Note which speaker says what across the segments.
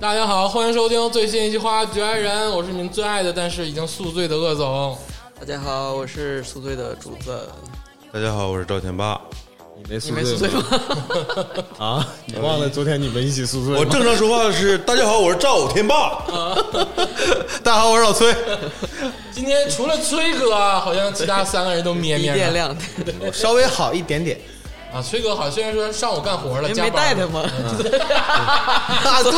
Speaker 1: 大家好，欢迎收听最新一期《花局爱人》，我是你们最爱的，但是已经宿醉的鄂总。
Speaker 2: 大家好，我是宿醉的竹子。
Speaker 3: 大家好，我是赵天霸。
Speaker 4: 你没
Speaker 2: 你
Speaker 4: 宿
Speaker 2: 没宿醉
Speaker 4: 醉吗？
Speaker 2: 吗？
Speaker 4: 啊，你忘了昨天你们一起宿醉吗？
Speaker 3: 我正常说话的是，大家好，我是赵天 霸。大家好，我是老崔。
Speaker 1: 今天除了崔哥啊，好像其他三个人都咩
Speaker 2: 一
Speaker 1: 咩
Speaker 2: 电
Speaker 1: 的
Speaker 2: 量，
Speaker 5: 我稍微好一 点点。
Speaker 1: 啊。崔哥好像虽然说上午干活了，
Speaker 2: 您
Speaker 1: 加
Speaker 2: 没带
Speaker 1: 班
Speaker 2: 他
Speaker 1: 了，
Speaker 2: 吗？
Speaker 5: 啊，对，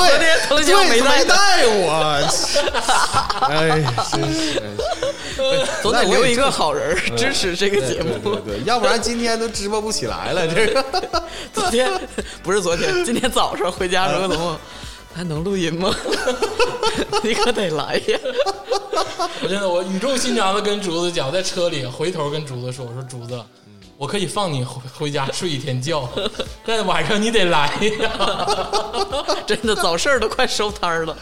Speaker 2: 昨天
Speaker 5: 对，
Speaker 2: 没
Speaker 5: 没
Speaker 2: 带
Speaker 5: 带我，
Speaker 4: 哎，真是哎
Speaker 2: 总得留一个好人儿支持这个节
Speaker 4: 对
Speaker 2: 目。
Speaker 4: 对对，
Speaker 5: 要不然今天都直播不起来了。这个
Speaker 2: 昨天 不是昨天，今天早上回家说怎么还能录音吗？ 你可得来呀！
Speaker 1: 我真的我语重心长的跟竹子讲，我在车里回头跟竹子说，我说竹子。
Speaker 5: 嗯
Speaker 1: 我可以放你回回家睡一天觉， 但晚上你得来呀！
Speaker 2: 真的早市儿都快收摊儿了，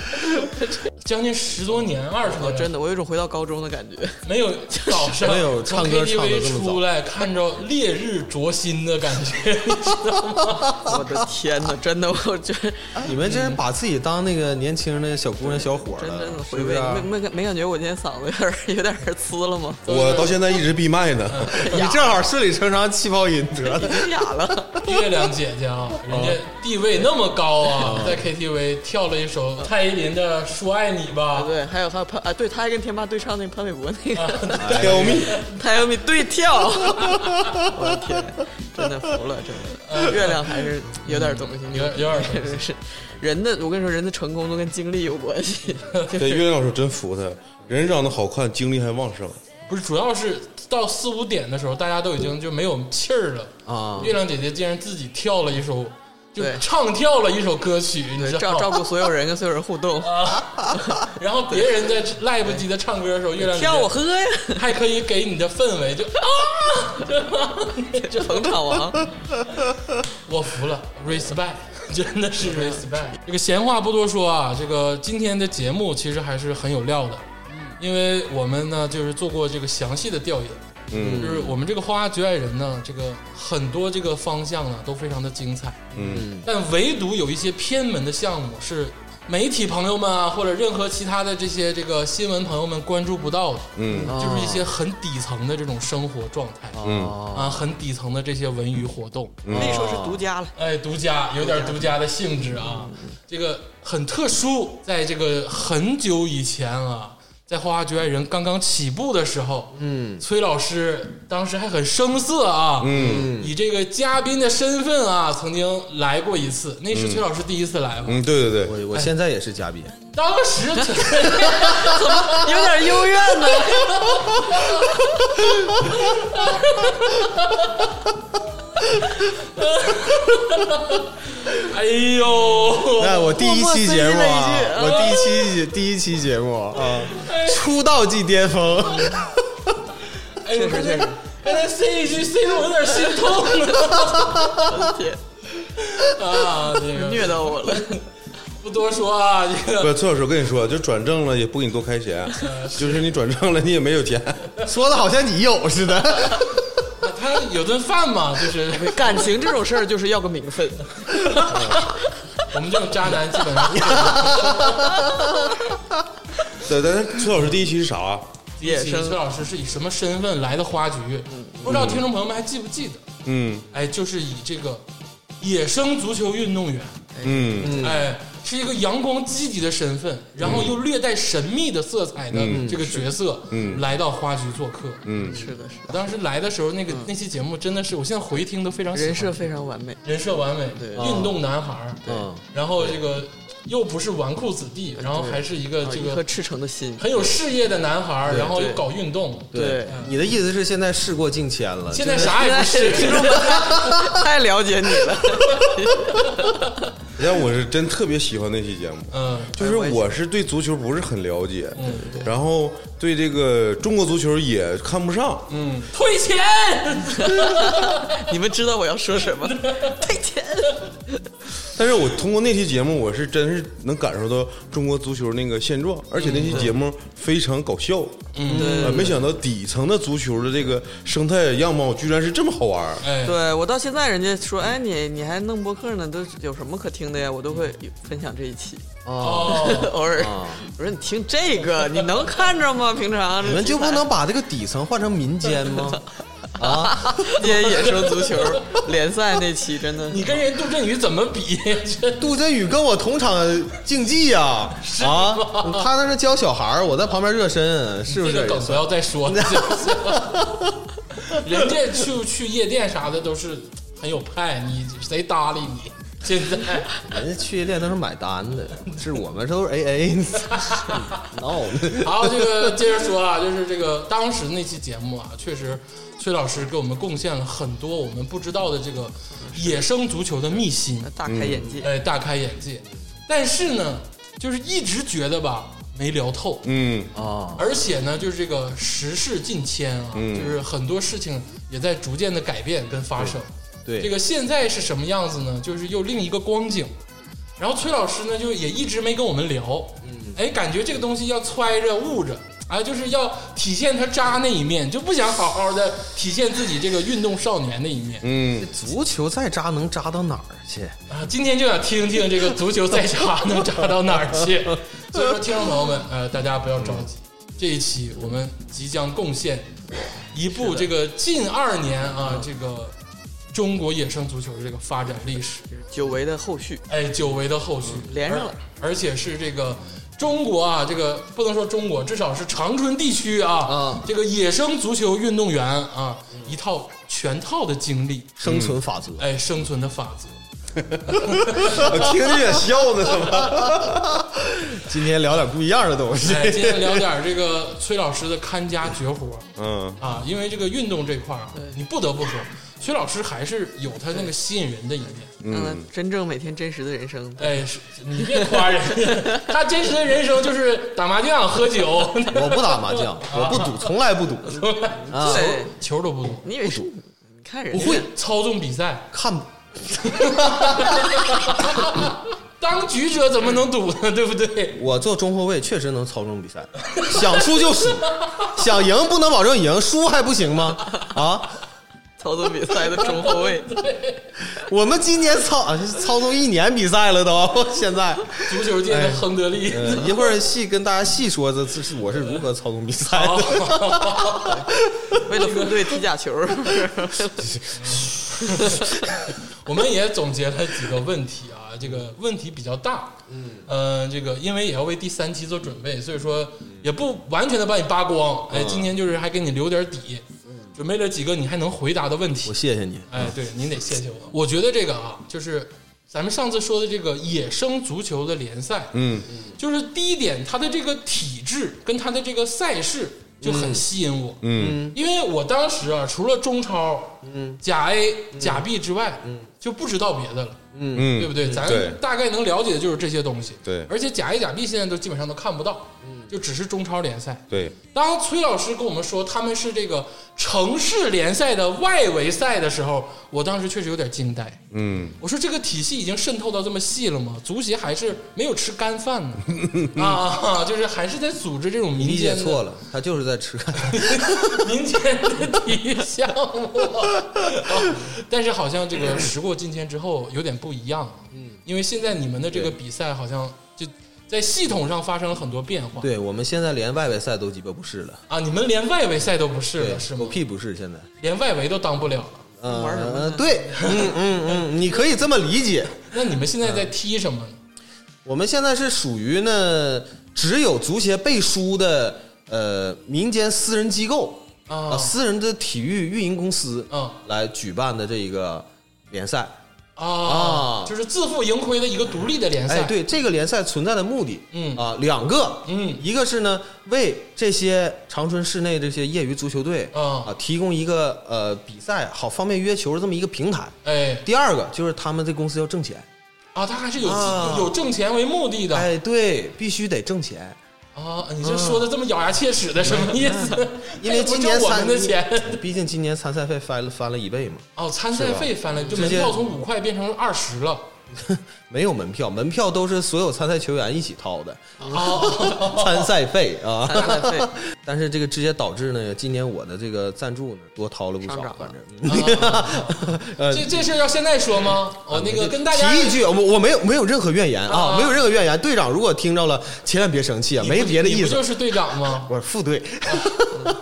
Speaker 1: 将近十多年，二十多
Speaker 2: 我
Speaker 1: 年，
Speaker 2: 真的我有一种回到高中的感觉。
Speaker 1: 没有早上
Speaker 5: 没有唱歌
Speaker 1: 从
Speaker 5: 唱得
Speaker 1: KTV
Speaker 5: 这么早
Speaker 1: 出来，看着烈日灼心的感觉，你知道吗？
Speaker 2: 我的天哪，真的，我觉得
Speaker 5: 你们这是把自己当那个年轻的小姑娘、小伙儿
Speaker 2: 真
Speaker 5: 了
Speaker 2: 的，
Speaker 5: 是
Speaker 2: 回
Speaker 5: 不
Speaker 2: 味，
Speaker 5: 是啊？
Speaker 2: 没没没感觉我今天嗓子有点有点儿 呲了吗？
Speaker 3: 我到现在一直闭麦呢。
Speaker 5: 你正好顺理成章气泡音得 了。
Speaker 2: 哑了，
Speaker 1: 月亮姐姐啊，
Speaker 2: 哦
Speaker 1: 人家地位那么高啊，在 KTV 跳了一首蔡依林的《说爱你吧》，
Speaker 2: 对，还有还有潘啊，对，他还跟天霸对唱那个潘玮柏那个，
Speaker 3: Tell me，
Speaker 2: 他还有你对跳， 我的天，真的服了，真的，呃月亮还是有点东西，
Speaker 1: 有有点东西
Speaker 2: 是是人的，我跟你说，人的成功都跟经历有关系，
Speaker 3: 对月亮老师真服他，人长得好看，精力还旺盛。
Speaker 1: 不是，主要是到四五点的时候，大家都已经就没有气儿了
Speaker 5: 啊
Speaker 1: 月亮姐姐竟然自己跳了一首，就
Speaker 2: 哦对
Speaker 1: 唱跳了一首歌曲，你
Speaker 2: 对
Speaker 1: 知，道
Speaker 2: 照
Speaker 1: 吗？
Speaker 2: 照顾所有人跟所有人互动，
Speaker 1: 然后别人在赖不及的唱歌的时候，月亮姐姐
Speaker 2: 跳我喝呀，
Speaker 1: 还可以给你的氛围就
Speaker 2: 这捧场王，
Speaker 1: 我服了，respect，真 的是 respect。这个闲话不多说啊，这个今天的节目其实还是很有料的，因为我们呢就是做过这个详细的调研，
Speaker 3: 嗯
Speaker 1: 就是我们这个花花局爱人呢，这个很多这个方向呢都非常的精彩，
Speaker 3: 嗯，
Speaker 1: 但唯独有一些偏门的项目是媒体朋友们啊，或者任何其他的这些这个新闻朋友们关注不到的，
Speaker 3: 嗯
Speaker 1: 就是一些很底层的这种生活状态
Speaker 3: 嗯
Speaker 1: 啊，很底层的这些文娱活动。
Speaker 2: 那时候是独家了，
Speaker 1: 哎，独家有点独家的性质啊，这个很特殊，在这个很久以前啊，在《花花局爱人》刚刚起步的时候，嗯，崔老师当时还很生涩啊，嗯，以这个嘉宾的身份啊，曾经来过一次，那是崔老师第一次来吧？
Speaker 3: 嗯，对对对，
Speaker 5: 我
Speaker 1: 哎
Speaker 5: 我现在也是嘉宾，
Speaker 1: 当时
Speaker 2: 有点幽怨呢，
Speaker 1: 哎呦，
Speaker 5: 那我第一期节目啊
Speaker 2: 默默碎，
Speaker 5: 我第一期第一期节目
Speaker 1: 嗯
Speaker 5: 啊，出道即巅峰，
Speaker 1: 哎呦，刚才刚才塞一句塞的我有点心痛
Speaker 2: 天，
Speaker 1: 啊，这个
Speaker 2: 虐到我了，
Speaker 1: 不多说啊，这个
Speaker 3: 不，崔老师，我跟你说，就转正了也不给你多开钱， 就是你转正了你也没有 钱。
Speaker 5: 说的好像你有似的。
Speaker 1: 他有顿饭嘛，就是。
Speaker 2: 感情这种事儿就是要个名分，
Speaker 1: 我们这种渣男基本上
Speaker 3: 对，但是崔老师第一期是啥？啊
Speaker 1: 第一期崔老师是以什么身份来的花局？
Speaker 2: 嗯
Speaker 1: 不知道听众朋友们还记不记得？
Speaker 3: 嗯
Speaker 1: 哎，就是以这个野生足球运动员，
Speaker 3: 嗯
Speaker 1: 哎，是一个阳光积极的身份，然
Speaker 2: 嗯
Speaker 1: 后又略带神秘的色彩的这个角色，
Speaker 3: 嗯
Speaker 1: 来到花局做客。
Speaker 3: 嗯，
Speaker 2: 是的，是的，
Speaker 1: 我当时来的时候，那个那期节目真的是，我现在回听都非常喜欢
Speaker 2: 嗯人设非常完美，
Speaker 1: 人设完美，运动男孩儿，
Speaker 5: 嗯
Speaker 1: 然后这个又不是纨绔子弟，然后还是一个
Speaker 2: 啊
Speaker 1: 这
Speaker 2: 一颗
Speaker 1: 个
Speaker 2: 赤诚的心，
Speaker 1: 很有事业的男孩儿，然后又
Speaker 2: 对
Speaker 1: 搞运动，
Speaker 2: 对，
Speaker 5: 你的意思是现在事过境迁了？
Speaker 1: 现在啥也不 是，
Speaker 2: 太了解你了，
Speaker 3: 但我是真特别喜欢那期节目。
Speaker 1: 嗯，
Speaker 3: 就是哎我是对足球不是很了解，然后嗯对这个中国足球也看不上，
Speaker 1: 退钱，
Speaker 2: 你们知道我要说什么？退钱，
Speaker 3: 但是我通过那期节目，我是真是能感受到中国足球那个现状，而且那期节目非常搞笑，嗯，没想到底层的足球的这个生态样貌居然是这么好玩儿，
Speaker 1: 哎，
Speaker 2: 对我到现在人家说，哎，你你还弄播客呢，都有什么可听的呀？我都会分享这一期，
Speaker 5: 啊
Speaker 1: 哦，
Speaker 2: 偶尔我说你听这个，你能看着吗？平常
Speaker 5: 你
Speaker 2: 你
Speaker 5: 们就不能把这个底层换成民间吗？
Speaker 2: 今天野兽足球联赛那期 真的
Speaker 1: 你跟人杜振宇怎么比？这
Speaker 5: 杜振宇跟我同场竞技呀、啊， 他在那教小孩儿我在旁边热身，是不
Speaker 1: 这
Speaker 5: 是
Speaker 1: 个？梗不要再说了，行不行人家去去夜店啥的都是很有派，你谁搭理你？ 现在
Speaker 5: 人家去夜店都是买单的，是我们都是 A A 闹呢。
Speaker 1: 好，这个接着说啊，就是这个当时那期节目啊，确实崔老师给我们贡献了很多我们不知道的这个野生足球的秘辛，
Speaker 2: 大开眼界。
Speaker 1: 哎，大开眼界。但是呢，就是一直觉得吧没聊透，
Speaker 3: 嗯，
Speaker 5: 啊
Speaker 1: 而且呢，就是这个时事近迁啊，就是很多事情也在逐渐的改变跟发生。
Speaker 5: 嗯对对
Speaker 1: 这个现在是什么样子呢？就是又另一个光景。然后崔老师呢，就也一直没跟我们聊，
Speaker 5: 嗯
Speaker 1: 哎，感觉这个东西要揣着捂着。啊，就是要体现他渣那一面，就不想好好的体现自己这个运动少年的一面。
Speaker 3: 嗯，
Speaker 5: 足球再渣能渣到哪儿去？
Speaker 1: 啊，今天就想听听这个足球再差能差到哪儿 去。所以说，听众朋友们，呃，大家不要着急，这一期我们即将贡献一部这个近二年啊，这个中国野生足球的这个发展历史，
Speaker 2: 久违的后续，
Speaker 1: 哎，久违的后续
Speaker 2: 嗯连上了
Speaker 1: 而，而且是这个。中国啊，这个不能说中国，至少是长春地区啊，
Speaker 5: 嗯
Speaker 1: 这个野生足球运动员啊，一套全套的经历，
Speaker 5: 生存法则，
Speaker 1: 哎，生存的法则。
Speaker 3: 我听着也笑呢，怎么？
Speaker 5: 今天聊点不一样的东西。
Speaker 1: 哎，今天聊点这个崔老师的看家绝活
Speaker 3: 嗯，
Speaker 1: 啊，因为这个运动这块儿啊，你不得不说，崔老师还是有他那个吸引人的一面。
Speaker 2: 让他真正每天真实的人生。
Speaker 1: 哎，是你别夸人 家，他真实的人生就是打麻将、喝酒，
Speaker 5: 我不打麻将，
Speaker 1: 嗯
Speaker 5: 我不赌，从来不赌，啊
Speaker 2: 对，
Speaker 1: 球都不懂，
Speaker 2: 你以为是？你看人
Speaker 1: 不
Speaker 2: 家
Speaker 1: 会操纵比赛，
Speaker 5: 看
Speaker 1: 当局者怎么能赌呢？对不对？
Speaker 5: 我做中后卫确实能操纵比赛，想输 就输，想赢不能保证赢，输还不行吗？啊，
Speaker 2: 操纵比赛的中后卫，
Speaker 5: 我们今年操啊操纵一年比赛了都，现在，
Speaker 1: 足球界的亨德利。
Speaker 5: 呃，一会儿细跟大家细说这这是我是如何操纵比赛
Speaker 1: 好
Speaker 5: 的。
Speaker 2: 为了分队踢假球，
Speaker 1: 我们也总结了几个问题啊，这个问题比较大，嗯，呃，这个因为也要为第三期做准备，所以说也不完全的把你扒光，
Speaker 3: 嗯
Speaker 1: 哎，今天就是还给你留点底，准备了几个你还能回答的问题
Speaker 5: 我，谢谢你，
Speaker 1: 哎，
Speaker 3: 嗯
Speaker 1: 对您得谢谢我。我觉得这个啊，就是咱们上次说的这个野生足球的联赛，
Speaker 3: 嗯，
Speaker 1: 就是第一点，它的这个体制跟它的这个赛事就很吸引我，
Speaker 3: 嗯，
Speaker 1: 因为我当时啊，除了中超，嗯，甲 A、甲 B 之外，嗯，就不知道别的了，
Speaker 3: 嗯，
Speaker 1: 对不对？咱
Speaker 3: 对
Speaker 1: 大概能了解的就是这些东西，
Speaker 3: 对
Speaker 1: 而且甲 A、甲 B 现在都基本上都看不到，嗯，就只是中超联赛。
Speaker 3: 对，
Speaker 1: 当崔老师跟我们说他们是这个城市联赛的外围赛的时候，我当时确实有点惊呆。
Speaker 3: 嗯，
Speaker 1: 我说这个体系已经渗透到这么细了吗？足协还是没有吃干饭 呢？啊，就是还是在组织这种
Speaker 5: 你
Speaker 1: 民
Speaker 5: 理解
Speaker 1: 间的
Speaker 5: 错了，他就是在吃 干。
Speaker 1: 民间的体育项目、啊 但是好像这个时过境迁之后有点不一样。嗯，因为现在你们的这个比赛好像就在系统上发生了很多变化。
Speaker 5: 对我们现在连外围赛都鸡巴不是了，
Speaker 1: 啊，你们连外围赛都不是
Speaker 5: 对，
Speaker 1: 了是
Speaker 5: 狗
Speaker 1: 吗？
Speaker 5: 屁不是现在。
Speaker 1: 连外围都当不了了。
Speaker 5: 嗯、
Speaker 2: 玩什么
Speaker 5: 呃
Speaker 2: 呢
Speaker 5: 对，嗯嗯嗯，你可以这么理解。
Speaker 1: 那你们现在在
Speaker 5: 嗯
Speaker 1: 踢什么呢？
Speaker 5: 我们现在是属于呢只有足协背书的呃民间私人机构
Speaker 1: 啊
Speaker 5: 呃私人的体育运营公司
Speaker 1: 啊
Speaker 5: 来举办的这一个联赛。
Speaker 1: 啊
Speaker 5: 啊
Speaker 1: 就是自负盈亏的一个独立的联赛。
Speaker 5: 哎，，对这个联赛存在的目的，
Speaker 1: 嗯
Speaker 5: 啊，两个，
Speaker 1: 嗯
Speaker 5: 一个是呢为这些长春市内这些业余足球队
Speaker 1: 啊
Speaker 5: 提供一个呃比赛好方便约球的这么一个平台。
Speaker 1: 哎
Speaker 5: 第二个就是他们这公司要挣钱，
Speaker 1: 啊，他还是有、
Speaker 5: 啊
Speaker 1: 有挣钱为目的的、
Speaker 5: 哎，对，必须得挣钱。
Speaker 1: 啊。你这说的这么咬牙切齿的，什么意思？
Speaker 5: 哎因为 今年
Speaker 1: 哎那不就我
Speaker 5: 参
Speaker 1: 们的钱，
Speaker 5: 毕竟今年参赛费翻了翻了一倍嘛。
Speaker 1: 哦，参赛费翻了，就门
Speaker 5: 直接
Speaker 1: 票从五块变成二十了。
Speaker 5: 没有门票，门票都是所有参赛球员一起掏的
Speaker 1: 哦，
Speaker 5: 参赛费啊。
Speaker 2: 参赛费
Speaker 5: 但是这个直接导致呢，今年我的这个赞助呢多掏了不
Speaker 2: 上
Speaker 5: 少
Speaker 2: 涨，
Speaker 5: 反
Speaker 2: 了
Speaker 5: 正。
Speaker 1: 啊
Speaker 5: 呃
Speaker 1: 这这事儿要现在说吗？我那个跟大家
Speaker 5: 啊提一句，我我没有没有任何怨言
Speaker 1: 啊
Speaker 5: 啊，没有任何怨言。队长如果听着了，千万别生气啊，
Speaker 1: 你不
Speaker 5: 没别的意
Speaker 1: 你不
Speaker 5: 思
Speaker 1: 就。啊是队长吗？
Speaker 5: 我是副队，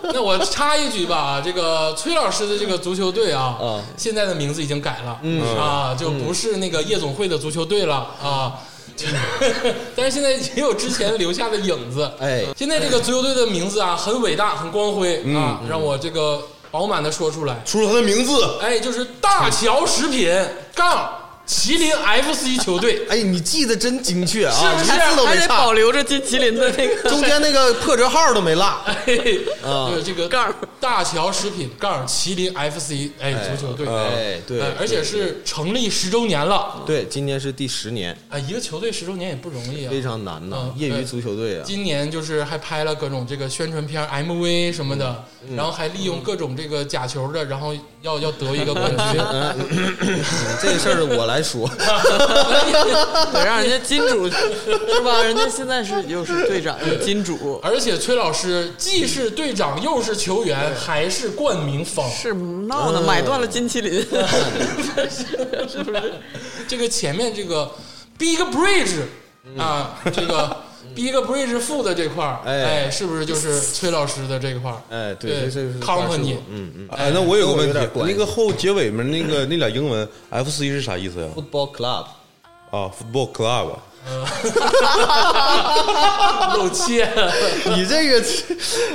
Speaker 1: 那我插一句吧，这个崔老师的这个足球队啊，
Speaker 5: 啊嗯
Speaker 1: 现在的名字已经改了，啊，就不是那个夜总会的足球队了啊。但是现在也有之前留下的影子。
Speaker 5: 嗯哎
Speaker 1: 现在这个足球队的名字啊，很伟大，很光辉
Speaker 5: 嗯
Speaker 1: 啊，让我这个饱满的说出来。
Speaker 3: 出了他的名字，
Speaker 1: 哎，就是大乔食品杠麒麟 FC 球 队，
Speaker 5: 哎，你记得真精确啊，
Speaker 1: 是不是
Speaker 5: 一次都
Speaker 2: 还
Speaker 5: 没
Speaker 2: 得
Speaker 5: 差
Speaker 2: 保，留着金麒麟的那个
Speaker 5: 中间那个破折号都没落。
Speaker 1: 嘿嘿，哎就是这个
Speaker 2: 杠
Speaker 1: 大乔食品杠麒麟 FC，哎，足球队，
Speaker 5: 哎，对
Speaker 1: 哎，而且是成立十周年了，
Speaker 5: 对，今年是第十年，
Speaker 1: 啊，一个球队十周年也不容易啊，
Speaker 5: 非常难呐
Speaker 1: 嗯，
Speaker 5: 业
Speaker 1: 对
Speaker 5: 余足球队啊，
Speaker 1: 今年就是还拍了各种这个宣传片、MV 什么的，
Speaker 5: 嗯
Speaker 1: 然后还利用各种这个假球的，然后要要得一个冠 军。
Speaker 5: 嗯这事儿我来说。
Speaker 2: 对，让人家金 主是吧？人家现在是又是队长，又金主，
Speaker 1: 而且崔老师既是队长又是球员，还是冠名方，
Speaker 2: 是闹呢，买断了金麒 麟，是不是？
Speaker 1: 这个前面这个 Big Bridge
Speaker 5: 嗯
Speaker 1: 啊，这个 Big Bridge 负的这块儿，
Speaker 5: 哎
Speaker 1: 哎，是不是就是崔老师的这块儿？
Speaker 5: 哎，对，
Speaker 1: 对
Speaker 5: 这这是
Speaker 1: ，Company，
Speaker 5: 嗯嗯
Speaker 3: 哎，那我有个问
Speaker 5: 跟我有点
Speaker 3: 题，
Speaker 5: 关
Speaker 3: 那
Speaker 5: 系
Speaker 3: 个后结尾面那 个那俩英文 FC 是啥意思呀？
Speaker 5: ，Football Club，
Speaker 3: 啊，Football Club，
Speaker 5: 嗯
Speaker 1: 露怯，
Speaker 5: 你这个，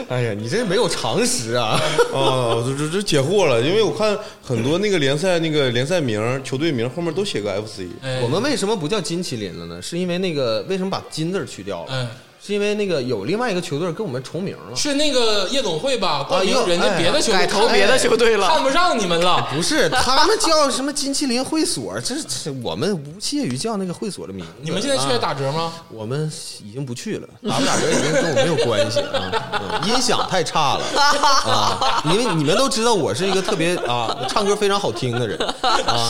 Speaker 5: 哎呀，你这没有常识啊！
Speaker 3: 啊，这这这解惑了，因为我看很多那个联赛那个联赛名、球队名后面都写个 FC，
Speaker 1: 哎
Speaker 5: 我们为什么不叫金麒麟了呢？是因为那个为什么把金字儿去掉了
Speaker 1: 哎？
Speaker 5: 是因为那个有另外一个球队跟我们重名了。
Speaker 1: 是那个夜总会吧？冠名
Speaker 5: 又
Speaker 1: 人家
Speaker 5: 哎
Speaker 1: 别的球队
Speaker 2: 改投别的球队了，
Speaker 1: 看不上你们了。
Speaker 5: 不是，他们叫什么金麒麟会所，这这我们无屑于叫那个会所的名字。
Speaker 1: 你们现在去
Speaker 5: 啊
Speaker 1: 那打折吗？
Speaker 5: 我们已经不去了， 打不打折已经跟我没有关系啊。嗯音响太差了啊！因为你们都知道我是一个特别啊唱歌非常好听的人 啊，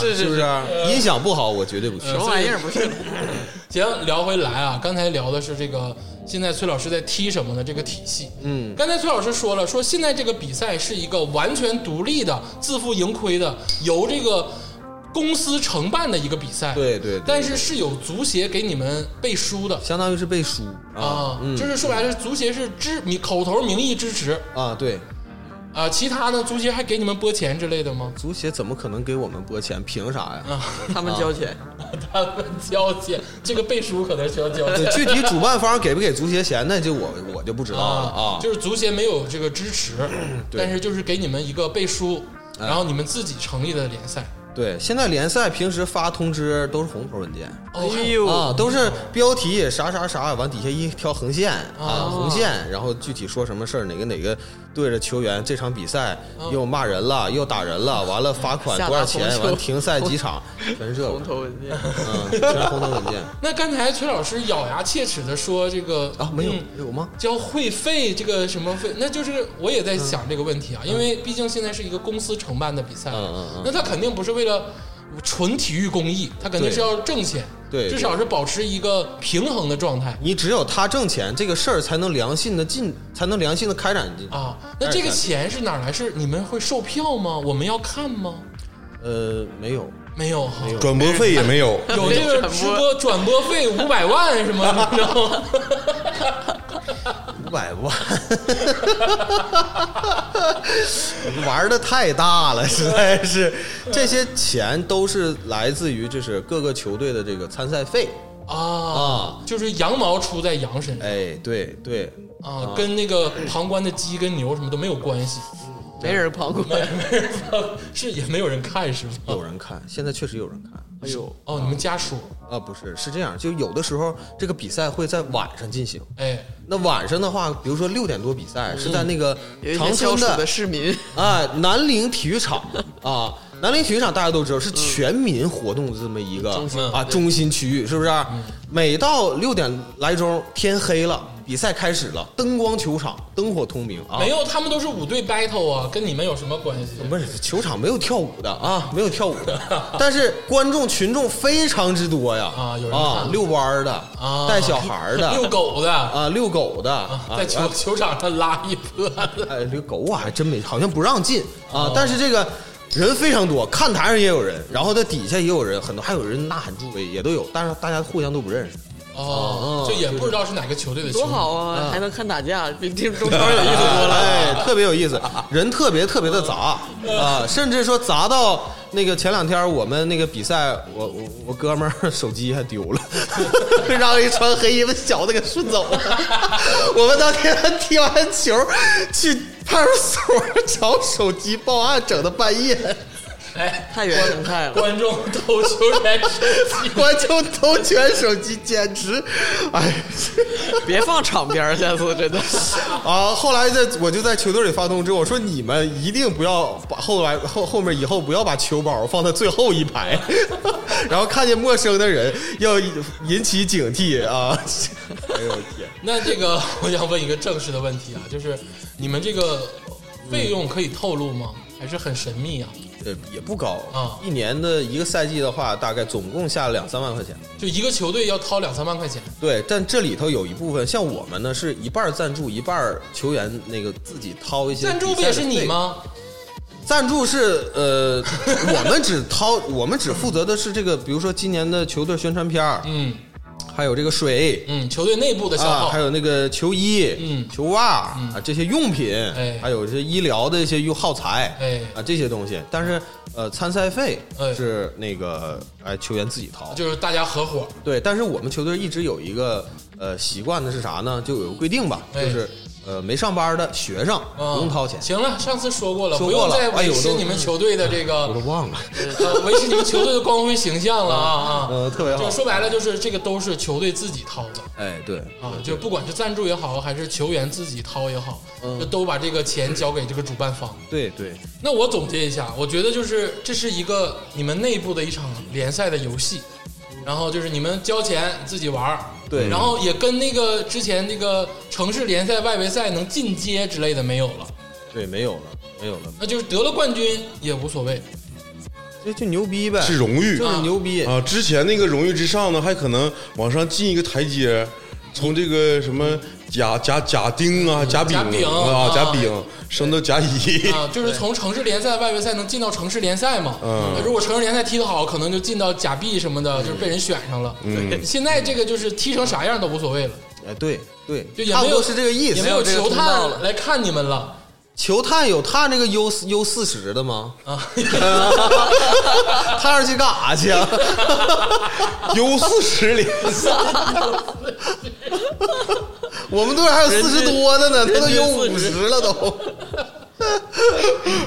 Speaker 2: 是是
Speaker 5: 是不是？音响不好，我绝对不去。
Speaker 2: 什么玩意儿不是？
Speaker 1: 行，聊回来啊，刚才聊的是这个现在崔老师在踢什么的这个体系。嗯，刚才崔老师说了，说现在这个比赛是一个完全独立的、自负盈亏的，由这个公司承办的一个比赛。
Speaker 5: 对对对
Speaker 1: 但是是有足协给你们背书的
Speaker 5: 相当于是背书
Speaker 1: 啊，
Speaker 5: 嗯
Speaker 1: 就是说白了，足协是支你口头名义支持
Speaker 5: 啊！对，
Speaker 1: 啊，其他呢，足协还给你们拨钱之类的吗？
Speaker 5: 足协怎么可能给我们拨钱？凭啥呀？
Speaker 2: 他们交钱，
Speaker 1: 他们交钱，这个背书可能需要交钱
Speaker 5: 对，具体主办方给不给足协钱，那就我我就不知道了啊。
Speaker 1: 就是足协没有这个支持，但是就是给你们一个背书，
Speaker 5: 哎
Speaker 1: 然后你们自己成立的联赛。
Speaker 5: 对，现在联赛平时发通知都是红头文件。
Speaker 1: 哦，
Speaker 2: 哎
Speaker 1: 还
Speaker 2: 呦，
Speaker 5: 啊，都是标题啥啥啥，完底下一条横线
Speaker 2: 哦
Speaker 5: 啊，红线，然后具体说什么事儿，哪个哪个对着球员这场比赛
Speaker 2: 哦
Speaker 5: 又骂人了，又打人了，完了罚款
Speaker 2: 下达
Speaker 5: 多少
Speaker 2: 哦红
Speaker 5: 钱，
Speaker 2: 球
Speaker 5: 完停赛几场，全是这
Speaker 2: 红
Speaker 5: 个，
Speaker 2: 头文件，
Speaker 5: 嗯，全是红头文件
Speaker 1: 那刚才崔老师咬牙切齿的说这个
Speaker 5: 啊，没有
Speaker 1: 嗯
Speaker 5: 有吗？
Speaker 1: 交会费这个什么费，那就是我也在想这个问题啊，因为毕竟现在是一个公司承办的比赛，
Speaker 5: 嗯嗯嗯
Speaker 1: 那他肯定不是为了纯体育公益，他肯定
Speaker 5: 对
Speaker 1: 是要挣钱，
Speaker 5: 对
Speaker 1: 至少是保持一个平衡的状态。
Speaker 5: 你只有他挣钱，这个事儿才能良性的进，才能良性的开展进。
Speaker 2: 哦
Speaker 1: 啊，那
Speaker 5: 哎
Speaker 1: 这个钱是哪儿来？是你们会售票吗？我们要看吗？
Speaker 5: 呃，没有，
Speaker 1: 没有哈，
Speaker 3: 转播费也没有，
Speaker 1: 有这个直播转播费五百万什么，你知道吗？
Speaker 5: 五百万， 玩的太大了，实在是。这些钱都是来自于就是各个球队的这个参赛费
Speaker 1: 啊，
Speaker 5: 啊。
Speaker 1: 就是羊毛出在羊身上
Speaker 5: 哎，对对，
Speaker 1: 啊，跟那个旁观的鸡跟牛什么都没有关系，
Speaker 2: 没人旁观，
Speaker 1: 是也没有人看是吗？
Speaker 5: 有人看，现在确实有人看
Speaker 2: 哎呦，
Speaker 1: 哦，你们家属，
Speaker 5: 啊。不是，是这样，就有的时候这个比赛会在晚上进行。
Speaker 1: 哎，
Speaker 5: 那晚上的话，比如说六点多比赛是在那个
Speaker 2: 嗯有一些
Speaker 5: 长
Speaker 2: 消
Speaker 5: 春
Speaker 2: 暑
Speaker 5: 的
Speaker 2: 的市民，
Speaker 5: 啊，南陵体育场啊，南陵体育场大家都知道
Speaker 1: 嗯
Speaker 5: 是全民活动的这么一个
Speaker 2: 中心
Speaker 5: 啊
Speaker 1: 嗯
Speaker 5: 啊中心区域，是不是？每到六点来钟，天黑了，比赛开始了，灯光球场灯火通明啊
Speaker 1: 没，有，他们都是五队 battle 啊，跟你们有什么关系？
Speaker 5: 不是球场没有跳舞的啊，没有跳舞 的，但是观众群众非常之多呀
Speaker 1: 啊有人
Speaker 5: 啊
Speaker 1: 看
Speaker 5: 遛弯儿的
Speaker 1: 啊
Speaker 5: 带小孩儿的
Speaker 1: 遛狗的，
Speaker 5: 啊遛狗的啊
Speaker 1: 在球球场上拉一波子，
Speaker 5: 哎，这狗我还真没，好像不让进啊。但是这个人非常多，看台上也有人，然后在底下也有人，很多还有人呐喊助威，也都有，但是大家互相都不认识。
Speaker 1: 哦，就也不知道是哪个球队的球
Speaker 2: 多
Speaker 1: 迷。
Speaker 2: 好啊，还能看打架，比听中超有意思多 了。
Speaker 5: 哎，特别有意思，人特别特别的杂啊，甚至说杂到那个前两天我们那个比赛，我我我哥们儿手机还丢了， 被让一穿黑衣服小子给顺走了。我们当天踢完球去派出所找手机报案，整到半夜。
Speaker 1: 哎，
Speaker 2: 太原生态了，
Speaker 1: 观众投球员手机，
Speaker 5: 观众都全手机，简直， 哎，
Speaker 2: 别放场边儿，下次真的。
Speaker 5: 啊！后来在我就在球队里发通知，我说你们一定不要把后来后后面以后不要把球包放在最后一排， 然后看见陌生的人要引起警惕啊！哎呦我天，
Speaker 1: 那这个 我想问一个正式的问题啊，就是你们这个费用可以透露吗？还是很神秘啊？
Speaker 5: 呃，也不高
Speaker 1: 啊
Speaker 5: 一年的一个赛季的话，大概总共下了两三万块钱。
Speaker 1: 就一个球队要掏两三万块钱，
Speaker 5: 对，但这里头有一部分像我们呢，是一半儿赞助，一半儿球员那个自己掏一些
Speaker 1: 赞助
Speaker 5: 比
Speaker 1: 不
Speaker 5: 赛
Speaker 1: 也
Speaker 5: 的
Speaker 1: 是你
Speaker 5: 费
Speaker 1: 吗？
Speaker 5: 赞助是呃，我们只掏，我们只负责的是这个，比如说今年的球队宣传片儿，
Speaker 1: 嗯
Speaker 5: 还有这个水
Speaker 1: 嗯，球队内部的消
Speaker 5: 啊，
Speaker 1: 耗，
Speaker 5: 还有那个球衣、
Speaker 1: 嗯
Speaker 5: 球袜、啊这些用品，
Speaker 1: 哎
Speaker 5: 还有这医疗的一些用耗材，
Speaker 1: 哎
Speaker 5: 啊这些东西。但是呃，参赛费
Speaker 1: 哎
Speaker 5: 是那个哎球员自己掏，
Speaker 1: 就是大家合伙，
Speaker 5: 对。但是我们球队一直有一个呃习惯的是啥呢？就有个规定吧，
Speaker 1: 哎
Speaker 5: 就是呃没上班的学生
Speaker 1: 嗯
Speaker 5: 不用掏钱。
Speaker 1: 行了，上次说过了，
Speaker 5: 说过了
Speaker 1: 不用再
Speaker 5: 哎
Speaker 1: 维
Speaker 5: 呦
Speaker 1: 持
Speaker 5: 都
Speaker 1: 你们球队的这个
Speaker 5: 我都忘了，
Speaker 1: 呃，维持你们球队的光辉形象了啊啊！
Speaker 5: 呃，特别好
Speaker 1: 就，说白了，就是这个都是球队自己掏的
Speaker 5: 哎，对，
Speaker 1: 啊，就不管是赞助也好，还是球员自己掏也好，
Speaker 5: 嗯
Speaker 1: 就都把这个钱交给这个主办方。
Speaker 5: 对对，
Speaker 1: 那我总结一下，我觉得就是这是一个你们内部的一场联赛的游戏，然后就是你们交钱自己玩儿，
Speaker 5: 对
Speaker 1: 然后也跟那个之前那个城市联赛、外围赛能进阶之类的没有了，
Speaker 5: 对，没有了，没有了，
Speaker 1: 那就是得了冠军也无 所谓，
Speaker 5: 这就牛逼呗，
Speaker 3: 是荣誉
Speaker 5: 就是牛逼。
Speaker 3: 啊！之前那个荣誉之上呢，还可能往上进一个台阶，从这个什么甲甲甲丁啊、甲丙
Speaker 1: 甲丙
Speaker 3: 啊、
Speaker 1: 啊
Speaker 3: 甲丙升到甲乙，
Speaker 1: 啊，就是从城市联赛、外围赛能进到城市联赛嘛。
Speaker 3: 嗯
Speaker 1: 如果城市联赛踢得好，可能就进到甲 B 什么的，就是被人选上了。
Speaker 3: 嗯
Speaker 1: 现在这个就是踢成啥样都无所谓了，
Speaker 5: 哎，对对，
Speaker 1: 就也
Speaker 5: 差
Speaker 1: 没
Speaker 5: 不
Speaker 1: 有
Speaker 5: 多是这个意
Speaker 1: 也
Speaker 5: 思
Speaker 1: 没。有
Speaker 2: 没有这个
Speaker 1: 球
Speaker 2: 通道
Speaker 1: 探
Speaker 2: 了
Speaker 1: 来看你们了
Speaker 5: 球探有探这个 U 四 U 四十的吗？
Speaker 1: 啊。
Speaker 5: 探上去干啥去啊？
Speaker 3: 优四十连
Speaker 5: 我们队还有四十多的呢，他都
Speaker 2: 人均
Speaker 5: U 五十了都。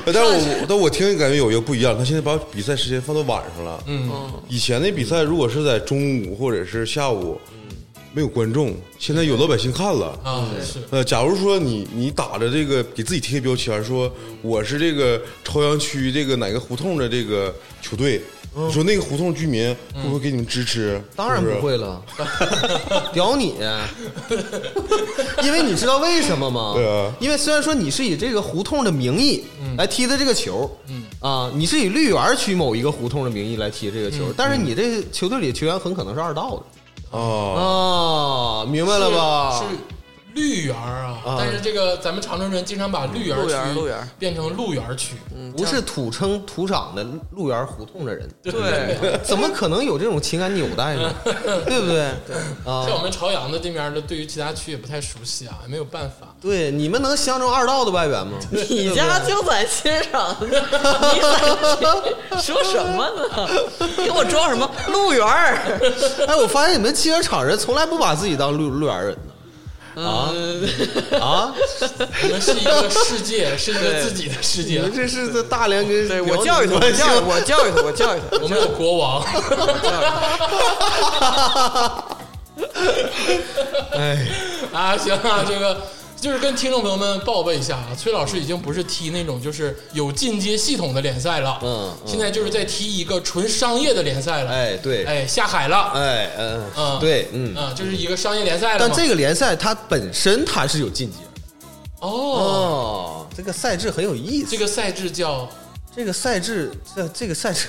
Speaker 3: 但是我但我听感觉有一个不一样，他现在把比赛时间放到晚上了。嗯，以前那比赛如果是在中午或者是下午，没有观众，现在有老百姓看了。
Speaker 1: 啊，是
Speaker 3: 呃，假如说你你打着这个给自己贴标签，说我是这个朝阳区这个哪个胡同的这个球队，你说那个胡同居民会不会给你们支持？
Speaker 5: 嗯当然
Speaker 3: 是
Speaker 5: 不
Speaker 3: 是。
Speaker 5: 会了，屌你！因为你知道为什么吗？
Speaker 3: 对啊
Speaker 5: 因为虽然说你是以这个胡同的名义来踢的这个球，嗯啊，你是以绿园区某一个胡同的名义来踢这个球，但是你这球队里球员很可能是二道的
Speaker 3: 啊，
Speaker 5: 啊，明白了 吧？嗯
Speaker 1: 是绿园儿啊，但是这个咱们长春人经常把绿园
Speaker 2: 路园儿路园
Speaker 1: 区
Speaker 2: 儿
Speaker 1: 变成路园儿区，
Speaker 5: 不是土生土长的路园胡同的人，
Speaker 2: 对，
Speaker 5: 怎么可能有这种情感纽带呢？对不对？啊
Speaker 1: 像，我们朝阳的这边的，对于其他区也不太熟悉啊，没有办法。
Speaker 5: 对，你们能相中二道的外援吗？
Speaker 2: 你家就在欣赏，你在说什么呢？给我装什么路园儿？
Speaker 5: 哎，我发现你们汽车厂人从来不把自己当路路园人呢。啊啊！
Speaker 1: 我们是一个世界，是一个自己的世
Speaker 5: 你
Speaker 1: 界。
Speaker 5: 们这是在大连跟
Speaker 2: 对我教育他，我教育我教育他，我教育他。
Speaker 1: 我们有国王，
Speaker 5: 哎，哎
Speaker 1: 啊，行啊，这个。就是跟听众朋友们报备一下啊，崔老师已经不是踢那种就是有进阶系统的联赛了，
Speaker 5: 嗯嗯
Speaker 1: 现在就是在踢一个纯商业的联赛了，
Speaker 5: 哎对
Speaker 1: 哎，下海了，
Speaker 5: 哎嗯
Speaker 1: 嗯
Speaker 5: 对嗯，
Speaker 1: 啊，就是一个商业联赛了嘛。
Speaker 5: 但这个联赛它本身它是有晋级
Speaker 1: 哦，
Speaker 5: 哦，这个赛制很有意思
Speaker 1: 这。个赛制叫
Speaker 5: 这个赛制，这这个赛制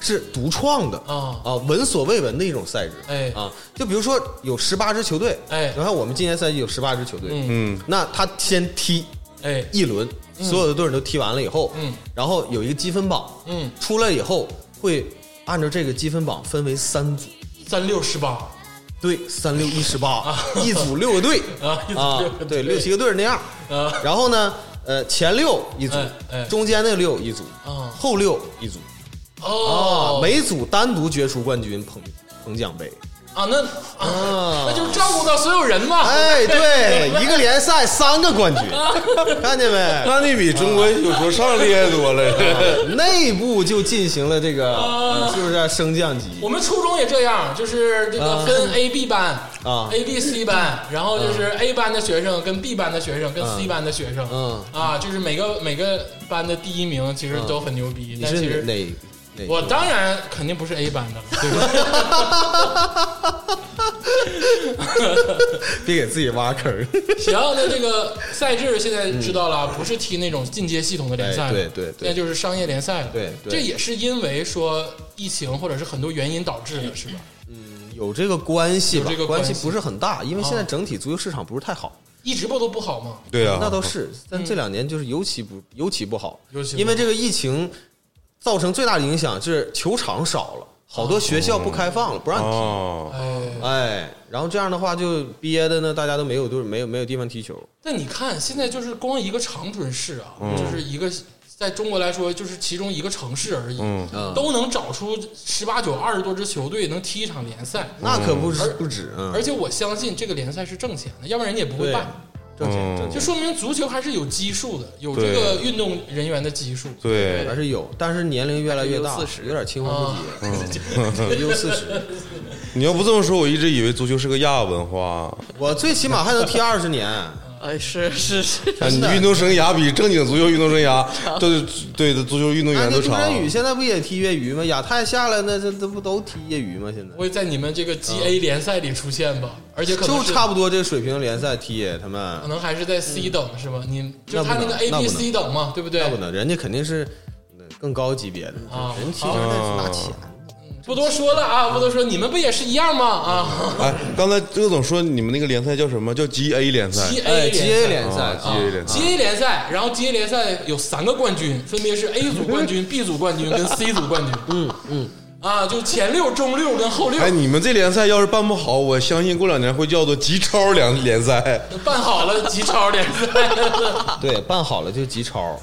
Speaker 5: 是独创的
Speaker 1: 啊
Speaker 5: 啊，闻所未闻的一种赛制。
Speaker 1: 哎
Speaker 5: 啊，就比如说有十八支球队，
Speaker 1: 哎
Speaker 5: 然后我们今年赛季有十八支球队，
Speaker 1: 嗯
Speaker 3: 嗯，
Speaker 5: 那他先踢
Speaker 1: 哎
Speaker 5: 一轮，所有的队人都踢完了以后，
Speaker 1: 嗯，
Speaker 5: 然后有一个积分榜，
Speaker 1: 嗯
Speaker 5: 出来以后会按照这个积分榜分为三组，
Speaker 1: 三六十八
Speaker 5: 对，三六一十八， 一组六个队
Speaker 1: 啊一组
Speaker 5: 啊
Speaker 1: 六个，队
Speaker 5: 对，六七个队儿那样，
Speaker 1: 啊
Speaker 5: 然后呢，呃，前六一组
Speaker 1: 哎哎，
Speaker 5: 中间那六一组
Speaker 1: 啊，
Speaker 5: 后六一组。
Speaker 1: 哦
Speaker 5: 啊，，每组单独决出冠军，捧捧奖杯。
Speaker 1: 啊那啊那就照顾到所有人嘛，
Speaker 5: 嗯哎，对，一个联赛三个冠军，
Speaker 1: 啊
Speaker 5: 看见没？
Speaker 3: 那你比中国有球上厉害多 了。
Speaker 5: 内部就进行了这个，
Speaker 1: 啊
Speaker 5: 是不是升降级？
Speaker 1: 我们初中也这样，就是这个分 A、B 班
Speaker 5: 嗯啊嗯
Speaker 1: ，A、B、C 班，然后就是 A 班的学生跟 B 班的学生跟 C 班的学生，
Speaker 5: 嗯
Speaker 1: 啊，就是每个每个班的第一名其实都很牛逼，
Speaker 5: 你
Speaker 1: 但
Speaker 5: 是
Speaker 1: 其实
Speaker 5: 哪哪？
Speaker 1: 我当然肯定不是 A 班的了，对吧？
Speaker 5: 别给自己挖 坑。
Speaker 1: 行，那这个赛制现在知道了，啊不是踢那种进阶系统的联赛了，
Speaker 5: 嗯哎对对对
Speaker 1: 那就是商业联赛了，
Speaker 5: 对对
Speaker 1: 这也是因为说疫情或者是很多原因导致的，是吧？
Speaker 5: 有这个关系吧
Speaker 1: 有这个？关
Speaker 5: 关
Speaker 1: 系
Speaker 5: 系不是很大，因为现在
Speaker 1: 啊
Speaker 5: 整体足球市场不是太好。
Speaker 1: 一直不都不好吗？
Speaker 3: 对呀、啊，
Speaker 5: 那倒是，但这两年就是尤其不尤其不好
Speaker 1: 尤其，不
Speaker 5: 因为这个疫情造成最大的影响是球场少了，好多学校不开放了，不让你踢。
Speaker 3: 哦，
Speaker 1: 哎，
Speaker 5: 哎，然后这样的话就憋的呢，大家都没有队，没有没有地方踢球。
Speaker 1: 但你看，现在就是光一个长春市啊，
Speaker 5: 嗯
Speaker 1: 就是一个在中国来说，就是其中一个城市而已，
Speaker 3: 嗯
Speaker 5: 嗯
Speaker 1: 都能找出十八九、二十多支球队能踢一场联赛。
Speaker 5: 那可不
Speaker 1: 而
Speaker 5: 止不止，嗯，
Speaker 1: 嗯而且我相信这个联赛是挣钱的，要不然人家也不会
Speaker 5: 对
Speaker 1: 办。
Speaker 5: 挣钱
Speaker 3: 嗯
Speaker 5: 挣钱
Speaker 1: 就说明足球还是有基数的，有这个运动人员的基数。
Speaker 3: 对
Speaker 5: 还是有，但是年龄越来越大，
Speaker 2: 40
Speaker 5: 有点青黄不嗯接。U 四十，
Speaker 3: 你要不这么说，我一直以为足球是个亚文化。
Speaker 5: 我最起码还能踢二十年。
Speaker 2: 哎，是是 是，
Speaker 3: 啊你运动生涯比正经足球运动生涯，对对的，足球运动
Speaker 5: 哎，
Speaker 3: 员
Speaker 5: 那
Speaker 3: 都
Speaker 5: 朱
Speaker 3: 长。
Speaker 5: 振宇现在不也踢业余吗？亚太下来那这这不都踢业余吗？现 在
Speaker 1: 会在你们这个 G A 联赛里出现吧？而且可能
Speaker 5: 啊就是差不多这个水平的联赛踢他
Speaker 1: 可
Speaker 5: 们，
Speaker 1: 能还是在 C 等是吧？你就
Speaker 5: 那不
Speaker 1: 他那个
Speaker 5: 能
Speaker 1: A
Speaker 5: 嗯那
Speaker 1: B
Speaker 5: 不
Speaker 1: C 等嘛，对不对
Speaker 5: 那？不能，人家肯定是更高级别的，
Speaker 1: 啊
Speaker 5: 人踢嗯球那是拿钱。
Speaker 1: 不多说了啊，不多说，你们不也是一样吗？啊
Speaker 3: 哎，刚才鄂总说你们那个联赛叫什么？叫 GA 联赛
Speaker 1: ，G
Speaker 5: 哎
Speaker 1: A
Speaker 5: ，G A
Speaker 1: 联赛
Speaker 5: 联赛
Speaker 3: 啊，GA 联赛。
Speaker 1: G A 联赛，然后 G A 联赛有三个冠军，分别是 A 组冠军、B 组冠军跟 C 组冠军。嗯嗯，啊，就前六、中六跟后六
Speaker 3: 哎，你们这联赛要是办不好，我相信过两年会叫做集超联联赛。
Speaker 1: 办好了集超联赛。
Speaker 5: 啊对，办好了就集超，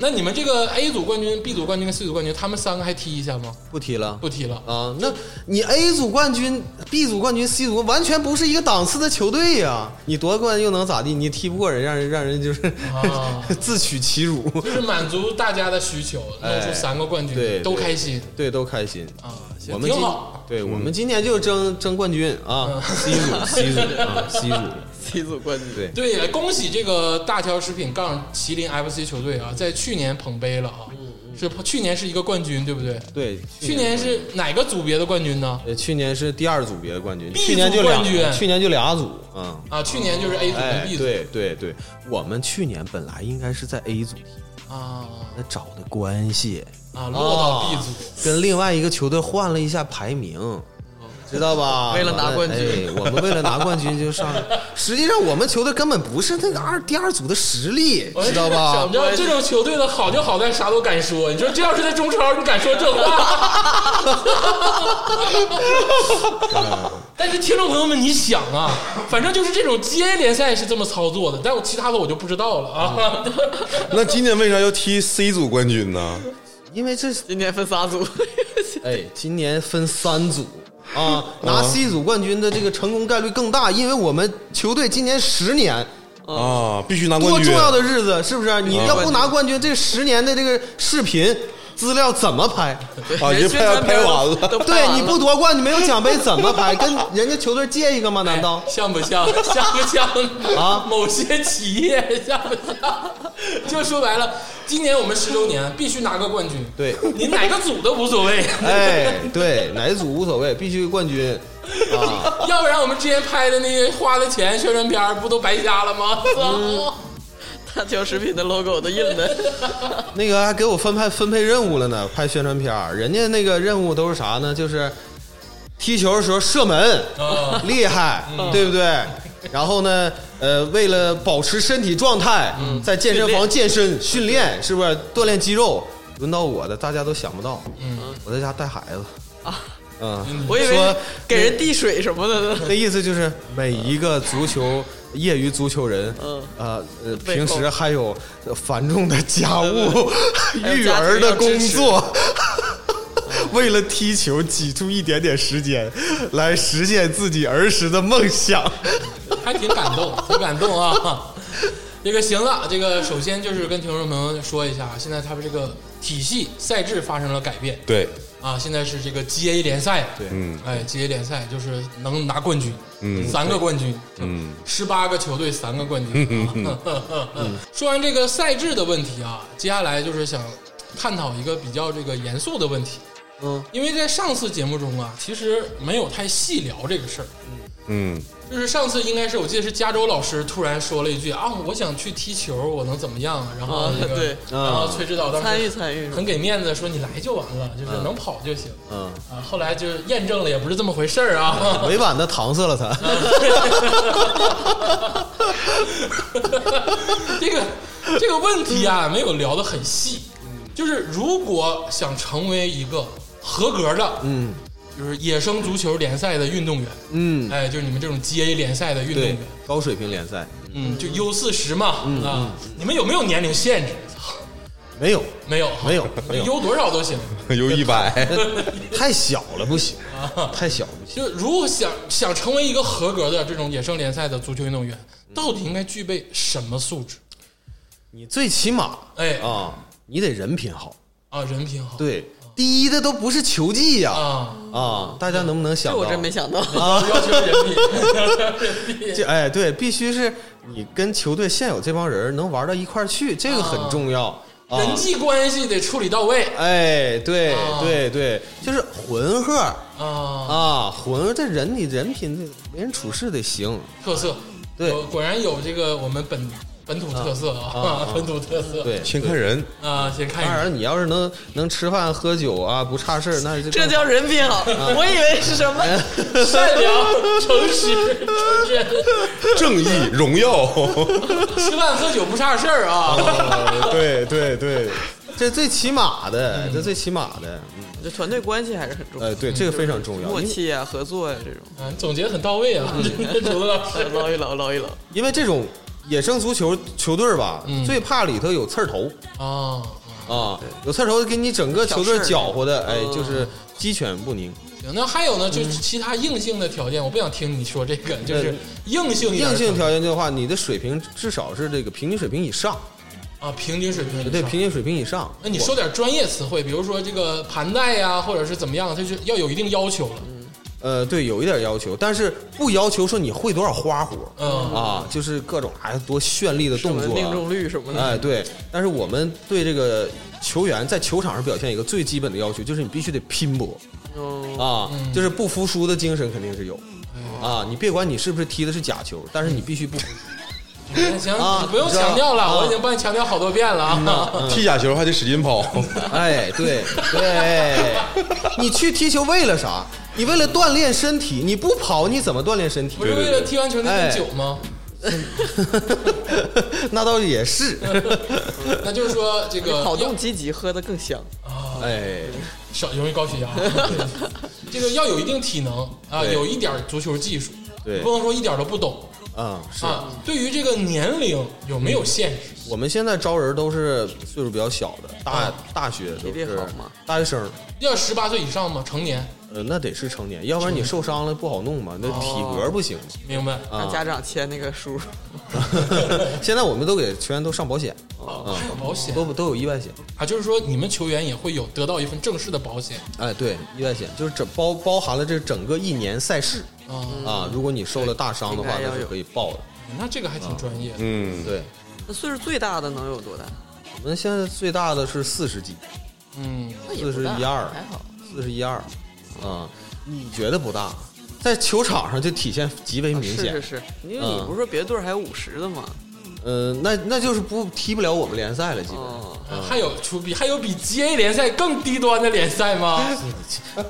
Speaker 1: 那你们这个 A 组冠军、B 组冠军跟 C 组冠军，他们三个还踢一下吗？
Speaker 5: 不踢了，
Speaker 1: 不踢了。
Speaker 5: 啊，那你 A 组冠军、B 组冠军、C 组完全不是一个档次的球队呀、你夺冠又能咋地？你踢不过人，让人让人就是、
Speaker 1: 啊
Speaker 5: 自取其辱，
Speaker 1: 就是满足大家的需求，弄出三个冠军，
Speaker 5: 哎对，
Speaker 1: 都
Speaker 5: 对
Speaker 1: 开心
Speaker 5: 对，都开心。
Speaker 1: 啊，行
Speaker 5: 我们
Speaker 1: 挺
Speaker 5: 今
Speaker 1: 好。嗯
Speaker 5: 对我们今年就争争冠军啊，C 组 C 组啊 C 组，
Speaker 2: C 组冠军，
Speaker 5: 对
Speaker 1: 对，哎恭喜这个大乔食品杠麒麟 FC 球队啊，在去年捧杯了啊，是去年是一个冠军，对不对？
Speaker 5: 嗯对，
Speaker 1: 去年是哪个组别的冠军呢？
Speaker 5: 呃去年是第二组别的冠军，
Speaker 1: B
Speaker 5: 去年就
Speaker 1: 组冠军
Speaker 5: 俩，去年就俩组啊。
Speaker 1: 啊，去年就是 A 组跟
Speaker 5: 哎，
Speaker 1: B 组、
Speaker 5: 对对对，我们去年本来应该是在 A 组踢，
Speaker 1: 啊
Speaker 5: 那找的关系，
Speaker 1: 啊，落到 B 组。
Speaker 5: 跟另外一个球队换了一下排名，知道吧？
Speaker 2: 为了拿冠军
Speaker 5: 哎我们为了拿冠军就上。实际上，我们球队根本不是那个二第二组的实力，知道吧
Speaker 1: 你？知道这种球队的好就好在啥都敢说。你说这要是在中超，你敢说这话？ 但是听众朋友们，你想啊，反正就是这种 GA 联赛是这么操作的，但我其他的我就不知道了啊。
Speaker 5: 嗯
Speaker 3: 那今年为啥要踢 C 组冠军呢？
Speaker 5: 因为这是
Speaker 2: 今年分仨组，
Speaker 5: 哎，今年分三组。
Speaker 2: 嗯
Speaker 5: 啊，拿 C 组冠军的这个成功概率更大，因为我们球队今年十年
Speaker 3: 啊，必须拿
Speaker 5: 多
Speaker 3: 冠军。
Speaker 5: 重要的日子，是不是？你要不拿冠军，这十年的这个视频资料怎么拍？
Speaker 3: 啊，
Speaker 2: 人
Speaker 3: 人
Speaker 2: 宣
Speaker 3: 拍
Speaker 2: 传
Speaker 3: 拍
Speaker 2: 片
Speaker 3: 完
Speaker 2: 都
Speaker 3: 了，
Speaker 2: 都拍
Speaker 5: 对
Speaker 2: 完
Speaker 5: 你
Speaker 2: 了
Speaker 5: 不夺冠，你没有奖杯怎么拍？跟人家球队借一个吗？难道
Speaker 1: 哎？像不像？像不像
Speaker 5: 啊
Speaker 1: 某些企业像不像？就说白了，今年我们十周年必须拿个冠军。
Speaker 5: 对
Speaker 1: 你哪个组都无所谓，
Speaker 5: 哎，对，哪组无所谓，必须冠军啊！
Speaker 1: 要不然我们之前拍的那些花的钱宣传片儿不都白瞎了吗？
Speaker 2: 大乔食品的 logo 都印的，
Speaker 5: 那个还给我分派分配任务了呢，拍宣传片儿。人家那个任务都是啥呢？就是踢球的时候射门，
Speaker 1: 啊
Speaker 5: 厉害，对不对？然后呢，呃，为了保持身体状态，在健身房健身嗯训练，是不是锻炼肌肉？轮到我的，大家都想不到，我在家带孩子嗯啊，嗯，
Speaker 2: 我以为
Speaker 5: 说
Speaker 2: 给人递水什么的 呢。
Speaker 5: 那意思就是每一个足球业余足球人，
Speaker 2: 嗯
Speaker 5: 呃呃，
Speaker 2: 被
Speaker 5: 平时
Speaker 2: 扣
Speaker 5: 还有繁重的家务、
Speaker 2: 还有
Speaker 5: 育
Speaker 2: 家庭
Speaker 5: 儿的
Speaker 2: 要支
Speaker 5: 工
Speaker 2: 持嗯
Speaker 5: 作， 为了踢球挤出一点点时间来实现自己儿时的梦想。
Speaker 1: 还挺感动，挺感动啊！这个行了，这个首先就是跟听众朋友们说一下，现在他们这个体系赛制发生了改变
Speaker 3: 对，
Speaker 1: 啊，现在是这个 GA 联赛，对，
Speaker 3: 嗯
Speaker 1: 哎，GA 联赛就是能拿冠军，
Speaker 3: 嗯
Speaker 1: 三个冠军，
Speaker 3: 嗯，
Speaker 1: 十八个球队三个冠军。 啊说完这个赛制的问题啊，接下来就是想探讨一个比较这个严肃的问题。
Speaker 5: 嗯，
Speaker 1: 因为在上次节目中啊，其实没有太细聊这个事儿。
Speaker 3: 嗯
Speaker 1: 就是上次应该是我记得是加州老师突然说了一句啊，我想去踢球，我能怎么样？然后
Speaker 2: 啊
Speaker 1: 那个，
Speaker 2: 对
Speaker 1: 然后崔指导当时
Speaker 2: 参与参与
Speaker 1: 很给面子，说你来就完了，就是能跑就行。
Speaker 5: 嗯，
Speaker 1: 啊，后来就是验证了，也不是这么回事儿啊。
Speaker 5: 委婉的搪塞了他。嗯
Speaker 1: 这个这个问题啊，没有聊得很细。
Speaker 5: 嗯
Speaker 1: 就是如果想成为一个合格的，
Speaker 5: 嗯
Speaker 1: 就是野生足球联赛的运动员，
Speaker 5: 嗯，
Speaker 1: 哎，就是你们这种 GA 联赛的运动
Speaker 5: 对嗯
Speaker 1: 员，，
Speaker 5: 高水平联赛
Speaker 1: 嗯，就 U 四十嘛，啊，你们有没有年龄限制？
Speaker 5: 没有
Speaker 1: 没有，
Speaker 5: 没有 没有，
Speaker 1: ，U 多少都行。
Speaker 3: 有一 百，
Speaker 5: 太小了不行，
Speaker 2: 啊
Speaker 5: 太小了不行。
Speaker 1: 就如果想想成为一个合格的这种野生联赛的足球运动员，
Speaker 5: 嗯
Speaker 1: 到底应该具备什么素质？
Speaker 5: 你最起码
Speaker 1: 哎
Speaker 5: 啊，你得人品好。
Speaker 1: 啊，人品好，
Speaker 5: 对，第一的都不是球技呀
Speaker 1: 啊，
Speaker 5: 啊！大家能不能想
Speaker 2: 哦这
Speaker 5: 到？
Speaker 2: 我真没想到，
Speaker 1: 要求人品，人品
Speaker 5: 这哎，对，必须是你跟球队现有这帮人能玩到一块儿去，这个
Speaker 2: 哦
Speaker 5: 很重要 啊。
Speaker 1: 人际关系得处理到位
Speaker 5: 哎，对
Speaker 2: 哦
Speaker 1: 啊
Speaker 5: 对对，就是浑厚
Speaker 1: 啊，
Speaker 5: 啊，浑厚这人你人品得为人处事得行。
Speaker 1: 特色，
Speaker 5: 对
Speaker 1: 果果然有这个我们本本土特色啊， 本土特色，
Speaker 5: 对，
Speaker 3: 先看人，
Speaker 1: 啊，先看一
Speaker 5: 当
Speaker 1: 下，
Speaker 5: 然你要是能能吃饭喝酒啊，不差事儿，那就
Speaker 2: 这叫人品好。
Speaker 5: 啊
Speaker 2: 我以为是什么
Speaker 5: 哎
Speaker 1: 善良、诚实、诚实，
Speaker 3: 正义荣耀，
Speaker 1: 吃饭喝酒不差事儿啊，
Speaker 5: 对对对，这最起码的，这最起码的，
Speaker 2: 这团队关系还是很重要
Speaker 5: 呃，，对，这个非常重要，
Speaker 2: 嗯默
Speaker 5: 因为
Speaker 2: 契啊、合作呀这种，
Speaker 1: 嗯，总结得很到位啊， 竹子老师
Speaker 5: 呃
Speaker 2: 捞一捞，捞一捞。
Speaker 5: 因为这种野生足球球队儿吧，
Speaker 1: 嗯
Speaker 5: 最怕里头有刺儿头
Speaker 1: 啊，
Speaker 5: 啊，有刺儿头给你整个球队
Speaker 2: 小事儿
Speaker 5: 搅和的，
Speaker 1: 嗯
Speaker 5: 哎，就是鸡犬不宁。
Speaker 1: 行，那还有呢，就是其他硬性的条件，我不想听你说这个，就是硬性一点
Speaker 5: 硬
Speaker 1: 的
Speaker 5: 性条件的话，你的水平至少是这个平均水平以上，
Speaker 1: 啊，平均水平以上
Speaker 5: 对，平。均水平以上。
Speaker 1: 那你说点专业词汇，比如说这个盘带呀、或者是怎么样，它就要有一定要求了。
Speaker 5: 呃，对，有一点要求，但是不要求说你会多少花活
Speaker 1: 嗯
Speaker 5: 啊，就是各种哎多绚丽的
Speaker 2: 什
Speaker 5: 动
Speaker 2: 么
Speaker 5: 作啊，
Speaker 2: 命中率什么的，
Speaker 5: 哎，对，但是我们对这个球员在球场上表现一个最基本的要求，就是你必须得拼搏
Speaker 2: 嗯，
Speaker 5: 啊，就是不服输的精神肯定是有
Speaker 1: 嗯
Speaker 5: 啊。你别管你是不是踢的是假球，但是你必须不服输。
Speaker 1: 行，
Speaker 5: 啊
Speaker 1: 你不用
Speaker 5: 你知道
Speaker 1: 强调了，
Speaker 5: 啊嗯
Speaker 1: 我已经帮你强调好多遍了 啊。
Speaker 3: 踢假球还得使劲 跑，
Speaker 5: 哎，对对，你去踢球为了啥？你为了锻炼身体，你不跑你怎么锻炼身体
Speaker 1: 不？是
Speaker 3: 对对
Speaker 1: 为
Speaker 3: 对
Speaker 1: 了踢完球那顿
Speaker 5: 哎
Speaker 1: 酒吗？
Speaker 5: 那倒也是，
Speaker 1: 那就是说这 个要
Speaker 2: 跑动积极，喝的更香。
Speaker 5: 哎，
Speaker 1: 少容易高 血压，这个要有一定体能啊，
Speaker 5: 对
Speaker 1: 有一点足球技术，
Speaker 5: 对
Speaker 1: 不能说一点都不懂
Speaker 5: 啊、是。嗯
Speaker 1: 啊。对于这个年龄有没有限制？
Speaker 5: 我们现在招人都是岁数比较小的，大大学
Speaker 2: 体
Speaker 5: 都
Speaker 2: 力
Speaker 5: 是
Speaker 2: 啊好吗
Speaker 5: 大学生。
Speaker 1: 要十八岁以上吗？成年？
Speaker 5: 呃，那得是成年，要不然你受伤了不好弄嘛，那体格不行。啊
Speaker 1: 明白？
Speaker 2: 让家长签那个书，
Speaker 5: 现在我们都给球员都上保险，
Speaker 1: 哦啊，还有保险
Speaker 5: 都都有 意外险。
Speaker 1: 啊，就是说你们球员也会有得到一份正式的保险
Speaker 5: 哎，对，意外险就是整包包含了这整个一年赛事
Speaker 1: 啊，
Speaker 5: 啊。如果你受了大伤的话，
Speaker 2: 应该要
Speaker 5: 那
Speaker 2: 有
Speaker 5: 是可以报的。
Speaker 1: 哦那这个还挺专业的。
Speaker 3: 嗯，
Speaker 5: 对，
Speaker 2: 那岁数最大的能有多大？
Speaker 5: 我们现在最大的是四十几，
Speaker 1: 嗯，
Speaker 2: 那也
Speaker 5: 四
Speaker 2: 不
Speaker 5: 十
Speaker 2: 大
Speaker 5: 一二
Speaker 2: 还好。，
Speaker 5: 四十一二，啊，你觉得不大，在球场上就体现极为明显。嗯
Speaker 2: 是是是，因为你不是说别的队儿还有五十的吗？
Speaker 5: 呃，那那就是不踢不了我们联赛了，基本。
Speaker 2: 哦，
Speaker 1: 嗯还有出比还有比 GA 联赛更低端的联赛吗？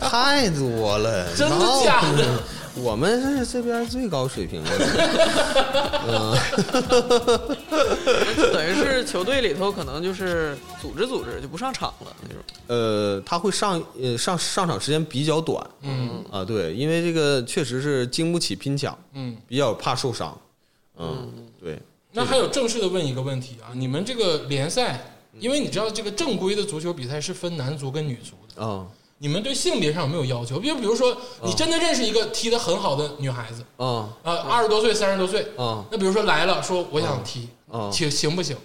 Speaker 5: 太多了，
Speaker 1: 真的
Speaker 5: 闹
Speaker 1: 假的？
Speaker 5: 我们是这边最高水平的，
Speaker 2: 就等于 是球队里头可能就是组织组织就不上场了那种。
Speaker 5: 呃，他会上呃上上场时间比较短，嗯啊对，因为这个确实是经不起拼抢，
Speaker 1: 嗯，
Speaker 5: 比较怕受伤，嗯对，
Speaker 1: 那还有正式的问一个问题啊，你们这个联赛，因为你知道这个正规的足球比赛是分男足跟女足的，
Speaker 5: 啊
Speaker 1: 你们对性别上有没有要求？就比如说，你真的认识一个踢得很好的女孩子，
Speaker 5: 啊
Speaker 1: 啊，二十多岁、三十多岁，
Speaker 5: 啊
Speaker 1: 那比如说来了，说我想踢，
Speaker 5: 啊
Speaker 1: 行行不行？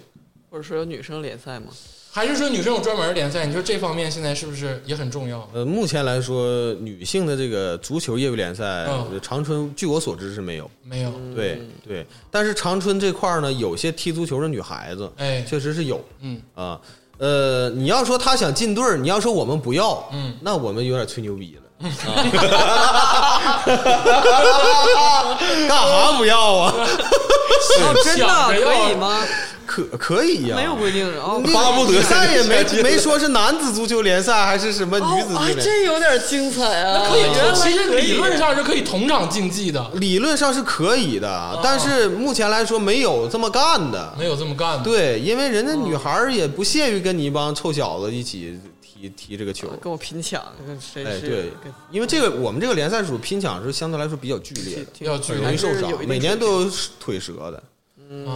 Speaker 2: 或者说有女生联赛吗？
Speaker 1: 还是说女生有专门的联赛？你说这方面现在是不是也很重要？
Speaker 5: 呃，目前来说，女性的这个足球业余联赛
Speaker 1: 嗯，
Speaker 5: 长春据我所知是没有，
Speaker 1: 没有，
Speaker 5: 对对，但是长春这块儿呢，有些踢足球的女孩子，
Speaker 1: 哎
Speaker 5: 确实是有
Speaker 1: 嗯，
Speaker 5: 啊。呃，你要说她想进队儿，你要说我们不要，
Speaker 1: 嗯，
Speaker 5: 那我们有点吹牛逼了。啊干啥不要 啊？
Speaker 2: 哦，真的
Speaker 1: 抢着要
Speaker 2: 可以吗？
Speaker 5: 可可以呀、
Speaker 2: 没有规定哦。
Speaker 5: 那个
Speaker 3: 巴不得
Speaker 5: 比赛也 没没说是男子足球联赛还是什么女子
Speaker 2: 哦
Speaker 5: 足球
Speaker 2: 哎
Speaker 5: 联赛，
Speaker 2: 这有点精彩啊！
Speaker 1: 可以
Speaker 2: 原，来
Speaker 1: 呃其实
Speaker 2: 可以
Speaker 1: 理论上是可以同场竞技的，
Speaker 5: 理论上是可以
Speaker 2: 哦
Speaker 5: 的，但是目前来说没有这么干的。
Speaker 1: 没有这么干的。
Speaker 5: 对，因为人家女孩儿也不屑于跟你一帮臭小子一起踢踢这个球。
Speaker 2: 跟我拼抢，跟谁
Speaker 5: 哎，
Speaker 2: 啊是
Speaker 5: 对
Speaker 2: 跟，
Speaker 5: 因为这个我们这个联赛属于拼抢是相对来说比较剧
Speaker 2: 挺
Speaker 5: 烈的，
Speaker 2: 挺
Speaker 1: 要距
Speaker 5: 很
Speaker 1: 离
Speaker 5: 容易受
Speaker 2: 还是有一
Speaker 5: 伤，
Speaker 2: 定
Speaker 5: 每年都有腿折的
Speaker 1: 啊，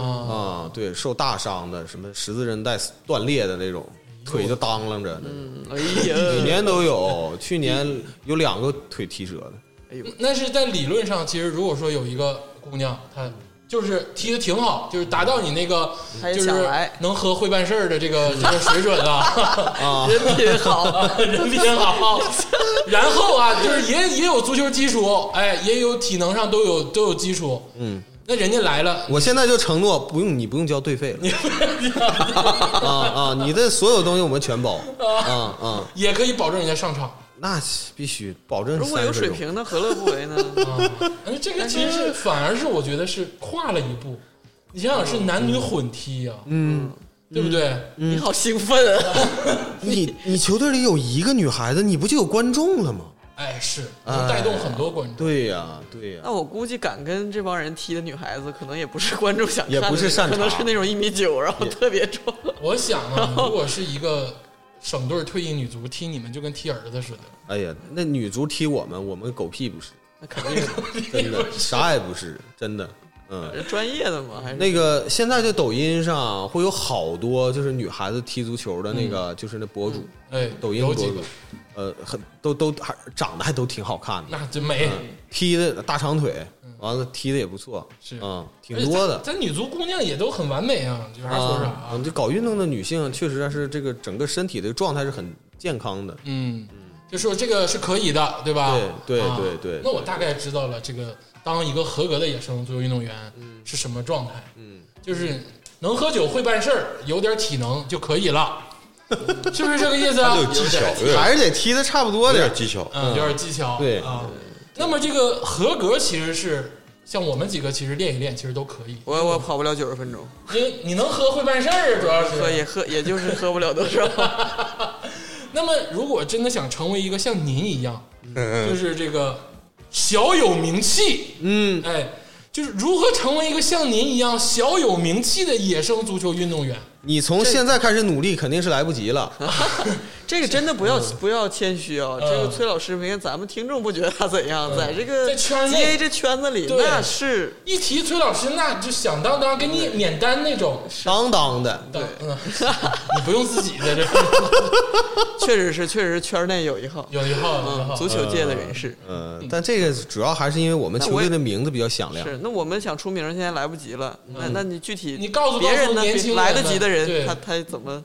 Speaker 5: 啊，对，受大伤的，什么十字韧带断裂的那种，腿就当啷着的，
Speaker 2: 嗯哎呀，
Speaker 5: 每年都有。去年有两个腿踢折的，
Speaker 2: 哎呦，
Speaker 1: 那是在理论上，其实如果说有一个姑娘，她就是踢的挺好，就是达到你那个
Speaker 2: 她也
Speaker 1: 就是
Speaker 2: 想来
Speaker 1: 能喝会办事儿的这个这个水准了，
Speaker 5: 啊
Speaker 2: 人品 好，
Speaker 1: 人品好。然后啊，就是也也有足球基础，哎，也有体能上都有都有基础。嗯，那人家来了，
Speaker 5: 我现在就承诺不用你不用交队费了啊啊！你的所有东西我们全包啊啊！
Speaker 1: 也可以保证人家上场。
Speaker 5: 那是必须保证。
Speaker 2: 如果有水，平，那何乐不为呢？
Speaker 1: 而哎这个其实是反而是我觉得是跨了一步。你想想，是男女混踢呀、嗯，对不对？
Speaker 5: 嗯
Speaker 2: 你好兴奋啊！
Speaker 5: 你你球队里有一个女孩子，你不就有观众了吗？
Speaker 1: 哎，是能带动很多观众。
Speaker 5: 对呀、对呀、
Speaker 2: 那我估计敢跟这帮人踢的女孩子，可能也不是观众想看的那种，
Speaker 5: 也不是擅长
Speaker 2: 可能是那种一米九，然后特别 壮。
Speaker 1: 我想啊，如果是一个省队退役女足踢你们，就跟踢儿子似的。
Speaker 5: 哎呀，那女足踢我们，我们狗屁不是，
Speaker 2: 那肯 定
Speaker 5: 真 的啥也不是，真的。嗯，
Speaker 2: 是专业的嘛，还是
Speaker 5: 那个现在这抖音上会有好多就是女孩子踢足球的那个，就是那博主，
Speaker 1: 哎，
Speaker 5: 抖音
Speaker 1: 有
Speaker 5: 博
Speaker 1: 几
Speaker 5: 主
Speaker 1: 个，，
Speaker 5: 呃，很都都还长得还都挺好看的，
Speaker 1: 那真没。
Speaker 5: 踢的大长腿，完了踢的也不错，
Speaker 1: 是
Speaker 5: 嗯，挺多的
Speaker 1: 而且。哎咱咱女足姑娘也都很完美啊，有啥说啥
Speaker 5: 我
Speaker 1: 啊
Speaker 5: 们。这搞运动的女性确实是这个整个身体的状态是很健康的。
Speaker 1: 嗯，就说这个是可以的，对吧？
Speaker 5: 对对
Speaker 1: 啊
Speaker 5: 对对
Speaker 1: 那我大概知道了，这个当一个合格的野生足球运动员是什么状态。嗯，就是能喝酒会办事儿，有点体能就可以 了，是不是这个意思啊
Speaker 3: 还？得有技巧，有点
Speaker 5: 还是得踢的差不多
Speaker 3: 有
Speaker 5: 点
Speaker 3: 点。技巧。
Speaker 1: 嗯，有点技巧。
Speaker 5: 对
Speaker 1: 啊，那么这个合格其实是像我们几个其实练一练，其实都可以，
Speaker 2: 我我跑不了九十分钟，
Speaker 1: 因为你能喝会办事儿，主要是
Speaker 2: 喝也喝，也就是喝不了多少。
Speaker 1: 那么，如果真的想成为一个像您一样，
Speaker 3: 嗯
Speaker 1: 就是这个小有名气，嗯，哎，就是如何成为一个像您一样小有名气的野生足球运动员？
Speaker 5: 你从现在开始努力肯定是来不 及了。
Speaker 2: 这个真的不要
Speaker 5: 嗯
Speaker 2: 不要谦虚
Speaker 1: 嗯
Speaker 2: 啊！这个崔老师，没看咱们听众不觉得他怎样，在这个
Speaker 1: 在圈内
Speaker 2: GA 这圈子里，
Speaker 1: 对
Speaker 2: 那是
Speaker 1: 一提崔老师，那就响当当给你免单那种。
Speaker 5: 当当的，
Speaker 1: 对，嗯， 你不用自己在这儿
Speaker 2: 确实是确实是圈内有一号，
Speaker 1: 有一号，有一
Speaker 2: 嗯，
Speaker 1: 号
Speaker 2: 足。球界的人士。
Speaker 1: 嗯
Speaker 5: 呃，但这个主要还是因为我们球队的名字比较响亮。嗯
Speaker 2: 是，那我们想出名，现在来不及了。那那你具体
Speaker 1: 你告诉告诉
Speaker 2: 别人呢？
Speaker 1: 年轻人
Speaker 2: 别来得及的
Speaker 1: 对
Speaker 2: 人他他怎么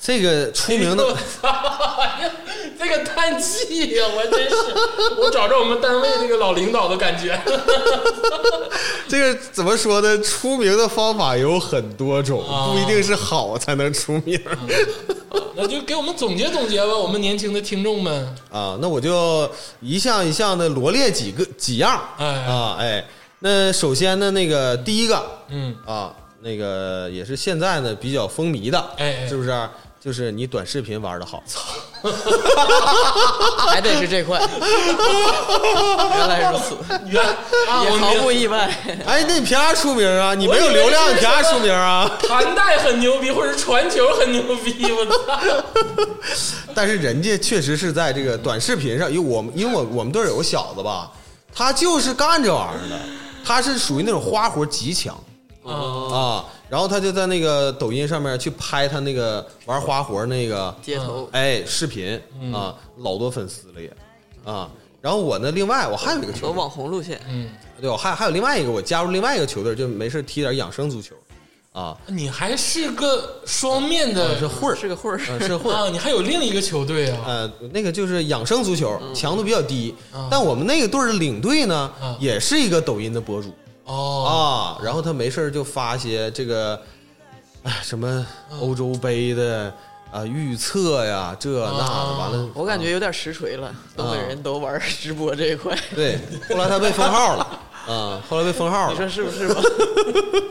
Speaker 5: 这个出 名的
Speaker 1: 我操哎呀，这个叹气呀、我真是，我找着我们单位那个老领导的感觉。
Speaker 5: 这个怎么说呢？出名的方法有很多种，
Speaker 1: 啊
Speaker 5: 不一定是好才能出名
Speaker 1: 那就给我们总结总结吧，我们年轻的听众们，
Speaker 5: 啊。那我就一项一项的罗列几个几样
Speaker 1: 哎
Speaker 5: 啊，哎，那首先呢，那个第一个
Speaker 1: 嗯，
Speaker 5: 啊，那个也是现在呢比较风靡的，
Speaker 1: 哎哎
Speaker 5: 是不是？就是你短视频玩的好，
Speaker 2: 还得是 这块？原来如此，
Speaker 1: 原啊，
Speaker 2: 也
Speaker 1: 我
Speaker 2: 毫
Speaker 1: 明
Speaker 2: 不意外。
Speaker 5: 哎，那你凭啥出名啊？你没有
Speaker 1: 我以为
Speaker 5: 流量，
Speaker 1: 是
Speaker 5: 你凭啥出名啊？
Speaker 1: 韩代很牛逼，或者传球很牛逼，我操！
Speaker 5: 但是人家确实是在这个短视频上，因为我们因为我我们队儿有个小子吧，他就是干这玩意儿的，他是属于那种花活极强
Speaker 1: 啊，
Speaker 5: 啊，然后他就在那个抖音上面去拍他那个玩花活那个
Speaker 2: 街头
Speaker 5: 哎视频
Speaker 1: 嗯
Speaker 5: 啊，老多粉丝了也啊。然后我呢，另外我还有一个
Speaker 2: 走
Speaker 5: 球队，
Speaker 2: 网红路线，
Speaker 1: 嗯，
Speaker 5: 对，我还还有另外一个，我加入另外一个球队，就没事踢点养生足球啊，
Speaker 1: 你还是个双面的
Speaker 5: 是混儿，
Speaker 2: 是个混儿
Speaker 5: 嗯是混儿，
Speaker 1: 啊，你还有另一个球队啊，
Speaker 5: 呃，那个就是养生足球，强度比较低
Speaker 1: 嗯啊。
Speaker 5: 但我们那个队儿的领队呢
Speaker 1: 啊，
Speaker 5: 也是一个抖音的博主
Speaker 1: 哦，
Speaker 5: 啊。然后他没事儿就发些这个，哎，什么
Speaker 1: 嗯
Speaker 5: 欧洲杯的啊预测呀，这那的。
Speaker 1: 啊
Speaker 5: 完了，
Speaker 2: 我感觉有点实锤了，东北人都玩直播这一块，
Speaker 5: 对，后来他被封号了啊，后来被封号
Speaker 2: 你说。
Speaker 5: 了
Speaker 2: 是不是吧？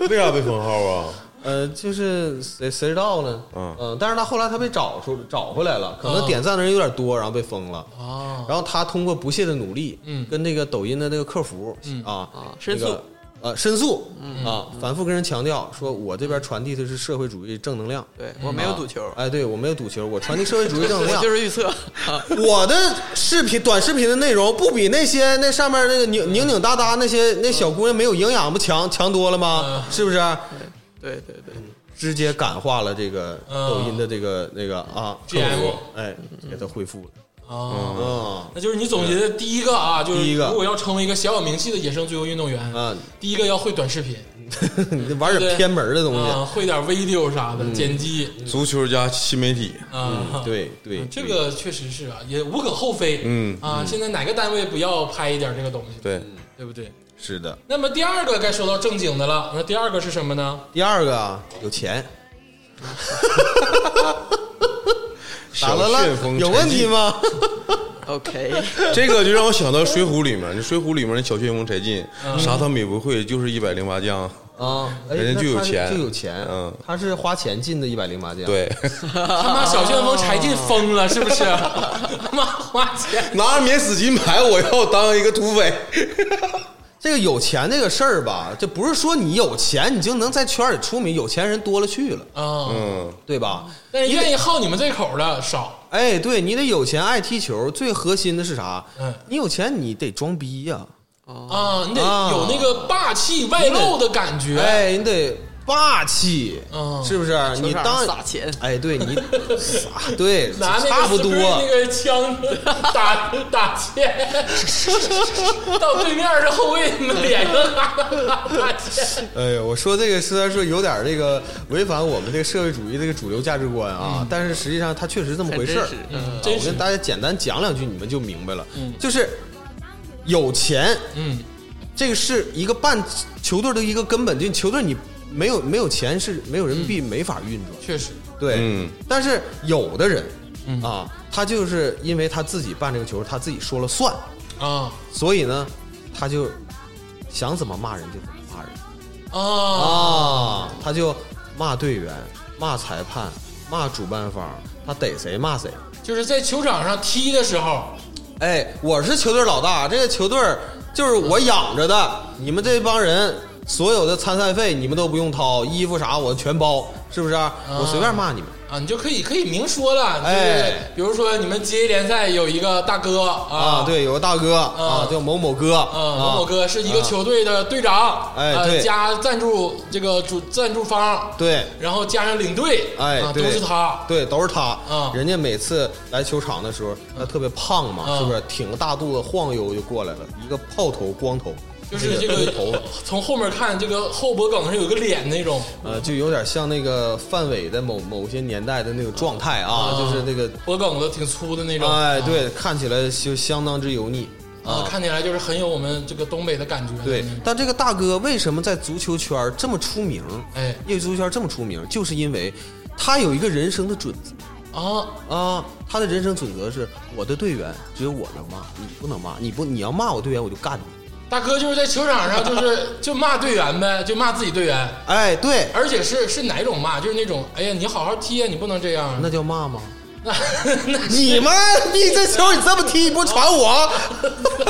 Speaker 3: 为啥被封号啊？
Speaker 5: 呃，就是谁谁知道呢？
Speaker 3: 嗯
Speaker 5: 嗯，但是他后来他被找出找回来了，可
Speaker 2: 嗯
Speaker 5: 能
Speaker 1: 啊
Speaker 5: 点赞的人有点多，然后被封了。
Speaker 1: 哦，
Speaker 5: 然后他通过不懈的努力，
Speaker 1: 嗯
Speaker 5: 跟那个抖音的那个客服，
Speaker 1: 嗯
Speaker 5: 啊
Speaker 2: 啊申诉嗯
Speaker 5: 那个呃，申诉，啊，反复跟人强调说，我这边传递的是社会主义正能量，
Speaker 2: 对我没有
Speaker 5: 啊
Speaker 2: 赌球，哎
Speaker 5: 哎，对我没有赌球，我传递社会主义正能
Speaker 2: 我
Speaker 5: 量
Speaker 2: 就。是预测。
Speaker 5: 我的视频、短视频的内容不比那些那上面那个拧拧拧哒哒那些那小姑娘没有营养不强强多了
Speaker 2: 嗯
Speaker 5: 吗？是不是？
Speaker 2: 对对对，
Speaker 5: 直接感化了这个
Speaker 1: 嗯
Speaker 5: 抖音的这个那个啊客
Speaker 1: GM
Speaker 5: 服，哎，
Speaker 3: 嗯
Speaker 5: 给他恢复了。
Speaker 1: 哦，
Speaker 5: 嗯
Speaker 1: 那就是你总结的第一个啊，就是
Speaker 5: 第一个
Speaker 1: 如果要成为一个小有名气的野生最优运动员，
Speaker 5: 啊，
Speaker 1: 第一个要会短视频，
Speaker 5: 嗯 你这玩点偏门的东西。
Speaker 3: 嗯
Speaker 5: 嗯
Speaker 1: 啊，会点 video 啥的，剪辑
Speaker 3: 足球加新媒体，
Speaker 1: 啊，
Speaker 5: 对对
Speaker 1: 嗯，这个确实是啊，也无可厚非，
Speaker 3: 嗯
Speaker 1: 啊，现在哪个单位不要拍一点这个东西，
Speaker 3: 对，
Speaker 1: 对不对？
Speaker 5: 是的。
Speaker 1: 那么第二个该说到正经的了，那第二个是什么呢？
Speaker 5: 第二个啊，有钱，咋了
Speaker 3: 小旋
Speaker 5: 了？
Speaker 3: 风
Speaker 5: 有问题吗？
Speaker 2: OK，
Speaker 3: 柴进？ 这个就让我想到《水浒》里面，《水浒》里面的小旋风柴进，啥他们也不会，就是一百零八将。
Speaker 5: 啊，哎
Speaker 3: 人家就有
Speaker 5: 那他是
Speaker 3: 钱
Speaker 5: 就有钱。
Speaker 3: 嗯，
Speaker 5: 他是花钱进的一百零八将。，
Speaker 3: 对，
Speaker 1: 他妈小旋风柴进疯了是不是？他妈花钱，
Speaker 3: 拿着免死金牌，我要当一个土匪。
Speaker 5: 这个有钱这个事儿吧，这不是说你有钱你就能在圈里出名，有钱人多了去了，
Speaker 1: 啊，
Speaker 3: 嗯，
Speaker 5: 对吧？
Speaker 1: 但是愿意好你们这口的少，
Speaker 5: 哎，对你得有钱爱踢球，最核心的是啥？
Speaker 1: 嗯
Speaker 5: 你有钱你得装逼呀、
Speaker 1: 啊，你得
Speaker 5: 啊
Speaker 1: 有那个霸气外露的感觉，
Speaker 5: 哎，你得霸气，
Speaker 1: 嗯
Speaker 5: 是不是？
Speaker 2: 球
Speaker 5: 你
Speaker 2: 场
Speaker 5: 当
Speaker 2: 撒钱
Speaker 5: 哎，对你撒对，
Speaker 1: 拿那个
Speaker 5: 差不多。
Speaker 1: 是是那个枪打打切，到对面的后卫脸上打切，
Speaker 5: 哎呀，我说这个虽然说有点这个违反我们这个社会主义这个主流价值观啊，但是实际上它确实这么回事儿
Speaker 2: 很真实。
Speaker 5: 啊
Speaker 1: 真
Speaker 5: 我
Speaker 1: 是
Speaker 5: 跟大家简单讲两句，你们就明白了。就是有钱，
Speaker 1: 嗯，
Speaker 5: 这个是一个办球队的一个根本，就球队你没有没有钱是没有人民币没法运转。
Speaker 1: 确实，
Speaker 5: 对，
Speaker 3: 嗯
Speaker 5: 但是有的人、
Speaker 1: 嗯
Speaker 5: 啊，他就是因为他自己办这个球，他自己说了算，
Speaker 1: 啊
Speaker 5: 所以呢，他就想怎么骂人就怎么骂人。
Speaker 1: 啊
Speaker 5: 啊，他就骂队员、骂裁判、骂主办方，他逮谁骂谁。
Speaker 1: 就是在球场上踢的时候，
Speaker 5: 哎，我是球队老大，这个球队就是我养着的，你们这帮人所有的参赛费你们都不用掏，衣服啥我全包，是不是？我随便骂你们。
Speaker 1: 啊，你就可以可以明说了，就是、
Speaker 5: 哎
Speaker 1: 比如说你们街一联赛有一个大哥啊，
Speaker 5: 啊，，对，有个大哥啊，叫某某哥啊
Speaker 1: 嗯，某某，哥是一个球队的队长，
Speaker 5: 哎
Speaker 1: 呃
Speaker 5: 对
Speaker 1: 加赞助这个主赞助方，
Speaker 5: 对。
Speaker 1: 然后加上领队，
Speaker 5: 哎
Speaker 1: 啊，，都
Speaker 5: 对
Speaker 1: 是他，
Speaker 5: 对，都是他。
Speaker 1: 嗯
Speaker 5: 人家每次来球场的时候，他特别胖嘛，
Speaker 1: 嗯
Speaker 5: 是不是？挺个大肚子晃悠就过来了，一个炮头光头，
Speaker 1: 就是这个
Speaker 5: 头发
Speaker 1: 从后面看，这个后脖梗上有个脸那种，
Speaker 5: 呃，就有点像那个范伟的某某些年代的那种状态啊，就是那个，
Speaker 1: 脖梗子挺粗的那种，
Speaker 5: 哎，对，看起来就相当之油腻
Speaker 1: 啊，看起来就是很有我们这个东北的感觉。
Speaker 5: 对，但这个大哥为什么在足球圈儿这么出名？
Speaker 1: 哎
Speaker 5: 业余足球圈儿这么出名，就是因为他有一个人生的准则。
Speaker 1: 啊，
Speaker 5: 啊，他的人生准则是：我的队员只有我能骂，你不能骂。你不，你要骂我队员，我就干你。
Speaker 1: 大哥就是在球场上就是就骂队员呗，就骂自己队员，
Speaker 5: 哎，对，
Speaker 1: 而且是是哪种骂？就是那种哎呀，你好好踢呀，你不能这样。
Speaker 5: 那叫骂吗？
Speaker 1: 那 那
Speaker 5: 你妈逼这球你这么踢，你不传我？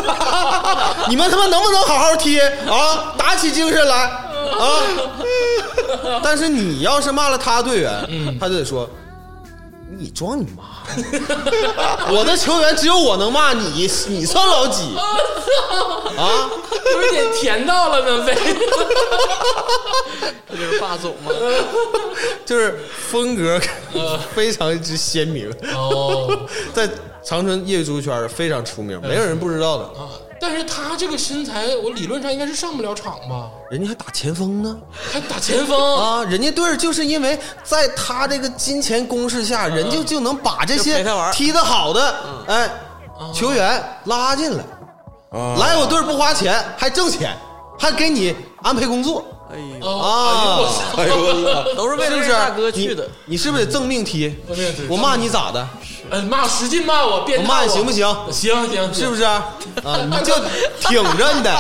Speaker 5: 你们他妈能不能好好踢啊？打起精神来啊！ 但是你要是骂了他队员，他就得说。你装你妈！ 我的球员只有我能骂你，你算老几啊？
Speaker 1: 有一点甜到了呢呗。
Speaker 2: 这就是霸总嘛。
Speaker 5: 就是风格
Speaker 2: 呃
Speaker 5: 非常之鲜明，
Speaker 1: 哦
Speaker 5: 在长春业余足球圈非常出
Speaker 2: 呃
Speaker 5: 名，没有人不知道的。
Speaker 1: 啊，但是他这个身材，我理论上应该是上不了场吧？
Speaker 5: 人家还打前锋呢
Speaker 1: 还打前
Speaker 2: 哦
Speaker 1: 锋，
Speaker 5: 啊！人家队儿就是因为在他这个金钱攻势下，人家就能把这
Speaker 2: 呃就
Speaker 5: 些
Speaker 2: 陪他玩儿嗯哦
Speaker 5: 踢得好的哎球员拉进来，
Speaker 3: 啊，
Speaker 5: 来我队儿不花钱还挣钱，还给你安排工作
Speaker 2: 哎呦，
Speaker 1: 哦
Speaker 5: 啊！
Speaker 3: 哎呦我操！
Speaker 2: 都是为
Speaker 5: 是
Speaker 2: 了
Speaker 5: 不
Speaker 2: 这
Speaker 5: 是
Speaker 2: 大哥去的。
Speaker 5: 你是不是得正命踢？
Speaker 1: 正命踢
Speaker 5: 我骂你咋的？
Speaker 1: 嗯，骂使劲骂我，变
Speaker 5: 我骂你行不
Speaker 1: 行？
Speaker 5: 行？
Speaker 1: 行行，
Speaker 5: 是不是啊？你就挺着你得。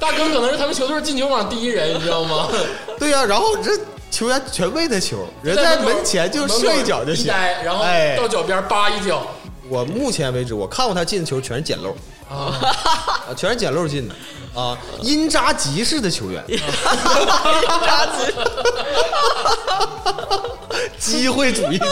Speaker 1: 大哥可能是他们球队进球榜第一人，你知道吗？
Speaker 5: 对呀、然后这球员全喂他球， 人在门前就射一脚
Speaker 1: 门
Speaker 5: 就
Speaker 1: 口一
Speaker 5: 行。
Speaker 1: 呆然后
Speaker 5: 哎
Speaker 1: 到，脚边扒一脚
Speaker 5: 我目前为止我看过他进的球全是捡漏，
Speaker 1: 啊，
Speaker 5: 啊，全是捡漏进的啊，因扎吉式 的球员，
Speaker 2: 扎鸡
Speaker 5: 机会主义者。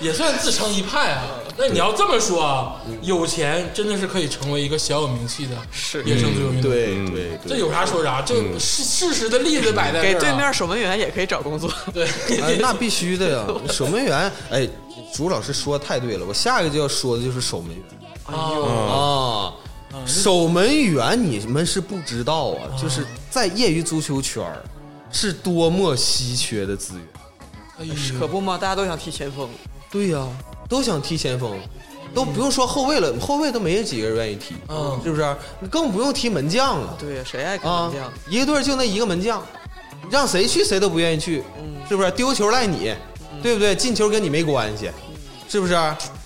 Speaker 1: 也算自成一派啊。那你要这么说啊，有钱真的是可以成为一个小有名气的
Speaker 2: 是
Speaker 1: 野生自由运动员。
Speaker 5: 嗯
Speaker 3: 嗯
Speaker 5: 对嗯对
Speaker 1: 这有啥说啥，这事事实的例子摆在这儿啊
Speaker 2: 给对面守门员也可以找工作。
Speaker 1: 对，
Speaker 5: 哎，那必须的呀，守门员。哎，朱老师说的太对了，我下一个就要说的就是守门员。
Speaker 1: 啊，
Speaker 5: 啊，守门员你们是不知道啊，就是在业余足球圈儿是多么稀缺的资源。
Speaker 1: 哎呦
Speaker 2: 嗯可不嘛，大家都想踢前锋，
Speaker 5: 对呀、都想踢前锋，都不用说后卫了，后卫都没几个人愿意踢，
Speaker 1: 嗯
Speaker 5: 是不是？你更不用踢门将了
Speaker 2: 对呀，谁爱看
Speaker 5: 啊
Speaker 2: 门将？，
Speaker 5: 一个队儿就那一个门将，让谁去谁都不愿意去，
Speaker 1: 嗯
Speaker 5: 是不是？丢球赖你，对不对？进球跟你没关系，
Speaker 1: 嗯
Speaker 5: 是不是？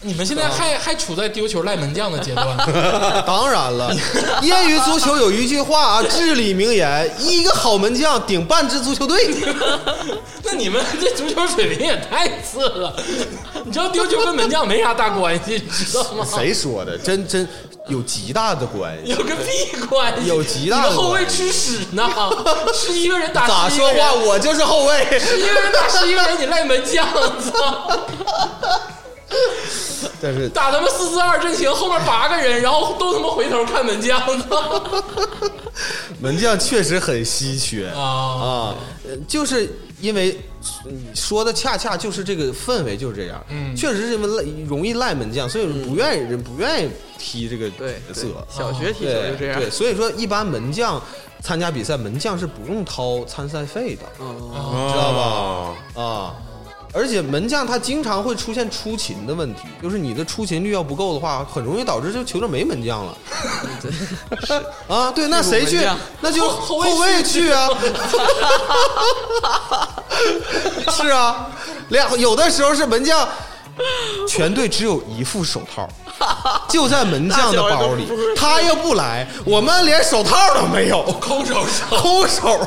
Speaker 1: 你们现在还还处在丢球赖门将的阶 段，
Speaker 5: 当然了，业余足球有一句话啊，至理名言：一个好门将顶半支足 球队。
Speaker 1: 那你们这足球水平也太次了。你知道丢球跟门将没啥大关系，你知道吗？
Speaker 5: 谁说的？真真有极大的关系。
Speaker 1: 有个屁关系！
Speaker 5: 有极大的
Speaker 1: 你的后卫吃屎 呢，十一个人打
Speaker 5: 咋
Speaker 1: 11
Speaker 5: 说
Speaker 1: 个人
Speaker 5: 话？我就是后卫。
Speaker 1: 十一个人打十一个人，你赖门将，操！
Speaker 5: 但是
Speaker 1: 打他妈四四二阵型，后面八个人，然后都他妈回头看门将，操！
Speaker 5: 门将确实很稀缺
Speaker 1: 啊，
Speaker 5: 啊，呃就是因为你说的恰恰就是这个氛围就是这样，
Speaker 1: 嗯
Speaker 5: 确实是因为赖容易赖门将，所以不愿意人不愿意踢这个
Speaker 2: 嗯对，
Speaker 5: 角
Speaker 2: 对
Speaker 5: 色，
Speaker 2: 小学踢球
Speaker 5: 对
Speaker 2: 就这样
Speaker 5: 对，。所以说一般门将参加比赛，门将是不用掏参赛费的
Speaker 2: 嗯，
Speaker 3: 知
Speaker 5: 道
Speaker 3: 吧？
Speaker 5: 啊。而且门将他经常会出现出勤的问题，就是你的出勤率要不够的话，很容易导致这球队没门将了。 啊，对，那谁去
Speaker 2: 门将？
Speaker 5: 那就
Speaker 1: 后后卫
Speaker 5: 卫去啊。 是啊，两有的时候是门将，全队只有一副手套，就在门将的包里，他要不来，我们连手套都没有，
Speaker 1: 空手上，
Speaker 5: 空手，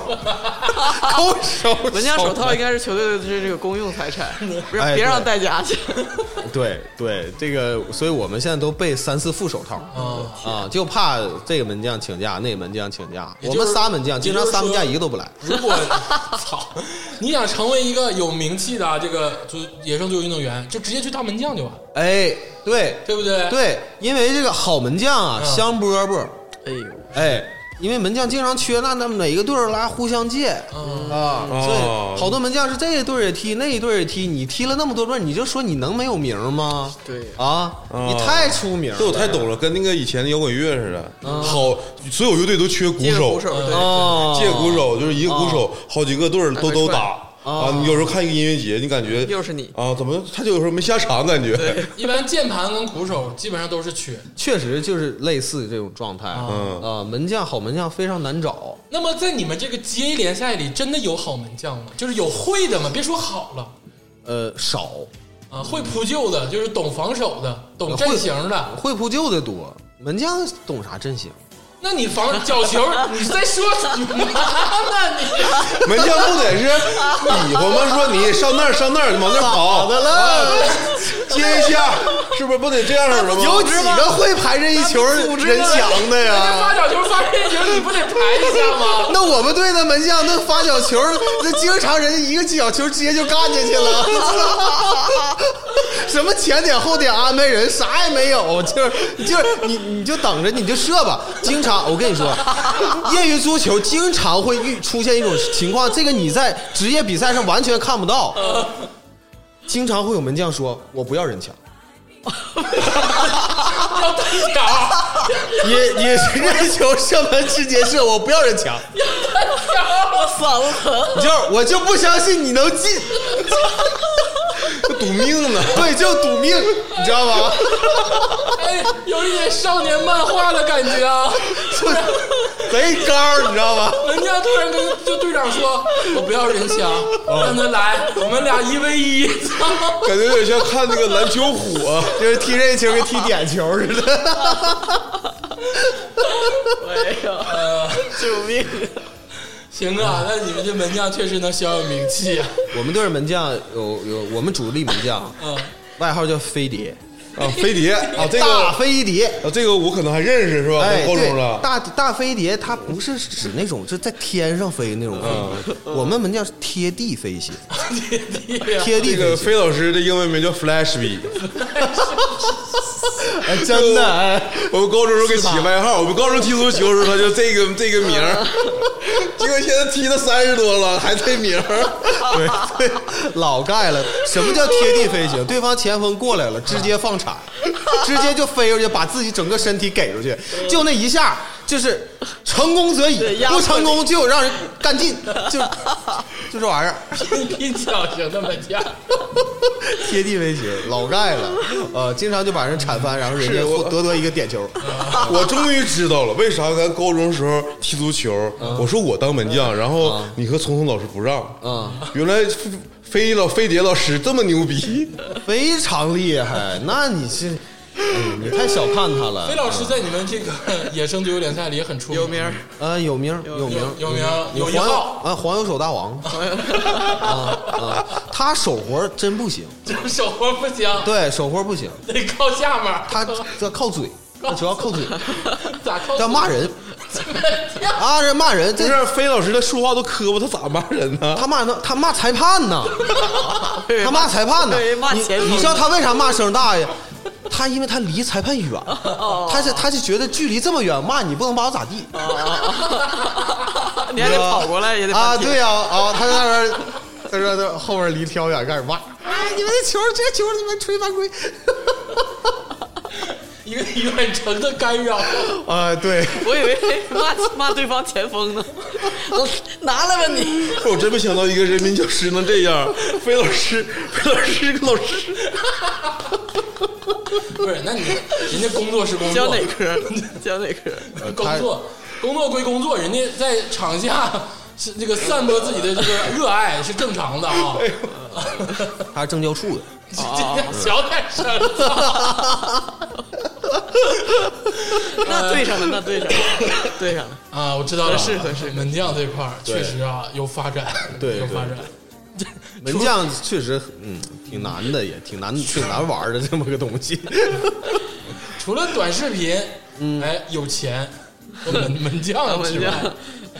Speaker 5: 空手，
Speaker 2: 门将手套应该是球队的这这个公用财产，不让
Speaker 5: 哎
Speaker 2: 别让
Speaker 5: 对
Speaker 2: 带家去。
Speaker 5: 对对，这个，所以我们现在都备三四副手套
Speaker 1: 啊
Speaker 5: 啊，就怕这个门将请假，那个门将请假，
Speaker 1: 也
Speaker 5: 我
Speaker 1: 就是
Speaker 5: 们仨门将经常
Speaker 1: 也就是
Speaker 5: 仨门将
Speaker 1: 说
Speaker 5: 一个都不来。
Speaker 1: 如果操，你想成为一个有名气的啊这个足野生足球运动员，就直接去当门将就完，
Speaker 5: 哎，对
Speaker 1: 对不对？，
Speaker 5: 对，因为这个好门将啊，
Speaker 1: 嗯
Speaker 5: 香饽饽，
Speaker 2: 哎呦，
Speaker 5: 哎，因为门将经常缺，那那每个队儿拉互相借
Speaker 1: 嗯
Speaker 5: 啊，所
Speaker 3: 哦
Speaker 5: 以好多门将是这一队儿也踢，那一队儿也踢，你踢了那么多轮，你就说你能没有名儿吗？
Speaker 2: 对
Speaker 5: 啊，
Speaker 3: 哦
Speaker 5: 你太出名了，
Speaker 3: 这我太懂了，跟那个以前的摇滚乐似的，好，所有乐队都缺鼓
Speaker 2: 接着
Speaker 3: 手啊
Speaker 2: 鼓，手，对，
Speaker 5: 哦，
Speaker 3: 借鼓手就是一个鼓手，好几个队儿
Speaker 2: 来
Speaker 3: 都
Speaker 2: 回
Speaker 3: 都
Speaker 2: 串
Speaker 3: 打啊。你有时候看一个音乐节，你感觉
Speaker 2: 又是你
Speaker 3: 啊，怎么他就有时候没下场感觉？
Speaker 1: 一般键盘跟鼓手基本上都是缺。
Speaker 5: 确实就是类似这种状态
Speaker 3: 嗯
Speaker 5: 啊，门将好门将非常难找，
Speaker 1: 那么在你们这个 GA 联赛里，真的有好门将吗？就是有会的吗？别说好了
Speaker 5: 呃，少
Speaker 1: 啊，会扑救的，就是懂防守的，懂
Speaker 5: 会
Speaker 1: 阵型的。
Speaker 5: 会扑救的多，门将懂啥阵型？
Speaker 1: 那你防角球，
Speaker 5: 嗯
Speaker 1: 你在说你 妈呢？你
Speaker 3: 门将不得是比划吗？说你上那儿上那儿，往那儿跑的了，接一下，是不是不得这样式的吗？
Speaker 5: 有几个会排这一球人强的
Speaker 1: 那
Speaker 5: 呀？
Speaker 1: 发角球发任球，你不得排一下吗？
Speaker 5: 那我们队的门将那发角球，那经常人家一个角球直接就干进去了， 什么前点后点安排人，啥也没有，就是就是你你就等着你就射吧。经常我跟你说，业余足球经常会遇出现一种情况，这个你在职业比赛上完全看不到，经常会有门将说我不要人墙。
Speaker 1: 要单挑，
Speaker 5: 也也 是任球射门直接射，我不要人墙，
Speaker 2: 我嗓子疼。
Speaker 5: 就是我就不相信你能 进，
Speaker 3: 赌命呢。
Speaker 5: 对，就赌命，你知道 吗？
Speaker 1: 哎，有一点少年漫画的感觉啊！
Speaker 5: 贼高，你知道吗？
Speaker 1: 门将突然跟就队长说：“我不要人墙，让他来，我们俩一 v 一。” 操！
Speaker 3: 感觉有点像看那个篮球啊火，
Speaker 5: 就是踢任意球跟踢点球似的。
Speaker 2: 哎呀， 救命！
Speaker 1: 行啊，那你们这门将确实能小有名气啊。
Speaker 5: 我们队门将有有我们主力门将，
Speaker 1: 嗯，
Speaker 5: 外号叫飞碟，
Speaker 3: 啊，飞碟啊，这
Speaker 5: 大
Speaker 3: 个
Speaker 5: 飞碟。
Speaker 3: 啊，这个我可能还认识是啊吧？
Speaker 5: 哎，
Speaker 3: 我高中
Speaker 5: 对，
Speaker 3: 了，
Speaker 5: 大大飞碟它不是指那种就在天上飞那种飞碟，我们门将是贴地飞行，
Speaker 1: 铁弟呀，
Speaker 5: 贴地
Speaker 3: 这个
Speaker 5: 飞行，
Speaker 3: 飞老师的英文名叫 Flashby，
Speaker 5: 哎真的哎，
Speaker 3: 我们高中时候给起个外号，我们高中踢足球的时候他就这个这个名儿， 结果现在踢到三十多了还这名儿，
Speaker 5: 对对， 老盖了。什么叫贴地飞行？对方前锋过来了，直接放铲，直接就飞出去，把自己整个身体给出去，就那一下，就是成功则已
Speaker 2: 对，压迫
Speaker 5: 不
Speaker 2: 力
Speaker 5: 成功就让人干尽，就就这玩意儿，
Speaker 1: 拼拼抢型的门将，
Speaker 5: 贴地飞行，老盖了。呃，经常就把人铲翻，然后人家
Speaker 3: 是我
Speaker 5: 得得一个点球。
Speaker 3: 我终于知道了为啥咱高中时候踢足球，
Speaker 1: 嗯
Speaker 3: 我说我当门将，然后你和聪聪老师不让，
Speaker 5: 嗯，
Speaker 3: 原来飞飞老飞碟老师这么牛 逼，
Speaker 5: 非常厉害。那你是，哎你太小看他 了
Speaker 1: 飞。老师在你们这个野生足球联赛里也很出名，
Speaker 2: 有名儿，
Speaker 5: 呃，有名儿有名儿
Speaker 1: 有有名儿有一
Speaker 5: 黄油
Speaker 1: 号
Speaker 5: 啊，黄油手大王 啊啊，他手活儿真不行，
Speaker 1: 就是手活不行，
Speaker 5: 对手活儿不行，
Speaker 1: 得靠下面儿。
Speaker 5: 他这靠嘴，他主要靠嘴，
Speaker 1: 咋靠？
Speaker 5: 他 骂人啊，这骂人，
Speaker 3: 不
Speaker 5: 这
Speaker 3: 是飞老师他说话都磕巴，他咋骂人呢？
Speaker 5: 他骂他他骂裁判呢，他骂裁判呢
Speaker 2: 对，骂
Speaker 5: 你
Speaker 2: 前锋
Speaker 5: 你知道他为啥骂声大呀？他因为他离裁 判远，他是他是觉得距离这么远骂你不能把我咋地，哦
Speaker 2: 你还得跑过来，也得
Speaker 5: 啊，
Speaker 2: 翻
Speaker 5: 对呀，啊，他在那边，他说他后边离挑远开始骂，哎，你们这球，这球你们吹犯规，
Speaker 1: 一个远程的干扰，
Speaker 5: 啊，对，
Speaker 2: 天。 我以为骂骂对方前锋 呢，拿来吧你！
Speaker 3: 我真没想到一个人民教师能 这样，飞老师，飞老师，老师，
Speaker 1: 不是？那你人家工作是工
Speaker 2: 教
Speaker 1: 作，
Speaker 2: 哪科？ 教哪 科？
Speaker 1: 工作工作归工作，人家在场下 是这个散播自己的这个热爱是正常的啊。
Speaker 5: 他是政教处的，
Speaker 1: 小点声儿，
Speaker 2: 那对上了，那对上了，对上了。
Speaker 1: 啊，我知道了，
Speaker 2: 合适合适
Speaker 1: 门将这块儿确实啊有发展，
Speaker 5: 对
Speaker 1: 有发展。
Speaker 5: 门将确实，嗯，挺难的，也挺难，挺难玩的这么个东西，
Speaker 1: 除了短视频，哎，有钱和门门将
Speaker 2: 当
Speaker 1: 之
Speaker 2: 门
Speaker 1: 外，
Speaker 2: 将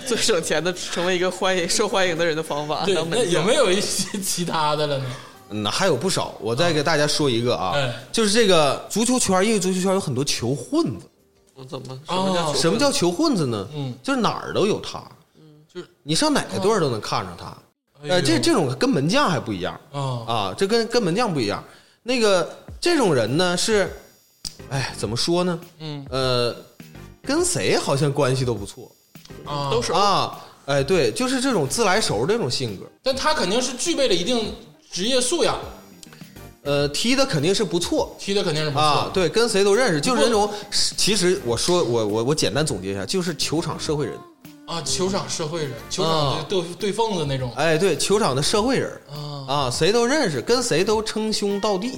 Speaker 2: 最省钱的，成为一个欢迎受欢迎的人的方法。
Speaker 1: 对，
Speaker 2: 当
Speaker 1: 那
Speaker 2: 门
Speaker 1: 有
Speaker 2: 将
Speaker 1: 没有一些其他的了呢？
Speaker 5: 那嗯还有不少。我再给大家说一个啊
Speaker 1: 哎，
Speaker 5: 就是这个足球圈，业余足球圈有很多球混子，
Speaker 2: 我怎么什么
Speaker 1: 啊
Speaker 2: 叫？
Speaker 5: 哦什么叫球混子呢？
Speaker 1: 嗯，
Speaker 5: 就是哪儿都有他，
Speaker 1: 就是
Speaker 5: 你上哪个队儿都能看上他。
Speaker 1: 哎
Speaker 5: 呃，
Speaker 1: 呦
Speaker 5: 这这种跟门将还不一样
Speaker 1: 啊
Speaker 5: 啊，这跟跟门将不一样。那个这种人呢是，哎，怎么说呢？
Speaker 1: 嗯
Speaker 5: 呃，跟谁好像关系都不错
Speaker 1: 啊
Speaker 2: 都是
Speaker 5: 啊。哎，对，就是这种自来熟这种性格，
Speaker 1: 但他肯定是具备了一定职业素养，
Speaker 5: 呃，踢的肯定是不错
Speaker 1: 踢的肯定是不错。
Speaker 5: 啊，对，跟谁都认识，就是
Speaker 1: 不
Speaker 5: 那种。其实我说我我我简单总结一下，就是球场社会人。
Speaker 1: 啊，球场社会人，球场
Speaker 5: 啊
Speaker 1: 对对缝子那种
Speaker 5: 哎，对，球场的社会人儿
Speaker 1: 啊
Speaker 5: 啊，谁都认识，跟谁都称兄道弟。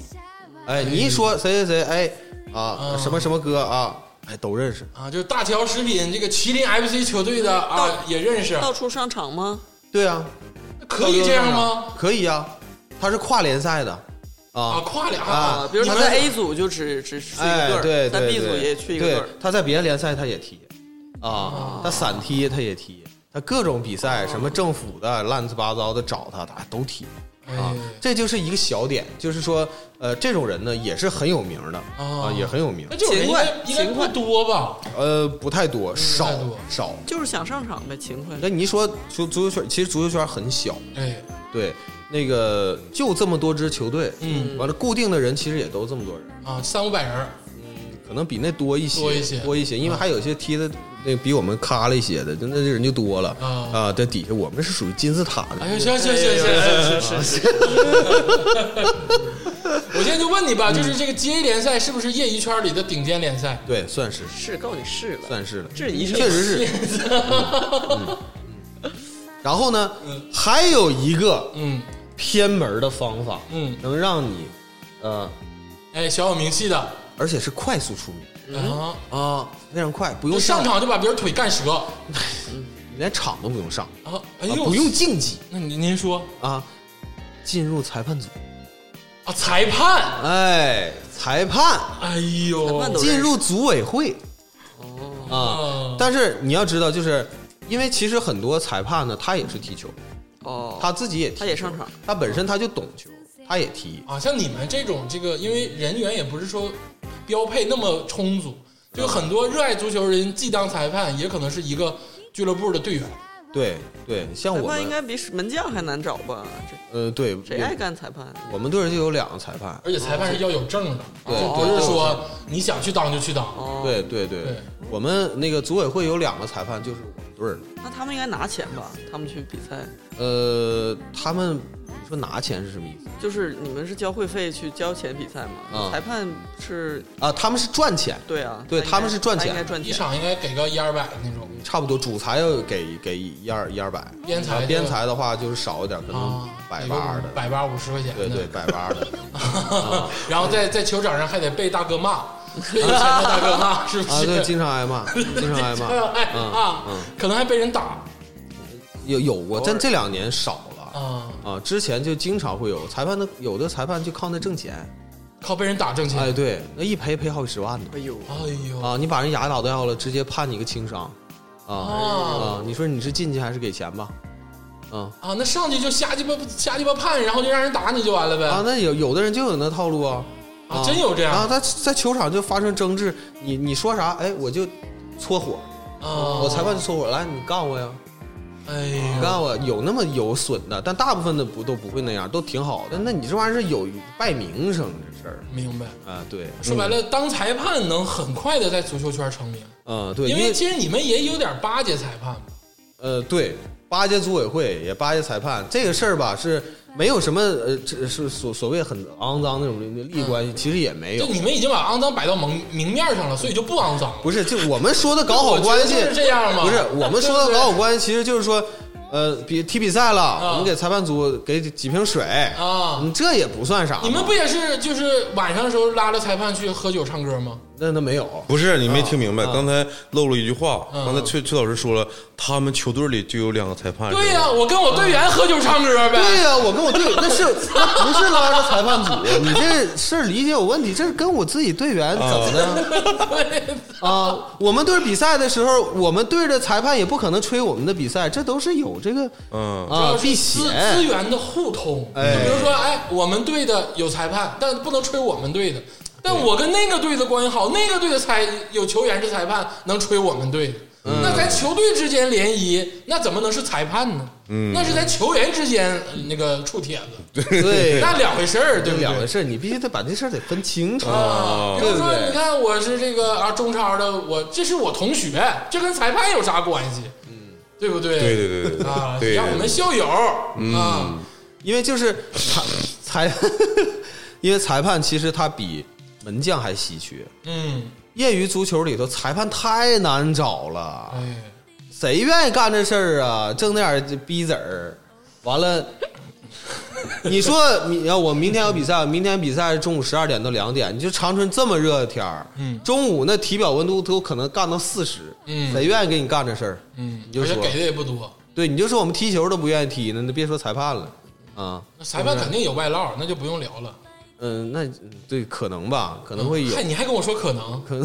Speaker 5: 哎，你一说谁谁谁，哎
Speaker 1: 嗯
Speaker 5: 啊，什么什么哥啊，哎，都认识。
Speaker 1: 啊，就是大乔食品这个麒麟 FC 球队的啊
Speaker 2: 到
Speaker 1: 也认识，
Speaker 2: 到处上场吗？
Speaker 5: 对啊，
Speaker 1: 可以这样吗？？
Speaker 5: 可以啊，他是跨联赛的
Speaker 1: 啊，
Speaker 5: 啊。
Speaker 1: 跨俩
Speaker 5: 啊
Speaker 2: 比如你
Speaker 5: 他
Speaker 2: 们
Speaker 5: 在
Speaker 2: A 组就只只去一
Speaker 5: 哎
Speaker 2: 个，队
Speaker 5: 对
Speaker 2: 儿，在
Speaker 5: 对
Speaker 2: B 组
Speaker 5: 对，
Speaker 2: 也去一个队
Speaker 5: 对
Speaker 2: 儿，
Speaker 5: 他在别的联赛他也踢啊，他散踢他也踢，他各种比赛什么政府的乱七八糟的找他，他都踢。啊
Speaker 1: 哎，
Speaker 5: 这就是一个小点，就是说，呃，这种人呢也是很有名的
Speaker 1: 哦
Speaker 5: 啊，也很有名
Speaker 1: 那，这种人应该应
Speaker 2: 勤
Speaker 1: 该
Speaker 2: 快
Speaker 1: 不多吧？
Speaker 5: 呃，不太多，少
Speaker 1: 多
Speaker 5: 少。
Speaker 2: 就是想上场呗，勤快。
Speaker 5: 那你一说足足球圈，其实足球圈很小，
Speaker 1: 哎，
Speaker 5: 对，那个就这么多支球队，
Speaker 1: 嗯
Speaker 5: 完了固定的人其实也都这么多人，
Speaker 1: 啊，三五百人儿，
Speaker 5: 可能比那多一些，
Speaker 1: 多一些啊
Speaker 5: 因为还有些踢的那比我们咖了一些的，就那人就多了
Speaker 1: 啊
Speaker 5: 啊，在底下我们是属于金字塔的
Speaker 1: 哎呦，行行行行
Speaker 2: 哎
Speaker 1: 行行行，我现在就问你吧，就是这个 G A 联赛是不是业余圈里的顶尖联赛？
Speaker 5: 对，算是
Speaker 2: 是告诉你是了，
Speaker 5: 算是了，
Speaker 2: 质疑
Speaker 5: 确实是。嗯 然后呢，还有一个
Speaker 1: 嗯
Speaker 5: 偏门的方法，
Speaker 1: 嗯，
Speaker 5: 能让你，呃，
Speaker 1: 哎，小有名气的
Speaker 5: 而且是快速出名
Speaker 1: 啊，
Speaker 5: 啊，非常快，不
Speaker 1: 就
Speaker 5: 用
Speaker 1: 上
Speaker 5: 场，
Speaker 1: 场就把别人腿干折啊！
Speaker 5: 你连场都不用上，
Speaker 1: 哎
Speaker 5: 啊
Speaker 1: 呦，
Speaker 5: 不用竞技
Speaker 1: 那您您说
Speaker 5: 啊，进入裁判组，
Speaker 1: 啊，裁判，
Speaker 5: 哎，裁判
Speaker 1: 哎呦，
Speaker 2: 裁判都哦
Speaker 5: 进入组委会啊，
Speaker 1: 啊，
Speaker 5: 但是你要知道，就是因为其实很多裁判呢，他也是踢球，
Speaker 2: 哦，
Speaker 5: 他自己也踢
Speaker 2: 他也上场，哦
Speaker 5: 他本身他就懂球，他也踢，
Speaker 1: 啊，像你们这种这个，因为人员也不是说标配那么充足，就很多热爱足球人既当裁判，也可能是一个俱乐部的队员。
Speaker 5: 对对，像
Speaker 2: 裁
Speaker 5: 我
Speaker 2: 判应
Speaker 5: 们，
Speaker 2: 该比门将还难找吧？这
Speaker 5: 呃，对，
Speaker 2: 谁爱干裁判？
Speaker 5: 我们队儿就有两个裁判，
Speaker 1: 而且裁判是要有证的，
Speaker 5: 啊对啊
Speaker 1: 就
Speaker 5: 对
Speaker 1: 不是
Speaker 5: 对
Speaker 1: 说你想去当就去当。
Speaker 2: 哦，，
Speaker 5: 对对对
Speaker 1: 对
Speaker 5: 我们那个组委会有两个裁判，就是我们队儿的。
Speaker 2: 那他们应该拿钱吧？他们去比赛，
Speaker 5: 呃，他们你说拿钱是什么意思
Speaker 2: 就是你们是交会费去交钱比赛吗？
Speaker 5: 啊
Speaker 2: 裁判是，
Speaker 5: 啊？他们是赚钱，
Speaker 2: 对啊，
Speaker 5: 对
Speaker 2: 应该
Speaker 5: 他们是赚钱
Speaker 2: 他应该赚
Speaker 1: 一
Speaker 2: 钱。
Speaker 1: 场应该给个一二百那种，
Speaker 5: 差不多主裁要给给一二一二百，
Speaker 1: 边裁
Speaker 5: 啊边裁的话就是少一点，可能
Speaker 1: 啊，
Speaker 5: 百八的，
Speaker 1: 百八五十块钱的，
Speaker 5: 对啊对，百八的
Speaker 1: 然后在在球场上还得被大哥 骂，被以前的大哥骂，是不
Speaker 5: 啊，
Speaker 1: 是？
Speaker 5: 对，经常挨骂，经常挨骂
Speaker 1: 哎
Speaker 5: 啊，
Speaker 1: 啊，可能还被人打
Speaker 5: 有有过，但这两年少了
Speaker 1: 啊，
Speaker 5: 啊，之前就经常会有裁判的，有的裁判就靠那挣钱，
Speaker 1: 靠被人打挣钱。
Speaker 5: 哎，对，那一赔赔好几十万呢。
Speaker 2: 哎呦，
Speaker 1: 哎呦
Speaker 5: 啊，你把人牙打掉了，直接判你个轻伤，啊
Speaker 1: 啊
Speaker 5: 啊，你说你是进去还是给钱吧？啊
Speaker 1: 啊，那上去就瞎鸡巴瞎鸡巴判，然后就让人打你就完了呗。
Speaker 5: 啊，那有有的人就有那套路啊，
Speaker 1: 啊真有这样
Speaker 5: 啊，他在球场就发生争执，你你说啥，哎，我就搓火，
Speaker 1: 啊，
Speaker 5: 我裁判就啊搓火，来你干我呀，
Speaker 1: 哎
Speaker 5: 你
Speaker 1: 呀，
Speaker 5: 干我，有那么有损的，但大部分的不都不会那样，都挺好的。那你这玩意儿是有败名声这事儿
Speaker 1: 明白。
Speaker 5: 啊，对，
Speaker 1: 说白了，当裁判能很快的在足球圈成名，
Speaker 5: 嗯，对，
Speaker 1: 因
Speaker 5: 因
Speaker 1: 为其实你们也有点巴结裁判嘛。
Speaker 5: 呃，对，巴结组委会也巴结裁判，这个事儿吧是没有什么呃，这是所所谓很肮脏那种利益关系，其实也没
Speaker 1: 就
Speaker 5: 有，
Speaker 1: 你们已经把肮脏摆到明明面上了，所以就不肮脏了。
Speaker 5: 不是就我们说的搞好关系
Speaker 1: 我觉得就是这样嘛
Speaker 5: 不是我
Speaker 1: 对
Speaker 5: 们说
Speaker 1: 不
Speaker 5: 的
Speaker 1: 对
Speaker 5: 搞好关系，其实就是说，呃，比踢比赛了，
Speaker 1: 啊
Speaker 5: 我们给裁判组给几瓶水
Speaker 1: 啊
Speaker 5: 你这也不算啥嘛，
Speaker 1: 你们不也是就是晚上的时候拉着裁判去喝酒唱歌吗？
Speaker 5: 那那没有
Speaker 3: 不是你没听明白，
Speaker 5: 啊
Speaker 3: 刚才漏了一句话，
Speaker 1: 嗯
Speaker 3: 刚才崔崔老师说了，他们球队里就有两个裁判。
Speaker 1: 对
Speaker 3: 是吧
Speaker 1: 呀，我跟我队员喝酒唱歌
Speaker 5: 对
Speaker 1: 呗。
Speaker 5: 呀、我跟我队友那是那不是拉着裁判组，啊你这事儿理解有问题，这是跟我自己队员怎么 的啊？我们队比赛的时候，我们队的裁判也不可能吹我们的比赛，这都是有这个
Speaker 3: 嗯，
Speaker 5: 啊避
Speaker 1: 资资
Speaker 5: 嫌。
Speaker 1: 源的互通，
Speaker 5: 哎
Speaker 1: 就比如说，哎，我们队的有裁判，但不能吹我们队的，但我跟那个队的关系好，那个队的裁有球员是裁判，能吹我们队的。
Speaker 5: 嗯
Speaker 1: 那咱球队之间联谊，那怎么能是裁判呢？嗯，那是咱球员之间呃那个触帖子，
Speaker 5: 对，
Speaker 1: 那两回事儿，对不对
Speaker 5: 两？回事儿，你必须得把这事儿得分清楚。
Speaker 1: 啊，比如说
Speaker 5: 对不对
Speaker 1: 你看我是这个啊中超的，我这是我同学，这跟裁判有啥关系？嗯，对不对？
Speaker 3: 对对对对对
Speaker 1: 啊，
Speaker 3: 对
Speaker 1: 像我们校友啊，
Speaker 5: 因为就是裁 裁，因为裁判其实他比门将还稀缺。
Speaker 1: 嗯，
Speaker 5: 业余足球里头裁判太难找了，
Speaker 1: 哎，
Speaker 5: 谁愿意干这事儿啊？挣那点逼子儿，完了，你说你要我明天有比赛，明天比赛中午十二点到两点，你就长春这么热的天儿，
Speaker 1: 嗯
Speaker 5: 中午那体表温度都可能干到四十，
Speaker 1: 嗯
Speaker 5: 谁愿意给你干这事儿？
Speaker 1: 嗯，
Speaker 5: 你就
Speaker 1: 而且
Speaker 5: 说
Speaker 1: 给的也不多，
Speaker 5: 对，你就说我们踢球都不愿意踢呢，那别说裁判了啊。
Speaker 1: 那裁判肯定有外捞，那就不用聊了。
Speaker 5: 嗯，那嗯对，可能吧，可能会有
Speaker 1: 嗨，。你还跟我说可能？可能？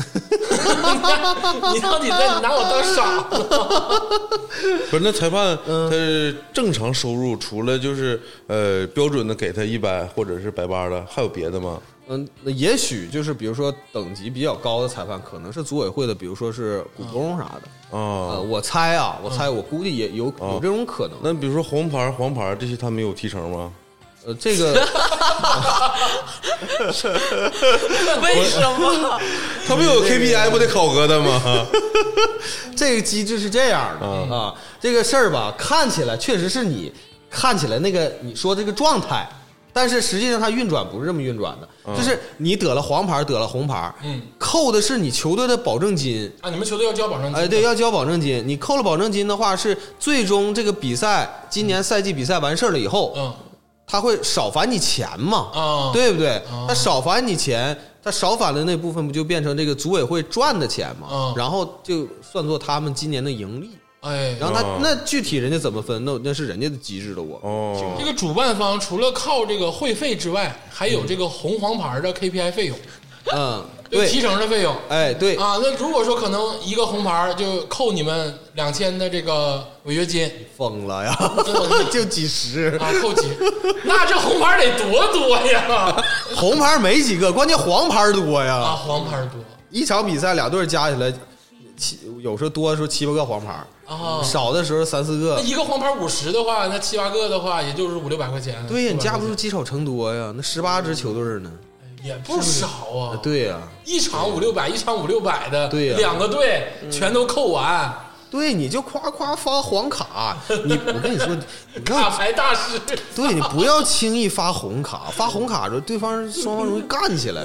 Speaker 1: 你到底在拿我当傻子？
Speaker 3: 不是那裁判，
Speaker 1: 嗯
Speaker 3: 他是正常收入除了就是呃标准的给他一百或者是百八的，还有别的吗？
Speaker 5: 嗯，那也许就是比如说等级比较高的裁判，可能是组委会的，比如说是股东啥的。呃，
Speaker 1: 哦
Speaker 3: 啊，
Speaker 5: 我猜啊，我猜，我估计也有有这种可能。
Speaker 3: 那比如说红牌、黄牌这些，他没有提成吗？
Speaker 5: 呃，这个
Speaker 2: 为什么？
Speaker 3: 他不有 KPI 不得考核他吗？
Speaker 5: 这个机制是这样的
Speaker 1: 哦
Speaker 5: 啊，这个事儿吧，看起来确实是你看起来那个你说这个状态，但是实际上它运转不是这么运转的，就是你得了黄牌，得了红牌，
Speaker 1: 哦嗯，
Speaker 5: 扣的是你球队的保证金，
Speaker 1: 啊，你们球队要交保证金？
Speaker 5: 哎，对，，要交保证金。你扣了保证金的话，是最终这个比赛，今年赛季比赛完事儿了以后，
Speaker 1: 嗯，
Speaker 5: 他会少返你钱嘛？
Speaker 1: 啊
Speaker 5: 对不对
Speaker 1: 啊？
Speaker 5: 他少返你钱，他少返的那部分不就变成这个组委会赚的钱嘛
Speaker 1: 嗯？
Speaker 5: 然后就算作他们今年的盈利。
Speaker 1: 哎，
Speaker 5: 然后他
Speaker 3: 哦
Speaker 5: 那具体人家怎么分，那那是人家的机制了。我
Speaker 1: 这
Speaker 3: 哦，
Speaker 1: 个主办方除了靠这个会费之外，还有这个红黄牌的 KPI 费用，
Speaker 5: 嗯，
Speaker 1: 就提
Speaker 5: 对，
Speaker 1: 成的费用。
Speaker 5: 哎对，
Speaker 1: 啊，那如果说可能一个红牌就扣你们两千的这个违约金
Speaker 5: 疯 了呀，就几十，
Speaker 1: 啊， 扣几？那这红牌得多多呀！
Speaker 5: 啊红牌没几个，关键黄牌多呀。
Speaker 1: 啊，黄牌多
Speaker 5: 一场比赛俩队加起来，七有时候多的时候七八个黄牌，
Speaker 1: 啊，
Speaker 5: 少的时候三四
Speaker 1: 那
Speaker 5: 个。
Speaker 1: 一个黄牌五十的话，那七八个的话，也就是五六百块钱。
Speaker 5: 对呀，你
Speaker 1: 是吧
Speaker 5: 架不住积少成多呀。那十八支球队呢？
Speaker 1: 也不少啊。，
Speaker 5: 对呀、
Speaker 1: 一场五六百，一场五六百的，
Speaker 5: 对呀嗯
Speaker 1: 两个队全都扣完，
Speaker 5: 对，你就夸夸发黄卡。你我跟你说，你不
Speaker 1: 卡
Speaker 5: 要
Speaker 1: 牌大师
Speaker 5: 对你不要轻易发红卡，发红卡说对方双方容易干起来，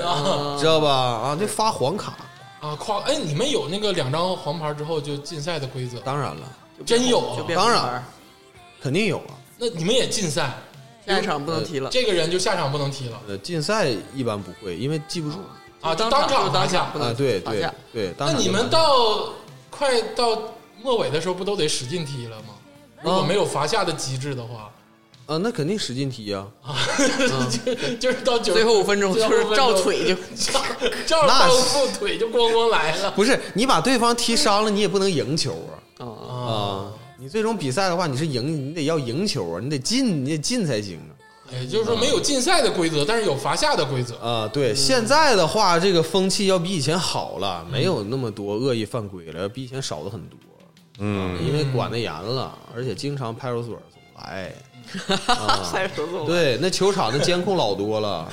Speaker 5: 知道吧？啊，这发黄卡，
Speaker 1: 啊，夸哎，你们有那个两张黄牌之后就禁赛的规则？
Speaker 5: 当然了，
Speaker 1: 真有啊
Speaker 2: 就？变
Speaker 5: 当然
Speaker 2: 红牌
Speaker 5: 肯定有啊。
Speaker 1: 那你们也禁赛？
Speaker 2: 下一场不能踢了。
Speaker 1: 这个人就下场不能踢了
Speaker 5: 呃，竞赛一般不会，因为记不住
Speaker 1: 啊，就
Speaker 2: 当
Speaker 1: 场
Speaker 2: 就
Speaker 1: 罚
Speaker 2: 当
Speaker 1: 下
Speaker 2: 场不。能
Speaker 5: 啊。对
Speaker 2: 打
Speaker 5: 对
Speaker 2: 架
Speaker 5: 对，当
Speaker 1: 那
Speaker 5: 场
Speaker 1: 你
Speaker 5: 就
Speaker 1: 们
Speaker 5: 能
Speaker 1: 到快到末尾的时候，不都得使劲踢了吗？
Speaker 2: 嗯
Speaker 1: 如果没有罚下的机制的话，
Speaker 5: 啊，那肯定使劲踢啊。
Speaker 1: 啊， 就就是到九
Speaker 2: 嗯最后五分钟
Speaker 1: 最
Speaker 2: 就
Speaker 1: 后五分钟
Speaker 2: 是照腿就
Speaker 1: 照照
Speaker 5: 那
Speaker 1: 到
Speaker 5: 是
Speaker 1: 后腿就咣咣来了
Speaker 5: 不是你把对方踢伤了，你也不能赢球
Speaker 2: 啊，
Speaker 5: 啊！
Speaker 1: 啊！
Speaker 5: 啊，你最终比赛的话，你是赢，你得要赢球啊，你得进，你得进才行啊
Speaker 1: 也哎就是
Speaker 2: 嗯
Speaker 1: 说，没有禁赛的规则，但是有罚下的规则
Speaker 5: 啊！啊，对，现在的话，这个风气要比以前好
Speaker 2: 嗯
Speaker 5: 了，没有那么多恶意犯规了，比以前少的很多，
Speaker 3: 嗯，
Speaker 5: 因为管得严了，而且经常派出所总来。
Speaker 2: 赛手总
Speaker 5: 对，那球场的监控老 多了，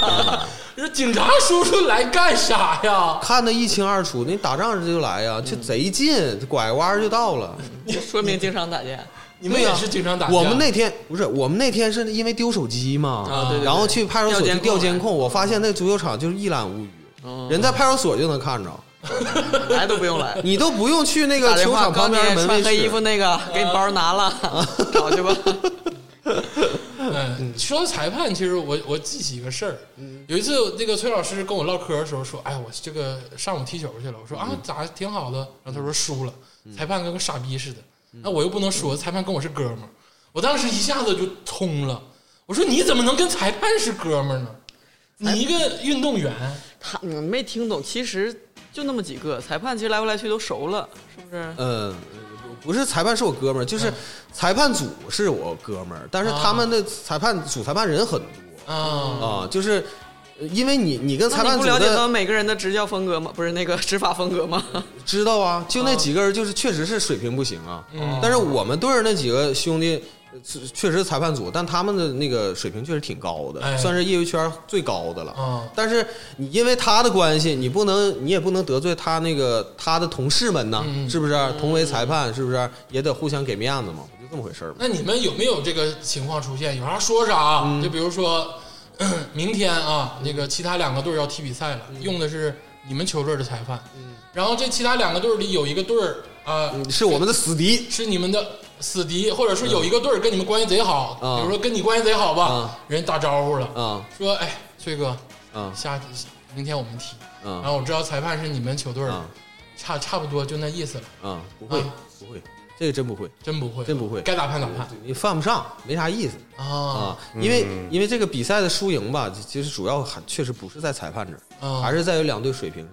Speaker 1: 啊。说警察叔叔来干啥呀？
Speaker 5: 看得一清二楚。你打仗就来呀，
Speaker 2: 嗯
Speaker 5: 就贼近，拐弯就到了。
Speaker 2: 说明经常打 架。
Speaker 1: 你们
Speaker 2: 啊
Speaker 1: 也是经常打架？
Speaker 5: 我们那天不是我们那天是因为丢手机嘛，
Speaker 2: 啊对对对
Speaker 5: 然后去派出所去调
Speaker 2: 调监控
Speaker 5: 监控，我发现那个足球场就是一览无余，
Speaker 2: 嗯
Speaker 5: 人在派出所就能看着，
Speaker 2: 来都不用来。
Speaker 5: 你都不用去那个
Speaker 2: 打电
Speaker 5: 球
Speaker 2: 话
Speaker 5: 场旁边的
Speaker 2: 告诉
Speaker 5: 门
Speaker 2: 你
Speaker 5: 卫
Speaker 2: 穿黑衣服
Speaker 5: 室。
Speaker 2: 那个，给你包拿了， 找去吧。
Speaker 1: 嗯，说到裁判，其实我我记起一个事儿，有一次那个崔老师跟我唠嗑的时候说，哎，我这个上午踢球去了，我说啊咋挺好的，然后他说输了，裁判跟个傻逼似的，那我又不能说裁判跟我是哥们儿，我当时一下子就通了，我说你怎么能跟裁判是哥们儿呢？你一个运动员，
Speaker 2: 他你没听懂，其实就那么几个裁判，其实来回来去都熟了，是不是？
Speaker 5: 嗯，不是裁判是我哥们儿，
Speaker 2: 嗯
Speaker 5: 就是裁判组是
Speaker 2: 啊
Speaker 5: 我哥们儿，但是他们的裁判组裁判人很多
Speaker 1: 啊
Speaker 5: 啊，就是因为你你跟裁
Speaker 2: 那
Speaker 5: 判
Speaker 2: 你不
Speaker 5: 组
Speaker 2: 了解到
Speaker 5: 的
Speaker 2: 每个人的执教风格吗？不是那个执法风格吗？
Speaker 5: 知道啊，就那几个人就是确实是水平不行啊。
Speaker 2: 嗯
Speaker 5: 但是我们队儿那几个兄弟呃是确实是裁判组，但他们的那个水平确实挺高的，
Speaker 1: 哎
Speaker 5: 算是业余圈最高的了。
Speaker 2: 啊
Speaker 1: 嗯
Speaker 5: 但是你因为他的关系，你不能你也不能得罪他那个他的同事们呐，
Speaker 1: 嗯
Speaker 5: 是不是？同为裁判，是不是也得互相给面子嘛？不就这么回事儿嘛。
Speaker 1: 那你们有没有这个情况出现？有啥说啥啊、
Speaker 5: 嗯
Speaker 1: 就比如说， 明天啊，那个其他两个队儿要踢比赛了，
Speaker 5: 嗯
Speaker 1: 用的是你们球队的裁判。然后这其他两个队儿里有一个队儿啊、
Speaker 5: 是我们的死敌，
Speaker 1: 是你们的死敌，或者说有一个队儿跟你们关系贼好，
Speaker 5: 啊
Speaker 1: 比如说跟你关系贼好吧，
Speaker 5: 啊
Speaker 1: 人打招呼了，
Speaker 5: 啊
Speaker 1: 说：“哎，崔哥，
Speaker 5: 啊
Speaker 1: 下明天我们踢。然
Speaker 5: 啊
Speaker 1: 后我知道裁判是你们球队的，
Speaker 5: 啊
Speaker 1: 差差不多就那意思了，
Speaker 5: 啊！不会
Speaker 1: 啊
Speaker 5: 不会，这个真不会，
Speaker 1: 真不会，
Speaker 5: 真不会
Speaker 1: 该咋判咋判
Speaker 5: 你犯不上，没啥意思
Speaker 1: 啊
Speaker 5: 啊。因为因为这个比赛的输赢吧，其实主要还确实不是在裁判这儿，
Speaker 1: 啊！
Speaker 5: 还是在于两队水平上。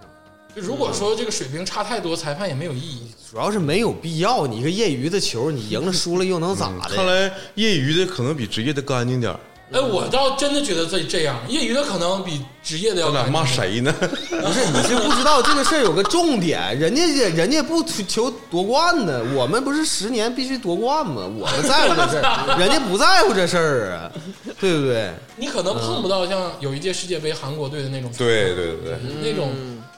Speaker 1: 就如果说这个水平差太多，裁判也没有意义。
Speaker 5: 主要是没有必要，你一个业余的球，你赢了输了又能咋的？
Speaker 3: 看来业余的可能比职业的干净点儿。
Speaker 1: 哎，我倒真的觉得这这样，业余的可能比职业的要
Speaker 3: 咱俩
Speaker 1: 干净
Speaker 3: 骂谁 呢？
Speaker 5: 不是，你是不知道这个事儿有个重点，人家人家不求夺冠呢，我们不是十年必须夺冠吗？我们在乎这事儿，人家不在乎这事儿啊，对不对？
Speaker 1: 你可能碰不到像有一届世界杯韩国队的那种，
Speaker 3: 对对对，
Speaker 1: 那种。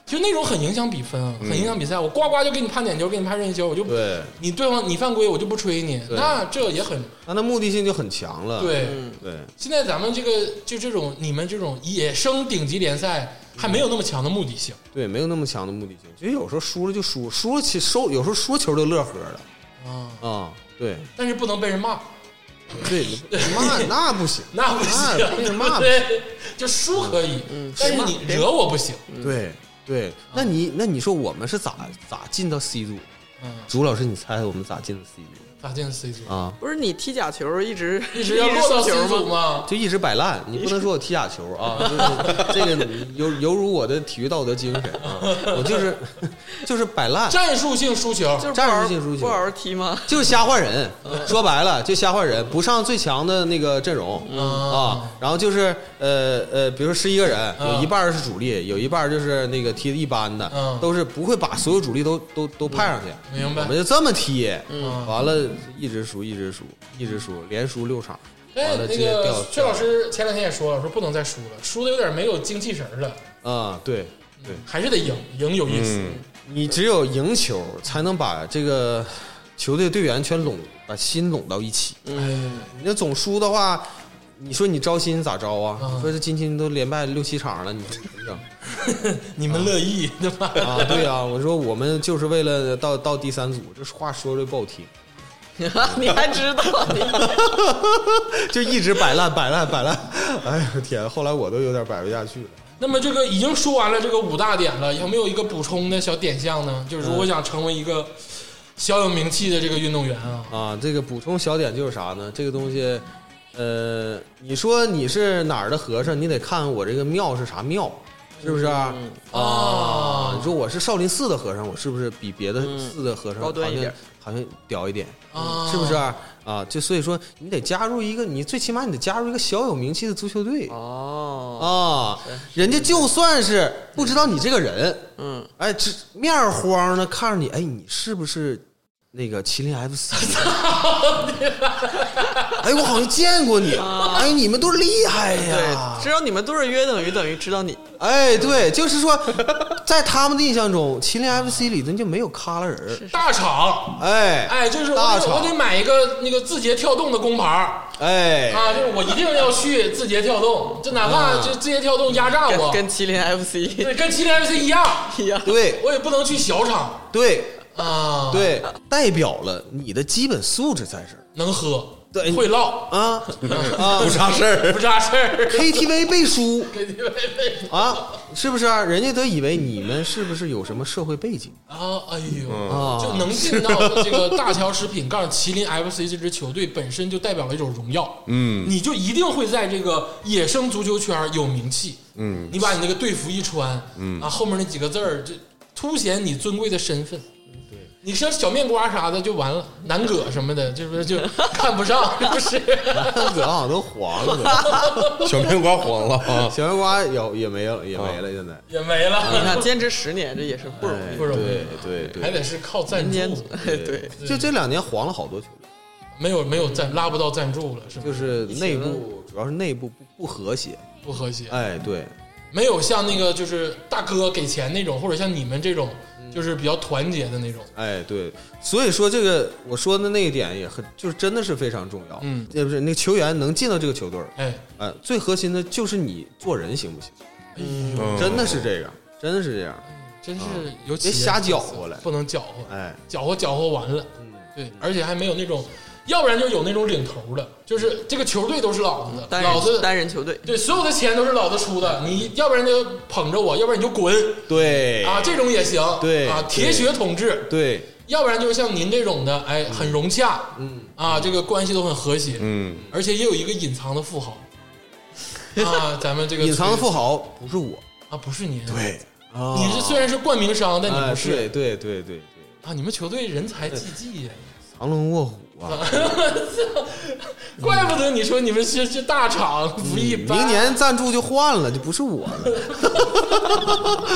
Speaker 1: 就那种很影响比分啊，很影响比赛。我呱呱就给你判点球，给你判任意球，我就
Speaker 5: 对
Speaker 1: 你对方你犯规，我就不吹你。那这也很
Speaker 5: 他的目的性就很强了。
Speaker 1: 对。
Speaker 5: 对，
Speaker 1: 现在咱们这个就这种你们这种野生顶级联赛还没有那么强的目的性
Speaker 5: 对，没有那么强的目的性。其实有时候输了就输，输了其收，有时候输球就乐呵了
Speaker 1: 啊，
Speaker 5: 啊、对
Speaker 1: 但是不能被人骂，
Speaker 5: 对，那那不行，
Speaker 1: 那不
Speaker 5: 那啊被
Speaker 1: 行，
Speaker 5: 人骂嗯吧
Speaker 1: 对，就输可以，但是你惹我不行，
Speaker 5: 对对。那你那你说我们是咋咋进到 C 组？
Speaker 1: 嗯，
Speaker 5: 朱老师，你猜猜我们咋进的 C 组
Speaker 1: 咋进 C 组？
Speaker 5: 啊？
Speaker 2: 不是你踢假球一 直
Speaker 1: 一直要落到 C 组
Speaker 2: 球吗？
Speaker 1: 吗？
Speaker 5: 就一直摆烂，你不能说我踢假球啊，就是这个犹犹如我的体育道德精神啊，我就是就是摆烂，
Speaker 1: 战术性输球，
Speaker 2: 就是不
Speaker 5: 战术
Speaker 2: 好好
Speaker 5: 性输球
Speaker 2: 不好好踢吗？
Speaker 5: 就是瞎换人，说白了就瞎换人，不上最强的那个阵容啊，然后就是呃呃，比如说十一个人，
Speaker 1: 嗯
Speaker 5: 有一半儿是主力，有一半儿就是那个踢的一般的
Speaker 1: 嗯，
Speaker 5: 都是不会把所有主力都都都派上去，
Speaker 1: 明
Speaker 5: 我
Speaker 1: 白
Speaker 5: 们？就这么踢，
Speaker 1: 嗯
Speaker 5: 完了一直输一直输一直输，连输六场，
Speaker 1: 哎
Speaker 5: 完，了
Speaker 1: 那
Speaker 5: 直接掉
Speaker 1: 个薛老师前两天也说了，说不能再输了，输的有点没有精气神儿了，
Speaker 5: 啊，对对，
Speaker 1: 还是得赢，赢有意思。
Speaker 5: 你只有赢球才能把这个球队队员全拢，把心拢到一起。
Speaker 1: 嗯，
Speaker 5: 你要总输的话，你说你招新咋招啊？
Speaker 1: 嗯
Speaker 5: 你说这今天都连败六七场了，你说怎么整
Speaker 1: 你们乐意对吧？
Speaker 5: 啊？对啊，我说我们就是为了到到第三组，这话说的不 好听，
Speaker 2: 你还知道？ 你
Speaker 5: 就一直摆烂摆烂摆烂。哎呦天，后来我都有点摆不下去了。
Speaker 1: 那么这个已经说完了这个五大点了，有没有一个补充的小点项呢？就是
Speaker 5: 嗯
Speaker 1: 如果想成为一个小有名气的这个运动员啊，
Speaker 5: 啊，这个补充小点就是啥呢？这个东西，呃，你说你是哪儿的和尚，你得看我这个庙是啥庙，是不是啊？
Speaker 1: 哦
Speaker 5: 啊，你说我是少林寺的和尚，我是不是比别的寺的和尚
Speaker 2: 高端一点哦
Speaker 5: 好像好像屌一点？
Speaker 1: 啊
Speaker 5: 是不是啊？啊就所以说，你得加入一个，你最起码你得加入一个小有名气的足球队
Speaker 2: 哦，
Speaker 5: 啊，人家就算是不知道你这个人，
Speaker 2: 嗯，
Speaker 5: 哎，这面儿慌的看着你，哎，你是不是那个麒麟 FC？哎，我好像见过你，哎，你们都厉害哎呀
Speaker 2: 啊对，！知道你们多少约等于等于知道你
Speaker 5: 哎，对，就是说， 在他们的印象中，麒麟 FC 里头就没有旮旯人儿，
Speaker 1: 大厂？
Speaker 5: 哎
Speaker 1: 哎，就是我
Speaker 5: 大
Speaker 1: 得我得
Speaker 5: 厂，
Speaker 1: 买一个那个字节跳动的工牌儿
Speaker 5: 哎，啊
Speaker 1: 啊，就是我一定要去字节跳动，这哪怕这字节跳动压榨我
Speaker 2: 跟，跟麒麟 FC
Speaker 1: 对，跟麒麟 FC 一样，
Speaker 2: 一样。
Speaker 5: 对
Speaker 1: 我也不能去小厂
Speaker 5: 对
Speaker 1: 啊，，
Speaker 5: 对，代表了你的基本素质在这儿
Speaker 1: 能喝，
Speaker 5: 对
Speaker 1: 会唠，
Speaker 5: 啊啊
Speaker 3: 不差事儿
Speaker 1: 不。扎事儿，
Speaker 5: ，KTV 背书
Speaker 1: 给你们
Speaker 5: 啊，是不是啊、人家都以为你们是不是有什么社会 背景？
Speaker 1: 啊，哎呦，
Speaker 5: 啊
Speaker 1: 就能进到这个大乔食品杠麒麟 FC 这支球队本身就代表了一种荣耀，嗯，你就一定会在这个野生足球圈有名气，嗯，你把你那个队服一穿，嗯啊，后面那几个字儿就凸显你尊贵的身份，对，你像小面瓜啥的就完了，南葛什么的，这不是就看不 上，是不是？
Speaker 5: 葛好像都黄了，
Speaker 3: 小面瓜黄了啊！
Speaker 5: 小南瓜也也没了，也没了，现在哎
Speaker 1: 也没
Speaker 2: 你
Speaker 1: 了，
Speaker 2: 看，坚持十年这也是不容易。
Speaker 1: 啊不容哎易
Speaker 5: 对，对对，
Speaker 1: 还得是靠赞
Speaker 2: 民间组
Speaker 1: 助，
Speaker 2: 对，
Speaker 5: 就这两年黄了好多球队，
Speaker 1: 没有没有赞拉不到赞助了，是吧？
Speaker 5: 就是内部主要是内部不不和谐，
Speaker 1: 不和谐，
Speaker 5: 哎，对，
Speaker 1: 没有像那个就是大哥给钱那种，或者像你们这种
Speaker 5: 嗯
Speaker 1: 就是比较团结的那种，
Speaker 5: 哎，对，所以说这个我说的那一点也很，就是真的是非常重要。
Speaker 1: 嗯
Speaker 5: 也不是那个球员能进到这个球队儿，
Speaker 1: 哎，
Speaker 5: 哎，最核心的就是你做人行不行，
Speaker 3: 嗯
Speaker 5: 真的是这样，真的是这样。
Speaker 1: 真是有
Speaker 5: 啊别瞎搅和了
Speaker 1: 不能搅和，
Speaker 5: 哎，嗯
Speaker 1: 搅和搅和完了，对，而且还没有那种，要不然就有那种领头的，就是这个球队都是老子的，
Speaker 2: 单
Speaker 1: 老
Speaker 2: 人
Speaker 1: 子
Speaker 2: 单人球队，
Speaker 1: 对所有的钱都是老子出的，你要不然就捧着我，要不然你就滚
Speaker 5: 对
Speaker 1: 啊，这种也行，
Speaker 5: 哎对
Speaker 1: 啊，铁血统治，
Speaker 5: 对，
Speaker 1: 要不然就是像您这种的，哎，很融洽，嗯啊，这个关系都很和谐，
Speaker 3: 嗯，
Speaker 1: 而且也有一个隐藏的富 豪。啊，咱们这个
Speaker 5: 隐藏的富
Speaker 1: 豪
Speaker 5: 豪不是我，
Speaker 1: 啊，不是您，
Speaker 5: 对，
Speaker 1: 你是虽然是冠名商，但你
Speaker 5: 哎，
Speaker 1: 不是
Speaker 5: 对对对对对，
Speaker 1: 啊。你们球队人才济济呀，
Speaker 5: 藏龙卧虎啊！
Speaker 1: 怪不得你说你们是是大厂不一般。
Speaker 5: 嗯明年赞助就换了，就不是我了。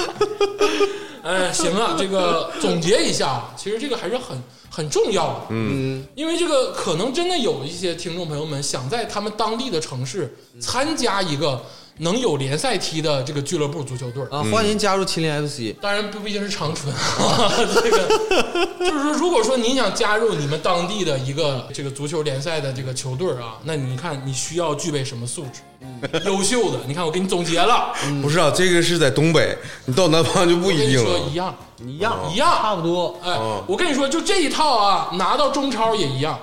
Speaker 1: 哎，行啊，这个总结一下啊，其实这个还是很很重要的。嗯，因为这个可能真的有一些听众朋友们想在他们当地的城市参加一个能有联赛踢的这个俱乐部足球队儿。
Speaker 5: 啊，欢迎加入麒麟 FC。
Speaker 1: 当然不毕竟是长春， 这个就是说，如果说您想加入你们当地的一个这个足球联赛的这个球队儿啊，那你看你需要具备什么素质？
Speaker 3: 嗯
Speaker 1: 优秀的，你看我给你总结了，
Speaker 3: 不是啊，这个是在东北，你到南方就不
Speaker 1: 我跟
Speaker 3: 一
Speaker 1: 你
Speaker 3: 定
Speaker 1: 说
Speaker 3: 了。
Speaker 1: 一样，
Speaker 5: 一样
Speaker 1: 一样，
Speaker 5: 差不多。
Speaker 1: 哎
Speaker 3: 哦，
Speaker 1: 我跟你说，就这一套啊，拿到中超也一样，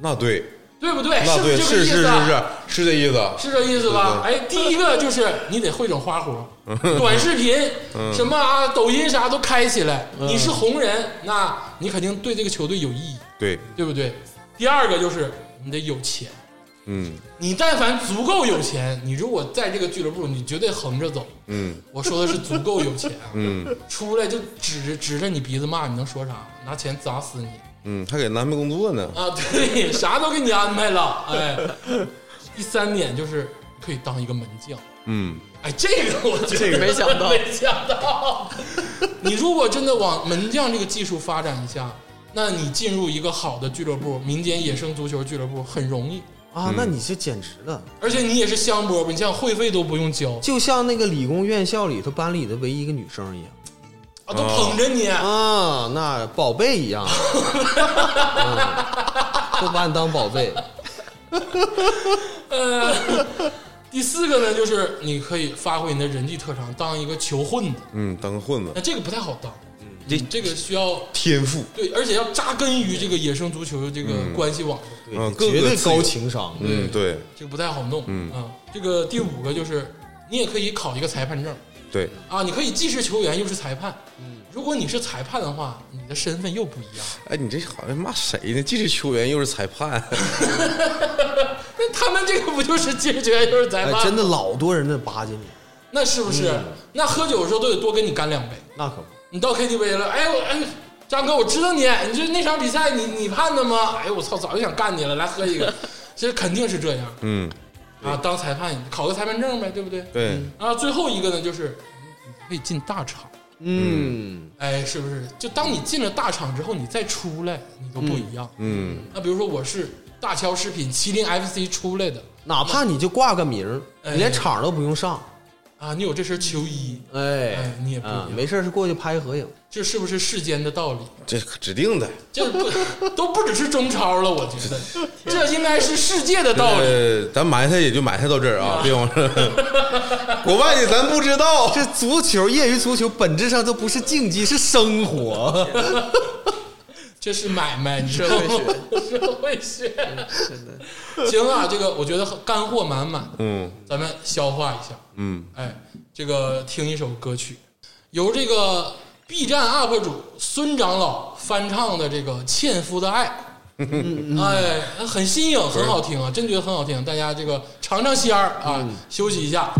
Speaker 3: 那对，
Speaker 1: 对不对？
Speaker 3: 那
Speaker 1: 不
Speaker 3: 对，
Speaker 1: 是这个
Speaker 3: 是
Speaker 1: 意
Speaker 3: 是
Speaker 1: 思啊？
Speaker 3: 是是这意思啊。
Speaker 1: 是这意思吧？哎，第一个就是你得会整花活， 短视频
Speaker 3: 嗯
Speaker 1: 什么啊，抖音啥都开起来。你是红人，那你肯定对这个球队有意义，
Speaker 3: 对，
Speaker 1: 对不对？第二个就是你得有钱，
Speaker 3: 嗯
Speaker 1: 你但凡足够有钱，你如果在这个俱乐部，你绝对横着走。
Speaker 3: 嗯
Speaker 1: 我说的是足够有钱啊，
Speaker 3: 嗯
Speaker 1: 出来就指着指着你鼻子骂，你能说啥？拿钱砸死你！
Speaker 3: 嗯，还给安排工作呢。
Speaker 1: 啊， 对，啥都给你安排了。哎，第三点就是可以当一个门将。
Speaker 3: 嗯，
Speaker 1: 哎，这个我这
Speaker 2: 没想到
Speaker 1: 没想到。你如果真的往门将这个技术发展一下，那你进入一个好的俱乐部，民间野生足球俱乐部很容易，
Speaker 5: 啊，那你是简直了，
Speaker 1: 而且你也是香饽饽，你像会费都不用交
Speaker 5: 就像那个理工院校里头班里的唯一一个女生一样
Speaker 1: 啊，都捧着你。
Speaker 5: 啊，那宝 贝一样，嗯、都把你当宝贝。
Speaker 1: 第四个呢，就是你可以发挥你的人际特长，当一个球混子。
Speaker 3: 嗯，当个混子
Speaker 1: 那，这个不太好当，嗯
Speaker 3: 这
Speaker 1: 这个需要
Speaker 3: 天赋
Speaker 1: 对，而且要扎根于这个野生足球这个关系网，
Speaker 3: 啊，各
Speaker 5: 绝
Speaker 3: 个
Speaker 5: 对
Speaker 3: 自由
Speaker 5: 高。情商。
Speaker 3: 嗯，对
Speaker 1: 这个不太好弄。嗯啊，这个第五个就是你也可以考一个裁判证
Speaker 3: 对，
Speaker 1: 啊，你可以既是球员又是裁判。如果你是裁判的话，你的身份又不一样。
Speaker 3: 哎，你这好像骂谁呢？既是球员又是裁判，
Speaker 1: 那他们这个不就是既是球员又是裁
Speaker 5: 哎，
Speaker 1: 判？
Speaker 5: 真的老多人在巴结你，
Speaker 1: 那是不
Speaker 3: 嗯
Speaker 1: 是？那喝酒的时候都得多跟你干两杯。
Speaker 5: 那可不。
Speaker 1: 你到 KTV 了，哎我哎。张哥，我知道你，你这那场比赛你你判的吗？哎呦，我操，早就想干你了，来喝一 个，这肯定是这样
Speaker 3: 嗯，
Speaker 1: 啊！当裁判考个裁判证呗，对不对？
Speaker 3: 对，
Speaker 1: 啊，最后一个呢，就是你可以进大厂，
Speaker 5: 嗯，
Speaker 1: 哎，是不是？就当你进了大厂之后，你再出来，你都不一样。
Speaker 3: 嗯，
Speaker 1: 那比如说我是大乔食品麒麟 FC 出来的
Speaker 5: 哪怕你就挂个名儿，
Speaker 1: 哎
Speaker 5: 你连场都不用上，
Speaker 1: 啊，你有这身球衣，
Speaker 5: 哎
Speaker 1: 哎，，你也不一
Speaker 5: 啊，
Speaker 1: 样，
Speaker 5: 没事儿是过去拍个合影。
Speaker 1: 这是不是世间的道理？
Speaker 3: 这可指定的。
Speaker 1: 这不都不只是中超了，我觉得 这应该是世界的道理。
Speaker 3: 呃，咱埋汰也就埋汰到这儿啊，别往这儿。国外的咱不知道，
Speaker 5: 这足球，业余足球本质上都不是竞技，是生 活。
Speaker 1: 这是买卖，你知
Speaker 2: 社
Speaker 1: 道
Speaker 2: 会
Speaker 1: 吗？
Speaker 2: 学
Speaker 1: 社会学。
Speaker 2: 真 的
Speaker 1: 行啊，这个我觉得干货满满，
Speaker 3: 嗯
Speaker 1: 咱们消化一下。
Speaker 3: 嗯，
Speaker 1: 哎，这个听一首歌曲，由这个 B 站 UP 主孙长老翻唱的这个《纤夫的 爱》，哎，很新颖，很好听啊，真觉得很好听。大家这个尝尝鲜儿啊，
Speaker 2: 嗯
Speaker 1: 休息一下。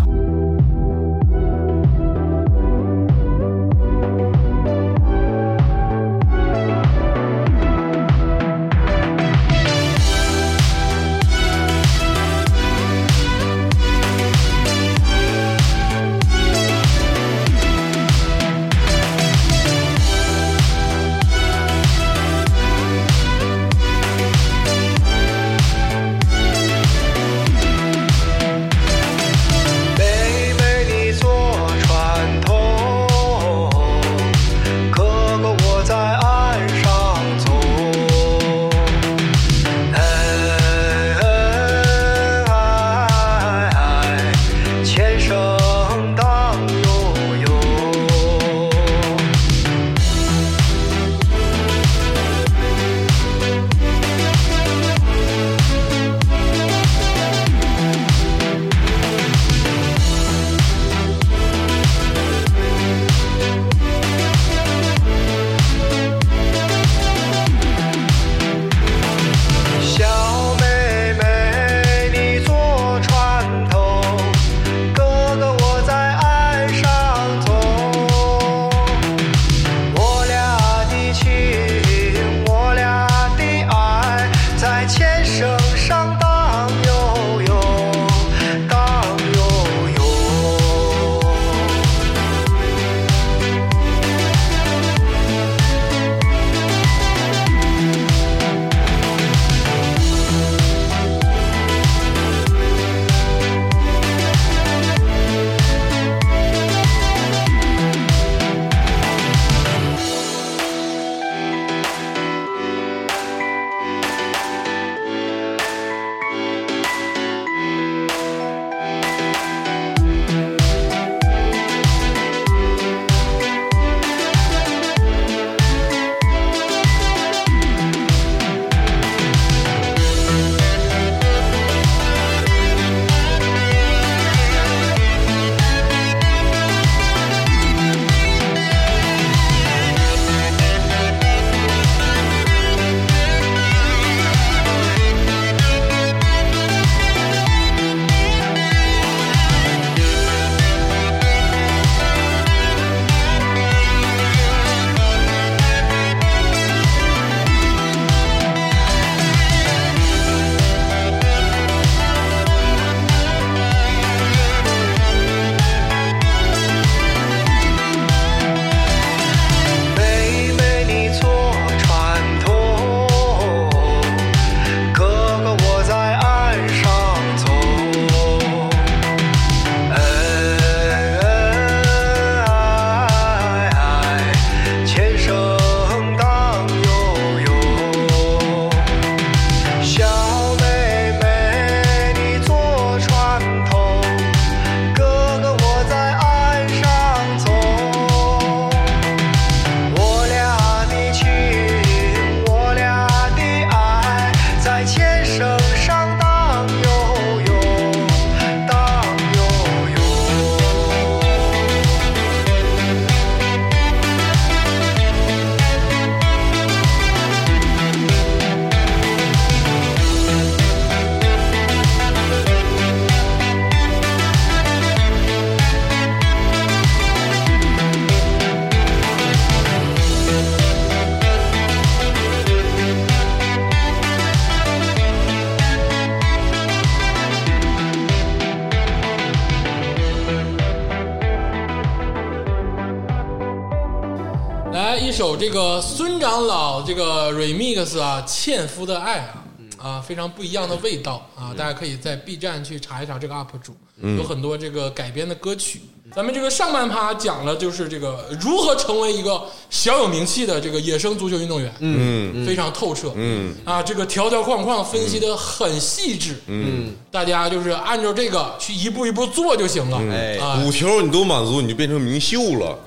Speaker 1: 首这个孙长老这个 remix 啊，《纤夫的爱》啊，
Speaker 3: 嗯
Speaker 1: 啊，非常不一样的味道啊，大家可以在 B 站去查一查这个 UP 主，
Speaker 3: 嗯
Speaker 1: 有很多这个改编的歌曲。咱们这个上半趴讲了，就是这个如何成为一个小有名气的这个野生足球运动员，
Speaker 3: 嗯
Speaker 1: 非常透彻，
Speaker 3: 嗯
Speaker 1: 啊，这个条条框框分析的很细致，
Speaker 3: 嗯，
Speaker 1: 大家就是按照这个去一步一步做就行了，
Speaker 5: 哎
Speaker 1: 啊，
Speaker 3: 五条你都满足，你就变成明秀了。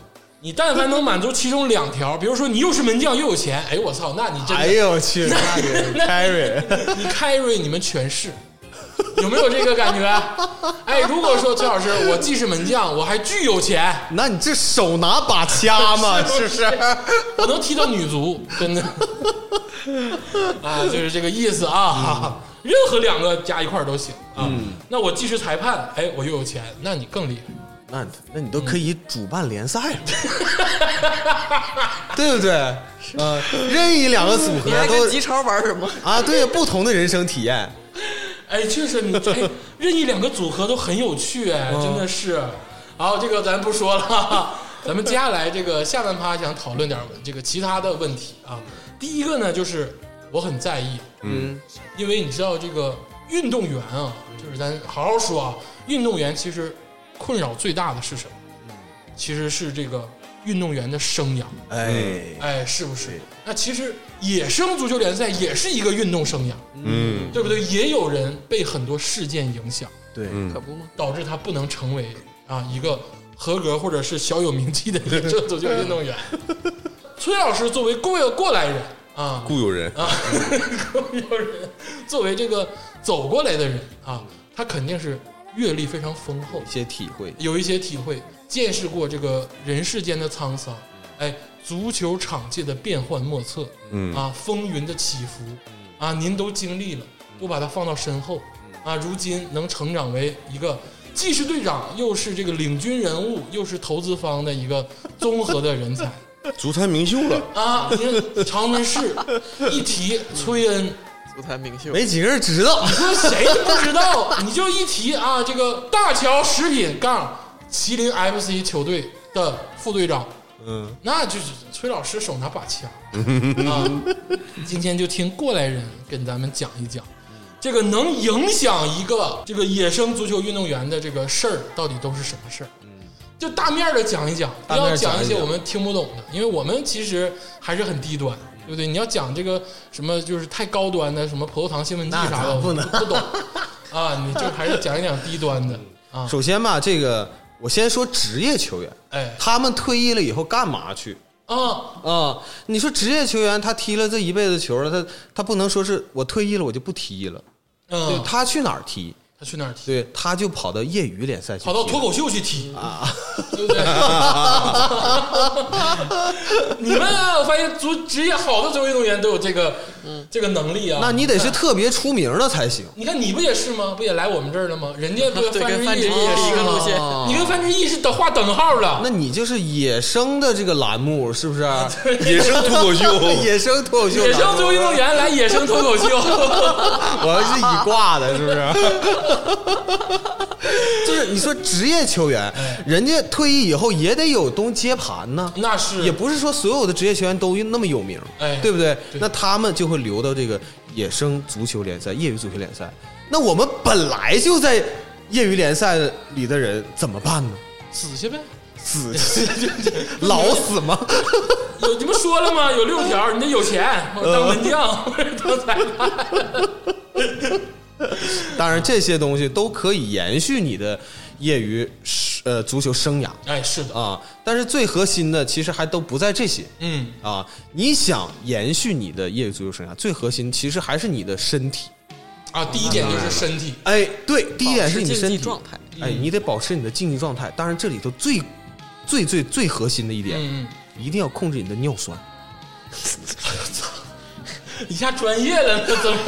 Speaker 1: 你但凡能满足其中两条，比如说你又是门将又有钱，哎我操，那你真的
Speaker 4: 哎呦我去，那个 carry，
Speaker 1: 你 carry 你们全是，有没有这个感觉？ 哎，如果说崔老师，我既是门将，我还巨有钱，
Speaker 5: 那你这手拿把掐 嘛，是不是？
Speaker 1: 我能踢到女足，真的， 啊，就是这个意思啊。 任何两个加一块儿都行啊。那我既是裁判，哎，我又有钱，那你更厉害。
Speaker 5: 那那你都可以主办联 赛了，对不对？呃，任意两个组合
Speaker 2: 你还跟
Speaker 5: 都
Speaker 2: 吉超玩什么？
Speaker 5: 啊，对，不同的人生体验。
Speaker 1: 哎，确实你哎，任意两个组合都很有趣，哎，真的是。好，这个咱不说了，咱们接下来这个下半趴想讨论点这个其他的问题啊。第一个呢，就是我很在意，
Speaker 5: 嗯，
Speaker 1: 因为你知道这个运动员啊，就是咱好好说啊，运动员其实困扰最大的是什么？其实是这个运动员的生涯，
Speaker 5: 哎，
Speaker 1: 哎，是不是？那其实野生足球联赛也是一个运动生涯，
Speaker 3: 嗯
Speaker 1: 对不对？也有人被很多事件影响，
Speaker 5: 对，
Speaker 3: 嗯
Speaker 2: 可，不吗？
Speaker 1: 导致他不能成为啊一个合格或者是小有名气的野生足球运动员。崔老师作为过过来人啊，
Speaker 3: 固有人，
Speaker 1: 有人作为这个走过来的人啊，他肯定是阅历非常丰厚，
Speaker 5: 一些体会，
Speaker 1: 有一些体会，见识过这个人世间的沧桑，哎，足球场界的变幻莫测
Speaker 3: 嗯
Speaker 1: 啊，风云的起伏啊，您都经历了，都把它放到身后啊，如今能成长为一个。既是队长，又是这个领军人物，又是投资方的一个综合的人才
Speaker 3: 足坛明秀 了。
Speaker 1: 啊！您长春市一提崔恩，
Speaker 2: 足坛名秀，
Speaker 5: 没几个人知道。
Speaker 1: 说谁都不知道， 你就一提啊，这个大乔食品杠麒麟 FC 球队的副队长，嗯，那就是崔老师手拿把掐啊。今天就听过来人跟咱们讲一讲，这个能影响一个这个野生足球运动员的这个事儿到底都是什么事儿。就大面的讲一讲，不
Speaker 5: 嗯大面
Speaker 1: 要
Speaker 5: 儿讲一
Speaker 1: 讲一些
Speaker 5: 讲
Speaker 1: 我们听不懂的，因为我们其实还是很低端，对不对？你要讲这个什么就是太高端的，什么葡萄糖兴奋剂
Speaker 5: 那
Speaker 1: 啥的，
Speaker 5: 咱不
Speaker 1: 我
Speaker 5: 能
Speaker 1: 不懂 啊。你就还是讲一讲低端的啊，
Speaker 5: 首先吧，这个我先说职业球员，
Speaker 1: 哎
Speaker 5: 他们退役了以后干嘛去？
Speaker 1: 啊，
Speaker 5: 啊、你说职业球员他踢了这一辈子球了，他他不能说是我退役了我就不踢了，对
Speaker 1: 嗯，
Speaker 5: 他去哪儿踢？
Speaker 1: 他去哪儿踢？
Speaker 5: 对，他就跑到业余联赛去踢
Speaker 1: 跑
Speaker 5: 了，
Speaker 1: 到脱口秀去踢啊，对不对？ 你们啊，我发现足职业好的足球运动员都有这个这个能力啊。
Speaker 5: 那你得是特别出名的才行。
Speaker 1: 你看你不也是吗？不也来我们这儿了吗？人家不
Speaker 2: 对跟
Speaker 1: 范志毅
Speaker 2: 范志毅
Speaker 1: 也是
Speaker 2: 是一个路线
Speaker 1: 吗你跟范志毅是等划等号了。
Speaker 5: 那你就是野生的这个栏目是不是？
Speaker 3: 野生脱口秀
Speaker 5: 野生脱口秀，
Speaker 1: 野生足球运动，员来野生脱口 秀，
Speaker 5: 我是一挂 的，是不是？就是你说职业球员，人家退役以后也得有东接盘呢。
Speaker 1: 哎那是
Speaker 5: 也不是说所有的职业球员都那么有名，
Speaker 1: 哎
Speaker 5: 对不对？
Speaker 1: 对
Speaker 5: 那他们就会留到这个野生足球联赛、业余足球联赛。那我们本来就在业余联赛里的人怎 么办呢？
Speaker 1: 死去呗。
Speaker 5: 死 老死吗？
Speaker 1: 有你不说了吗？有六条，你得有钱，我当门将 或者当裁判。
Speaker 5: 当然，这些东西都可以延续你的业余呃足球生涯
Speaker 1: 哎，是的，
Speaker 5: 啊。但是最核心的其实还都不在这些
Speaker 1: 嗯，
Speaker 5: 啊。你想延续你的业余足球生涯，最核心其实还是你的身体。
Speaker 1: 啊，第一点就是身体，
Speaker 5: 哎，对，第一点是你
Speaker 2: 保持
Speaker 5: 身
Speaker 2: 竞
Speaker 5: 体
Speaker 2: 技状态，
Speaker 5: 哎，你得保持你的竞技状态。当然，这里头最最最最核心的一点，
Speaker 1: 嗯，
Speaker 5: 一定要控制你的尿酸。
Speaker 2: 啊
Speaker 1: 一下专业了，那怎么？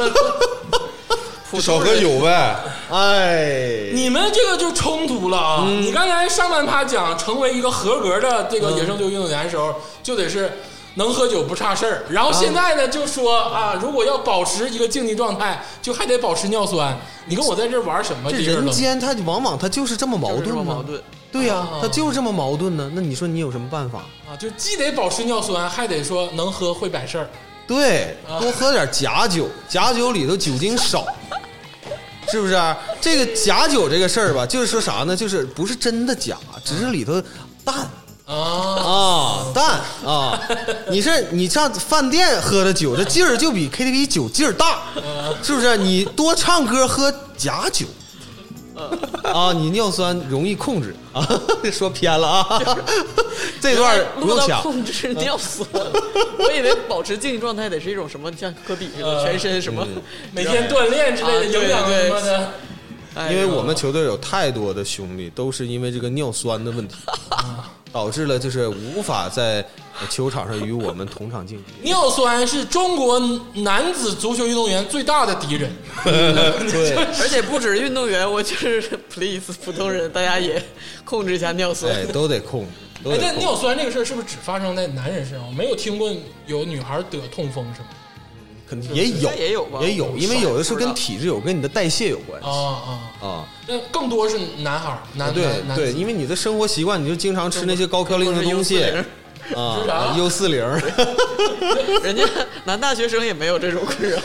Speaker 3: 少喝酒呗。
Speaker 5: 哎，
Speaker 1: 你们这个就冲突了啊！你刚才上半趴讲成为一个合格的这个野生足球运动员的时候，就得是能喝酒不差事儿。然后现在呢，就说啊，如果要保持一个竞技状态，就还得保持尿酸。你跟我在这玩什么
Speaker 5: 这
Speaker 1: 地儿
Speaker 5: 人
Speaker 1: 了？
Speaker 5: 间他往往他就是这么矛
Speaker 2: 就是
Speaker 5: 盾
Speaker 2: 这么
Speaker 5: 嘛，
Speaker 2: 矛盾哦
Speaker 5: 对呀、他就是这么矛盾呢。那你说你有什么办法？
Speaker 1: 啊，就既得保持尿酸，还得说能喝会摆事儿。
Speaker 5: 对，多喝点假酒，假酒里头酒精少，是不是、啊这个假酒这个事儿吧，就是说啥呢？就是不是真的假，只是里头淡
Speaker 1: 啊，
Speaker 5: 啊淡啊。你是你上饭店喝的酒，这劲儿就比 KTV 酒劲儿大，是不是？你多唱歌喝假酒。啊，你尿酸容易控制啊， 说偏了啊， 这段儿
Speaker 2: 哎
Speaker 5: 不
Speaker 2: 录
Speaker 5: 用
Speaker 2: 到
Speaker 5: 抢，
Speaker 2: 控制尿酸 了，我以为保持竞技状态得是一种什么像科比似的，
Speaker 1: 呃
Speaker 2: 全身什么，
Speaker 1: 每天锻炼之类的，
Speaker 2: 啊对
Speaker 1: 营养什么的。
Speaker 2: 哎
Speaker 5: 因为
Speaker 2: 呦
Speaker 5: 我们球队有太多的兄弟都是因为这个尿酸的问题，导致了就是无法在球场上与我们同场竞 技。
Speaker 1: 尿酸是中国男子足球运动员最大的敌人。
Speaker 2: 而且不止运动员，我就是 please 普通人，大家也控制一下尿酸。
Speaker 5: 哎，都得控制，都
Speaker 1: 哎，
Speaker 5: 得
Speaker 1: 但
Speaker 5: 控制。
Speaker 1: 尿酸这个事儿是不是只发生在男人身上？我没有听过有女孩得痛风什么
Speaker 5: 肯定也有
Speaker 2: 应该也有吧
Speaker 5: 也有，因为有的时候跟体质有，跟你的代谢有关
Speaker 1: 的啊啊！
Speaker 5: 啊。
Speaker 1: 但更多是男孩儿，男
Speaker 5: 对
Speaker 1: 男男
Speaker 5: 对，
Speaker 1: 子
Speaker 5: 因为你的生活习惯，你就经常吃那些高嘌呤的东西
Speaker 1: 吃啥
Speaker 5: 啊，U 四零，
Speaker 2: 人家男大学生也没有这种困扰。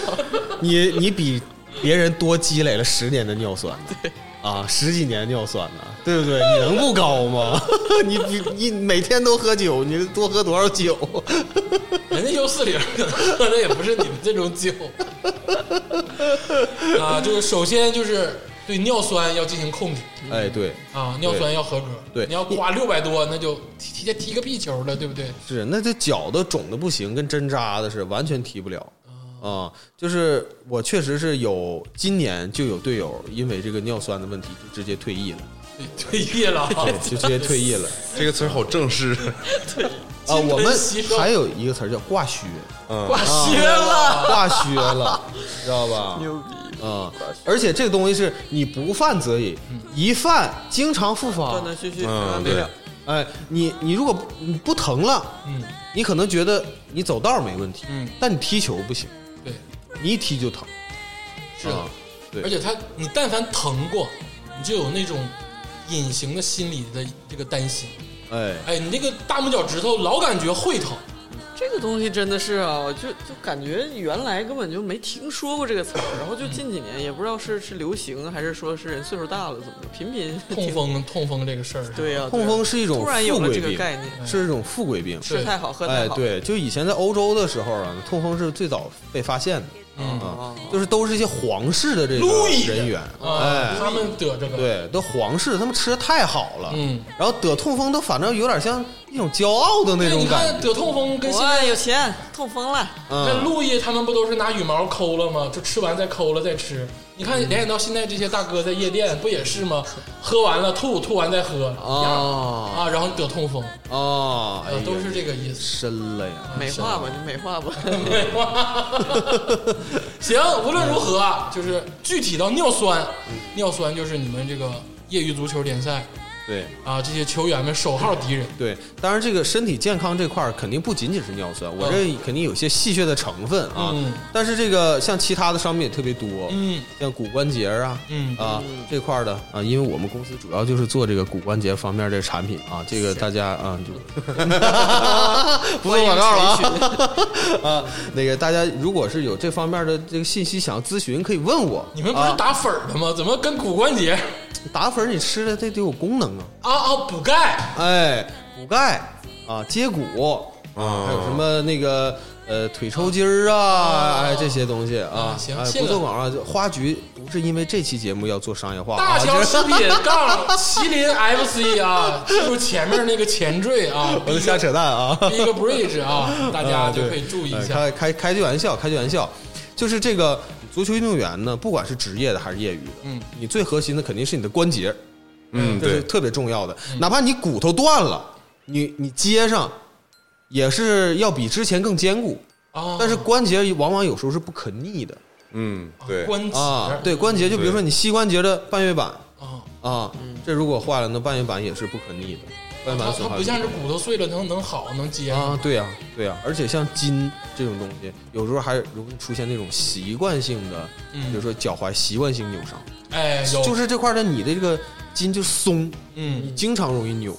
Speaker 5: 你你比别人多积累了十年的尿酸呢，啊，十几年尿酸呢，对不对？你能不高吗？ 你比你每天都喝酒，你多喝多少酒？
Speaker 1: 人家 U 四 零可能喝的也不是你们这种 酒啊。就是首先就是对尿酸要进行控制
Speaker 5: 哎，对，
Speaker 1: 啊，尿酸要合格。
Speaker 5: 对
Speaker 1: 你要刮六百多，那就提提前踢个屁球了，对不对？
Speaker 5: 是那这脚都肿的不行，跟针扎的似的，完全踢不了。啊、就是我确实是有，今年就有队友因为这个尿酸的问题就直接退役了，
Speaker 1: 退役了啊，
Speaker 5: 就直接退役了。
Speaker 3: 这个词儿好正式，
Speaker 5: 啊，我们
Speaker 1: 吸收
Speaker 5: 还有一个词儿叫挂靴，
Speaker 1: 挂靴 了。
Speaker 5: 挂靴了，知道吧？
Speaker 2: 牛逼，
Speaker 5: 啊、而且这个东西是你不犯则已，一犯经常复发
Speaker 2: 断。断续续，啊
Speaker 3: 嗯
Speaker 2: 没完没了。
Speaker 5: 哎，你你如果不你不疼了，
Speaker 1: 嗯，
Speaker 5: 你可能觉得你走道没问题，
Speaker 1: 嗯
Speaker 5: 但你踢球不行，
Speaker 1: 对，
Speaker 5: 你一踢就疼。
Speaker 1: 是的
Speaker 5: 啊。对
Speaker 1: 而且他，你但凡疼过，你就有那种隐形的心理的这个担心。
Speaker 5: 哎，
Speaker 2: 哦
Speaker 1: 哎，你这个大拇脚趾头老感觉会疼，
Speaker 2: 这个东西真的是啊，我就就感觉原来根本就没听说过这个词儿，然后就近几年也不知道是是流行还是说是人岁数大了怎么的，频频
Speaker 1: 痛风痛风这个事儿。，
Speaker 2: 对呀、对呀
Speaker 5: 痛风是一种
Speaker 2: 突然有
Speaker 5: 富
Speaker 2: 了
Speaker 5: 贵
Speaker 2: 这个
Speaker 5: 病
Speaker 2: 概念，
Speaker 5: 是一种富贵病。
Speaker 2: 吃太好喝太
Speaker 5: 哎，
Speaker 2: 好，
Speaker 5: 对，就以前在欧洲的时候啊，痛风是最早被发现的，
Speaker 1: 嗯
Speaker 5: 啊，就是都是一些皇室的这
Speaker 1: 路
Speaker 5: 个
Speaker 1: 易
Speaker 5: 人员，
Speaker 1: 啊
Speaker 5: 哎，，
Speaker 1: 他们得这个，，
Speaker 5: 对，都皇室，他们吃的太好了，
Speaker 1: 嗯，
Speaker 5: 然后得痛风都反正有点像一种骄傲的那
Speaker 1: 你
Speaker 5: 种感
Speaker 1: 看
Speaker 5: 觉，
Speaker 1: 得痛风跟现
Speaker 2: 我
Speaker 1: 在
Speaker 2: 有钱，痛风了，
Speaker 1: 那
Speaker 5: 嗯，
Speaker 1: 路易他们不都是拿羽毛抠了吗？就吃完再抠了再吃。你看
Speaker 5: 嗯
Speaker 1: 联想到现在这些大哥在夜店不也是吗？喝完了吐，吐完再喝
Speaker 5: 哦
Speaker 1: 啊，然后得痛风，啊
Speaker 5: 啊，哎呀
Speaker 1: 都是这个意 思。
Speaker 5: 深了呀，
Speaker 2: 美化吧，就美化吧。
Speaker 1: 对吧行，无论如何啊，就是具体到尿酸，尿酸就是你们这个业余足球联赛
Speaker 5: 对
Speaker 1: 啊，这些球员们首号敌人。
Speaker 5: 对，当然这个身体健康这块儿肯定不仅仅是尿酸，我这肯定有些戏谑的成分啊，
Speaker 1: 嗯
Speaker 5: 但是这个像其他的商品也特别多，
Speaker 1: 嗯
Speaker 5: 像骨关节啊，
Speaker 1: 嗯
Speaker 5: 啊这块儿的啊，因为我们公司主要就是做这个骨关节方面的产品啊，这个大家啊就 不做广告了 啊啊，那个大家如果是有这方面的这个信息想要咨询，可以问我。
Speaker 1: 你们不是
Speaker 5: 啊
Speaker 1: 打粉儿的吗？怎么跟骨关节
Speaker 5: 打粉儿你吃的这得有功能啊，
Speaker 1: 啊啊补钙？
Speaker 5: 哎，补钙啊，接骨啊，
Speaker 3: 嗯
Speaker 1: 哦
Speaker 5: 还有什么那个。呃，腿抽筋儿啊，哎，这些东西
Speaker 1: 啊
Speaker 5: 啊，
Speaker 1: 行
Speaker 5: 哎
Speaker 1: 谢
Speaker 5: 不
Speaker 1: 了
Speaker 5: 做广告啊，就花菊不是因为这期节目要做商业化啊，
Speaker 1: 大
Speaker 5: 就
Speaker 1: 乔
Speaker 5: 是
Speaker 1: 食品杠麒麟 FC 啊，记住前面那个前缀啊，
Speaker 5: 我在瞎扯 淡啊， 嗯
Speaker 1: 一个 bridge 啊，哎大家就可以注意一下。
Speaker 5: 呃开开开句玩笑，开句玩笑，就是这个足球运动员呢，不管是职业的还是业余的，
Speaker 1: 嗯，
Speaker 5: 你最核心的肯定是你的关节，
Speaker 3: 嗯，
Speaker 5: 这是
Speaker 3: 对，
Speaker 5: 特别重要的。
Speaker 1: 嗯
Speaker 5: 哪怕你骨头断了，你你接上，也是要比之前更坚固。
Speaker 1: 啊，
Speaker 5: 但是关节往往有时候是不可逆的
Speaker 3: 嗯，对，
Speaker 1: 关节
Speaker 5: 啊，对关节，就比如说你膝关节的半月板
Speaker 1: 啊
Speaker 5: 啊，这如果坏了，那半月板也是不可逆的。
Speaker 1: 它
Speaker 5: 外满
Speaker 1: 它
Speaker 5: 损耗
Speaker 1: 不
Speaker 5: 率
Speaker 1: 像是骨头碎了能能好能接，
Speaker 5: 啊，对呀、对呀、而且像筋这种东西，有时候还容易出现那种习惯性的，
Speaker 1: 嗯
Speaker 5: 比如说脚踝习惯性扭伤，
Speaker 1: 哎，有
Speaker 5: 就是这块儿的你的这个筋就松，
Speaker 1: 嗯
Speaker 5: 你，经常容易扭。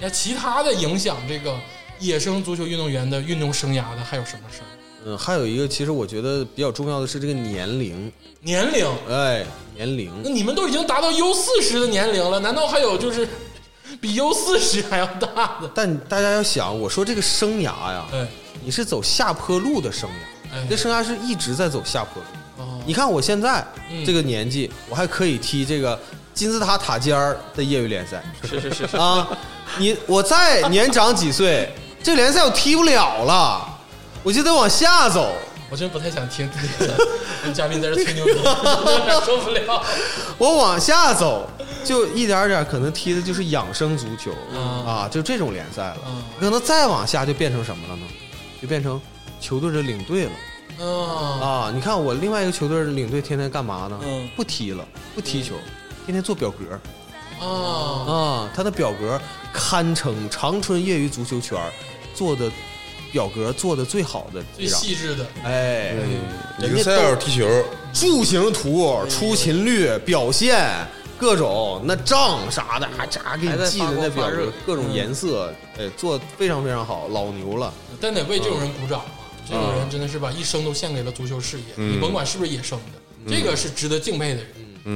Speaker 1: 那其他的影响这个野生足球运动员的运动生涯的还有什么事儿？
Speaker 5: 嗯，还有一个，其实我觉得比较重要的是这个年龄，
Speaker 1: 年龄，
Speaker 5: 哎，年
Speaker 1: 那
Speaker 5: 龄，
Speaker 1: 你们都已经达到 U 四十的年龄了，难道还有就是比 U 四十还要大的？
Speaker 5: 但大家要想，我说这个生涯呀，
Speaker 1: 哎，
Speaker 5: 你是走下坡路的生涯，
Speaker 1: 哎
Speaker 5: 你的生涯是一直在走下坡路。
Speaker 1: 哦
Speaker 5: 你看我现在
Speaker 1: 嗯
Speaker 5: 这个年纪，我还可以踢这个金字塔塔尖儿的业余 联赛，
Speaker 2: 是是是是，
Speaker 5: 啊，你我再年长几岁，这联赛我踢不了了，我就得往下走。
Speaker 1: 我真不太想听这个嘉宾在这吹牛逼，我有点受不了。
Speaker 5: 我往下走，就一点儿点儿可能踢的就是养生足球、
Speaker 1: 嗯
Speaker 5: 啊，就这种联赛了。
Speaker 1: 嗯
Speaker 5: 可能再往下就变成什么了呢？就变成球队的领队了、
Speaker 1: 嗯
Speaker 5: 啊！你看我另外一个球队的领队天天干嘛呢？
Speaker 1: 嗯
Speaker 5: 不踢了，不踢球，天天做表格。
Speaker 1: 啊
Speaker 5: 啊，他的表格堪称长春业余足球圈儿做的表格做的最好的
Speaker 1: 最
Speaker 5: 队长。
Speaker 1: 细致的，
Speaker 5: 哎，
Speaker 3: 一
Speaker 5: 人
Speaker 3: 个
Speaker 5: 家
Speaker 3: 赛尔
Speaker 5: 都
Speaker 3: 踢球，
Speaker 5: 柱形图、出勤率、表现各种那账啥的，还咋给
Speaker 2: 还
Speaker 5: 你
Speaker 2: 在
Speaker 5: 记
Speaker 2: 发
Speaker 5: 的
Speaker 2: 光
Speaker 5: 那
Speaker 2: 发
Speaker 5: 表
Speaker 2: 热
Speaker 5: 格各种颜色，哎，做得非常非常好，老牛了。
Speaker 1: 但得为这种人鼓掌啊！这种人真的是把一生都献给了足球事业，
Speaker 3: 嗯
Speaker 1: 你甭管是不是野生的，这个是值得敬佩的人。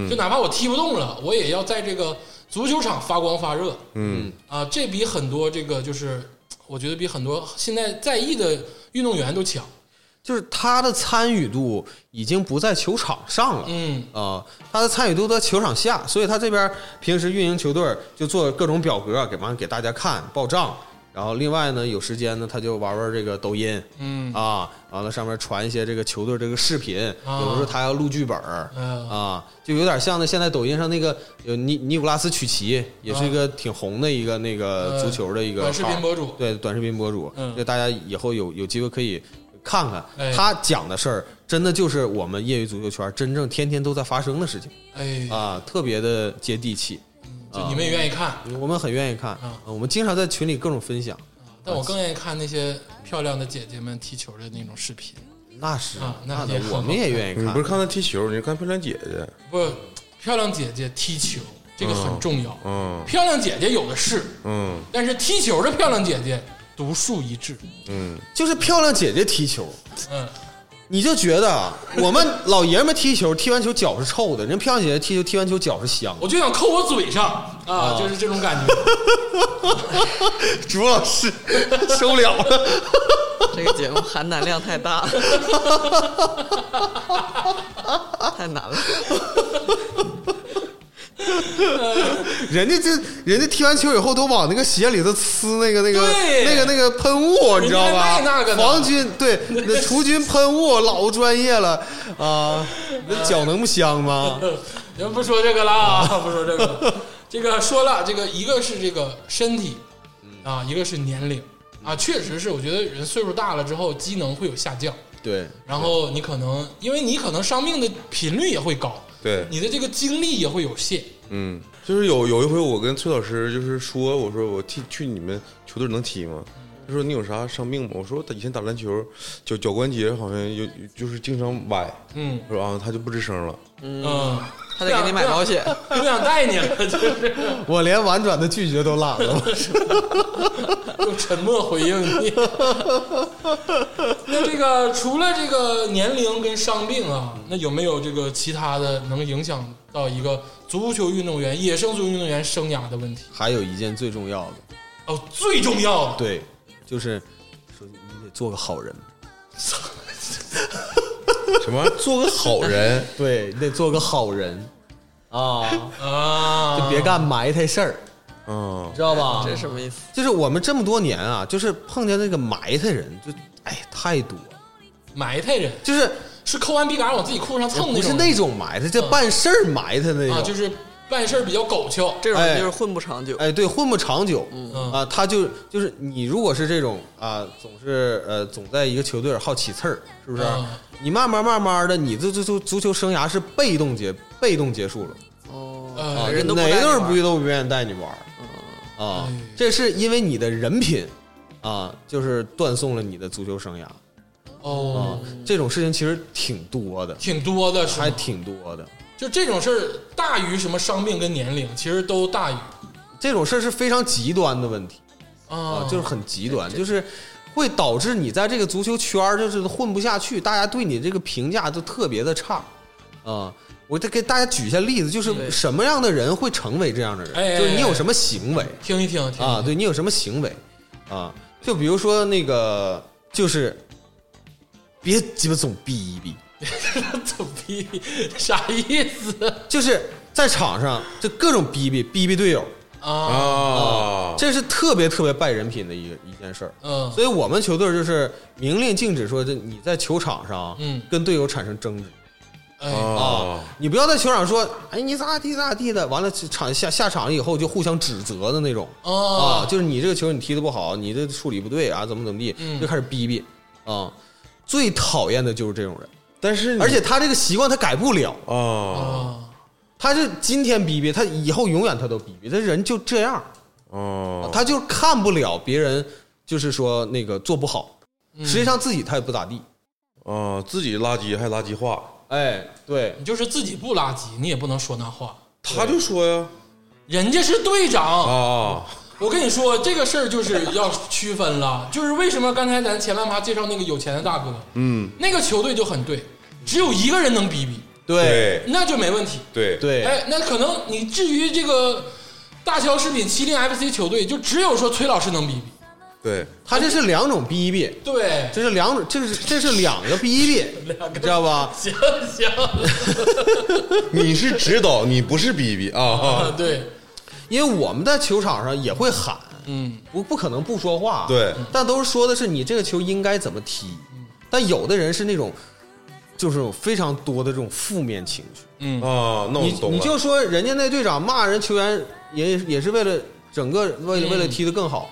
Speaker 1: 就哪怕我踢不动了，我也要在这个足球场发光发热
Speaker 3: 嗯
Speaker 1: 啊！这比很多这个就是，我觉得比很多现在在役的运动员都强。
Speaker 5: 就是他的参与度已经不在球场上了，
Speaker 1: 嗯
Speaker 5: 啊、他的参与度在球场下，所以他这边平时运营球队就做各种表格给完给大家看报账，然后另外呢有时间呢他就玩玩这个抖音
Speaker 1: 嗯
Speaker 5: 啊，完了上面传一些这个球队这个视频，
Speaker 1: 啊
Speaker 5: 有的时候他要录剧本儿
Speaker 1: 嗯
Speaker 5: 啊，就有点像那现在抖音上那个有尼尼古拉斯曲奇，也是一个挺红的一个那个足球的一个
Speaker 1: 嗯短视
Speaker 5: 号
Speaker 1: 频博主
Speaker 5: 对短视频博主，
Speaker 1: 嗯
Speaker 5: 就大家以后有有机会可以看看、
Speaker 1: 哎
Speaker 5: 他讲的事儿，真的就是我们业余足球圈真正天天都在发生的事情
Speaker 1: 哎，
Speaker 5: 啊，特别的接地气，
Speaker 1: 就你们也愿意看，
Speaker 5: 我们很愿意看，
Speaker 1: 啊
Speaker 5: 我们经常在群里各种分享，
Speaker 1: 但我
Speaker 3: 啊
Speaker 1: 更愿意看那些漂亮的姐姐们踢球的那种视频。
Speaker 5: 那是、
Speaker 1: 啊那
Speaker 5: 那
Speaker 1: 也很好
Speaker 5: 我们也愿意
Speaker 3: 你
Speaker 5: 看，
Speaker 3: 嗯不是看他踢球，你是看漂亮姐姐，
Speaker 1: 不，漂亮姐姐踢球这个很重要。
Speaker 3: 嗯
Speaker 1: 漂亮姐姐有的是，
Speaker 3: 嗯
Speaker 1: 但是踢球的漂亮姐姐独树一帜。
Speaker 3: 嗯，
Speaker 5: 就是漂亮姐姐踢球。
Speaker 1: 嗯，
Speaker 5: 你就觉得啊 我们老爷们儿踢球，踢完球脚是臭的，人漂亮姐姐踢球，踢完球脚是香的。
Speaker 1: 我就想扣我嘴上啊，就是这种感觉。
Speaker 5: 朱老师受不了了，
Speaker 2: 这个节目含奶量太大了， 太难了。
Speaker 5: 人家这人家踢完球以后都往那个鞋里头呲那个那个
Speaker 1: 对
Speaker 5: 那个那个喷雾，你知道吧？
Speaker 1: 人家卖那个呢
Speaker 5: 防菌对，那除菌喷雾老专业了啊，那脚能不香吗？
Speaker 1: 咱不说这个了啊，不说这个了，这个说了，这个一个是这个身体
Speaker 3: 嗯
Speaker 1: 啊，一个是年龄啊，确实是，我觉得人岁数大了之后，机能会有下降。
Speaker 5: 对，
Speaker 1: 然后你可能，因为你可能伤病的频率也会高，
Speaker 3: 对
Speaker 1: 你的这个精力也会有限。
Speaker 3: 嗯，就是有有一回我跟崔老师就是说，我说我踢去你们球队能踢吗？他说你有啥伤病吗？我说我以前打篮球脚脚关节好像有就是经常崴，
Speaker 1: 嗯
Speaker 3: 我说啊他就不吱声了，
Speaker 1: 嗯，
Speaker 2: 他得给你买保险，
Speaker 1: 不想带你了，就是
Speaker 5: 我连婉转的拒绝都懒了。
Speaker 1: 用沉默回应你。那这个除了这个年龄跟伤病啊，那有没有这个其他的能影响到一个足球运动员、野生足球运动员生涯的问题？
Speaker 5: 还有一件最重要的，
Speaker 1: 哦，最重要的，
Speaker 5: 对，就是说你得做个好人，
Speaker 3: 什么做个好人，
Speaker 5: 对你得做个好人啊，
Speaker 1: 啊，
Speaker 5: 就别干埋汰事儿，
Speaker 3: 嗯
Speaker 5: 知道吧？
Speaker 2: 这是什么意思？
Speaker 5: 就是我们这么多年啊，就是碰见那个埋汰人，就哎太多了，
Speaker 1: 埋汰人，
Speaker 5: 就是
Speaker 1: 是抠完笔杆往自己裤上蹭
Speaker 5: 不是
Speaker 1: 种
Speaker 5: 那种埋汰，这办事儿埋汰那种，
Speaker 1: 啊，就是办事儿比较狗俏。
Speaker 2: 这种人就是混不长久。
Speaker 5: 哎，对，混不长久，
Speaker 1: 嗯
Speaker 5: 啊，他就就是你如果是这种啊，总是呃总在一个球队好起刺儿，是不是？
Speaker 1: 嗯
Speaker 5: 你慢慢慢慢的，你这这足足球生涯是被动结被动结束了
Speaker 2: 哦，
Speaker 1: 呃
Speaker 5: 啊，
Speaker 2: 人都不
Speaker 5: 哪
Speaker 2: 带
Speaker 5: 个
Speaker 2: 你
Speaker 5: 队儿
Speaker 2: 玩
Speaker 5: 不都不愿意带你玩儿啊
Speaker 1: 哎，
Speaker 5: 这是因为你的人品啊，就是断送了你的足球生涯啊
Speaker 1: 哦，。
Speaker 5: 这种事情其实挺多的，
Speaker 1: 挺多的，是吗
Speaker 5: 还挺多的。
Speaker 1: 就这种事儿大于什么伤病跟年龄，其实都大于
Speaker 5: 这种事儿是非常极端的问题啊
Speaker 1: 啊，，
Speaker 5: 就是很极端，就是会导致你在这个足球圈儿就是混不下去，大家对你这个评价都特别的差啊。我再给大家举一下例子，就是
Speaker 2: 对
Speaker 5: 什么样的人会成为这样的
Speaker 1: 哎哎嗯
Speaker 5: 人，就是你有什么行为
Speaker 1: 听一听听一听
Speaker 5: 啊，对你有什么行为啊，就比如说那个，就是别鸡巴总逼一逼，
Speaker 1: 走逼啥意思
Speaker 5: 就是在场上就各种逼逼逼逼队友，
Speaker 1: 啊？
Speaker 3: 啊，
Speaker 5: 这是特别特别败人品的一个一件事儿。
Speaker 1: 嗯，
Speaker 5: 所以我们球队就是明令禁止说，这你在球场上，
Speaker 1: 嗯
Speaker 5: 跟队友产生争执
Speaker 1: 哎，
Speaker 5: 啊
Speaker 3: 啊，，
Speaker 5: 你不要在球场说，哎，你咋地咋地的，完了场下下场以后就互相指责的那种啊，
Speaker 1: 哦，
Speaker 5: 就是你这个球你踢得不好，你这处理不对啊，怎么怎么地
Speaker 1: 嗯，
Speaker 5: 就开始逼逼啊。最讨厌的就是这种人，
Speaker 3: 但
Speaker 1: 嗯
Speaker 3: 是你
Speaker 5: 而且他这个习惯他改不了，
Speaker 3: 啊
Speaker 1: 啊，
Speaker 5: 他是今天逼逼，他以后永远他都逼逼，他人就这样，
Speaker 3: 啊，
Speaker 5: 他就看不了别人，就是说那个做不好，
Speaker 1: 嗯
Speaker 5: 实际上自己他也不咋地。
Speaker 3: 啊，自己垃圾还垃圾化，
Speaker 5: 哎，对，
Speaker 1: 你就是自己不垃圾，你也不能说那话。
Speaker 3: 他就说呀，
Speaker 1: 人家是队长，
Speaker 3: 啊
Speaker 1: 我跟你说这个事儿就是要区分了，就是为什么刚才咱前半趴介绍那个有钱的大哥，嗯，那个球队就很对，只有一个人能逼逼，
Speaker 5: 对，
Speaker 1: 那就没问题。
Speaker 3: 对
Speaker 5: 对，
Speaker 1: 哎，那可能你至于这个大乔食品麒麟 FC 球队，就只有说崔老师能逼逼。
Speaker 3: 对，
Speaker 5: 他这是两种逼逼，
Speaker 1: 对，
Speaker 5: 这是两种，这是这是两个逼逼，你知道吧？
Speaker 1: 行行，
Speaker 3: 你是指导，你不是逼逼啊，
Speaker 1: 啊对，
Speaker 5: 因为我们在球场上也会喊，
Speaker 1: 嗯，
Speaker 5: 不不可能不说话，
Speaker 3: 对
Speaker 5: 但都是说的是你这个球应该怎么踢，但有的人是那种。就是有非常多的这种负面情绪，
Speaker 3: 啊，那我
Speaker 5: 你
Speaker 3: 懂了，
Speaker 5: 你就说人家那队长骂人球员也也是为了整个为了为了踢得更好，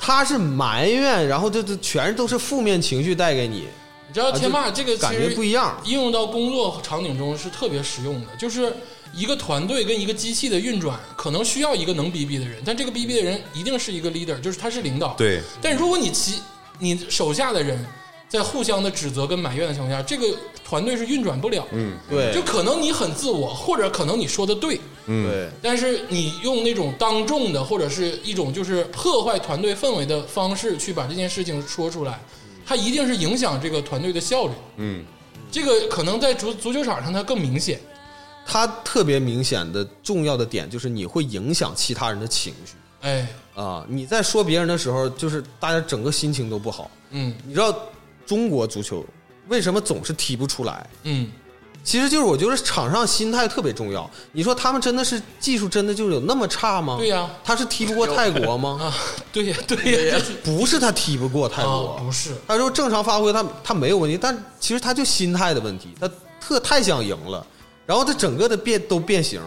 Speaker 5: 他是埋怨，然后这这全都是负面情绪带给你，
Speaker 1: 你知道天霸这个其
Speaker 5: 啊感
Speaker 1: 实
Speaker 5: 觉不一样。
Speaker 1: 应用到工作场景中是特别实用的，就是一个团队跟一个机器的运转，可能需要一个能逼逼的人，但这个逼逼的人一定是一个 leader，就是他是领导。。
Speaker 3: 对
Speaker 1: 但如果你其你手下的人在互相的指责跟埋怨的情况下，这个团队是运转不了。嗯，
Speaker 5: 对，
Speaker 1: 就可能你很自我，或者可能你说的对，
Speaker 3: 嗯
Speaker 5: 对，
Speaker 1: 但是你用那种当众的或者是一种就是破坏团队氛围的方式去把这件事情说出来，它一定是影响这个团队的效率。
Speaker 3: 嗯，
Speaker 1: 这个可能在足足球场上它更明显。
Speaker 5: 它特别明显的重要的点就是你会影响其他人的情绪
Speaker 1: 哎，
Speaker 5: 啊！你在说别人的时候，就是大家整个心情都不好。
Speaker 1: 嗯
Speaker 5: 你知道中国足球为什么总是踢不出来？
Speaker 1: 嗯，
Speaker 5: 其实就是我觉得场上心态特别重要。你说他们真的是技术真的就有那么差吗？
Speaker 1: 对呀
Speaker 5: 他是踢不过泰国吗？
Speaker 1: 啊， 对呀对呀，
Speaker 5: 不是他踢不过泰
Speaker 1: 啊
Speaker 5: 国，
Speaker 1: 不是，
Speaker 5: 他说正常发挥他他没有问题，但其实他就心态的问题，他特太想赢了，然后他整个的变都变形。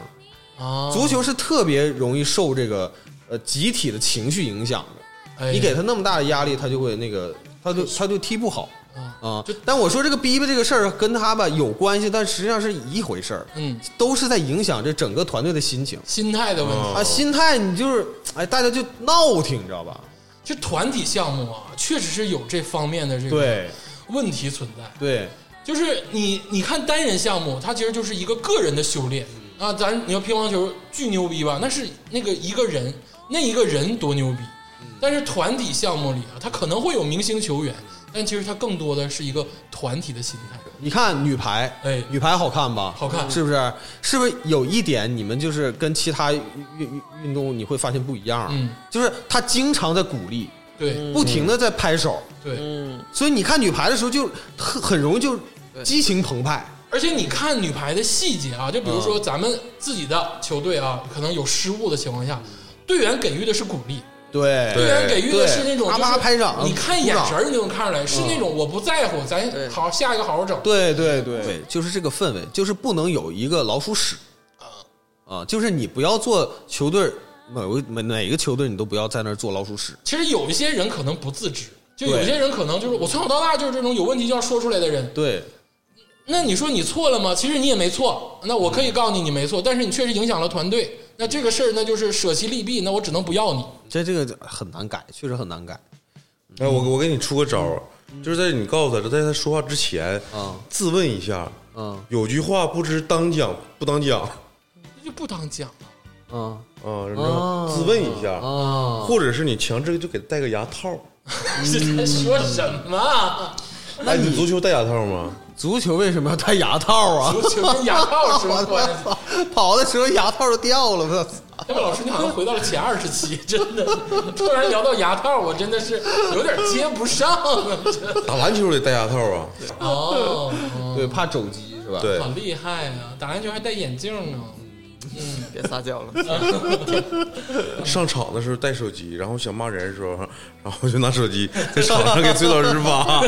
Speaker 1: 啊，
Speaker 5: 足球是特别容易受这个呃集体的情绪影响的，
Speaker 1: 哎
Speaker 5: 你给他那么大的压力，他就会那个，他就他就踢不好
Speaker 1: 啊
Speaker 5: 啊。但我说这个逼逼这个事儿跟他吧有关系，但实际上是一回事儿，
Speaker 1: 嗯
Speaker 5: 都是在影响这整个团队的心情
Speaker 1: 心态的问题。
Speaker 5: 啊，心态你就是哎，大家就闹挺，你知道吧？
Speaker 1: 其实团体项目啊，确实是有这方面的这个
Speaker 5: 对
Speaker 1: 问题存在。
Speaker 5: 对
Speaker 1: 就是你你看单人项目，它其实就是一个个人的修炼啊。咱你要乒乓球巨牛逼吧，那是那个一个人，那一个人多牛逼。但是团体项目里啊，它可能会有明星球员，但其实它更多的是一个团体的心态。
Speaker 5: 你看女排，
Speaker 1: 哎
Speaker 5: 女排好看吧？
Speaker 1: 好看
Speaker 5: 是不是？是不是有一点你们就是跟其他运运运动你会发现不一样？啊
Speaker 1: 嗯，
Speaker 5: 就是她经常在鼓励，
Speaker 1: 对
Speaker 5: 不停的在拍手，
Speaker 1: 对，
Speaker 2: 嗯，
Speaker 5: 所以你看女排的时候就很很容易就激情澎湃。
Speaker 1: 而且你看女排的细节啊，就比如
Speaker 5: 嗯
Speaker 1: 说咱们自己的球队啊，可能有失误的情况下，队员给予的是鼓励，
Speaker 5: 对
Speaker 1: 队员给予的是那种
Speaker 5: 对
Speaker 1: 就是
Speaker 5: 啪啪拍掌嗯
Speaker 1: 你看眼神儿你就能看出来是那种我不在乎，咱
Speaker 2: 对
Speaker 1: 好下一个好好整。
Speaker 5: 对对对对，就是这个氛围，就是不能有一个老鼠屎啊啊，就是你不要做球队某个每哪个球队你都不要在那儿做老鼠屎。
Speaker 1: 其实有一些人可能不自知，就有
Speaker 5: 对
Speaker 1: 些人可能就是我从小到大就是这种有问题就要说出来的人。
Speaker 5: 对
Speaker 1: 那你说你错了吗？其实你也没错，那我可以告诉你你没错，但是你确实影响了团队，那这个事儿，那就是舍弃利弊，那我只能不要你。
Speaker 5: 这这个很难改，确实很难改。
Speaker 3: 哎，我我给你出个招儿，就是在你告诉他，就在他说话之前
Speaker 5: 啊
Speaker 3: 自问一下，
Speaker 5: 嗯
Speaker 3: 有句话不知当讲不当讲
Speaker 1: 那就不当讲了。
Speaker 5: 嗯
Speaker 3: 啊，然后自问一下，
Speaker 5: 啊，
Speaker 3: 或者是你强制就给他戴个牙套。
Speaker 1: 这在说什么啊？
Speaker 3: 哎，你足球戴牙套 吗？
Speaker 5: 足球为什么要戴牙套啊？
Speaker 1: 足球跟牙套 什么
Speaker 5: 我
Speaker 1: 关系？
Speaker 5: 操！跑的时候牙套都掉了，我操！
Speaker 1: 要不老师，你好像回到了前二十期， 真的，突然聊到牙套，我真的是有点接不上啊！这
Speaker 3: 打篮球得戴牙套啊。
Speaker 1: 哦，
Speaker 5: 对，怕肘击是吧？
Speaker 3: 对
Speaker 1: 好，厉害啊！打篮球还戴眼镜呢。
Speaker 2: 别撒娇了，
Speaker 3: 上场的时候带手机，然后想骂人的时候， 然后就拿手机在场上给崔老师发。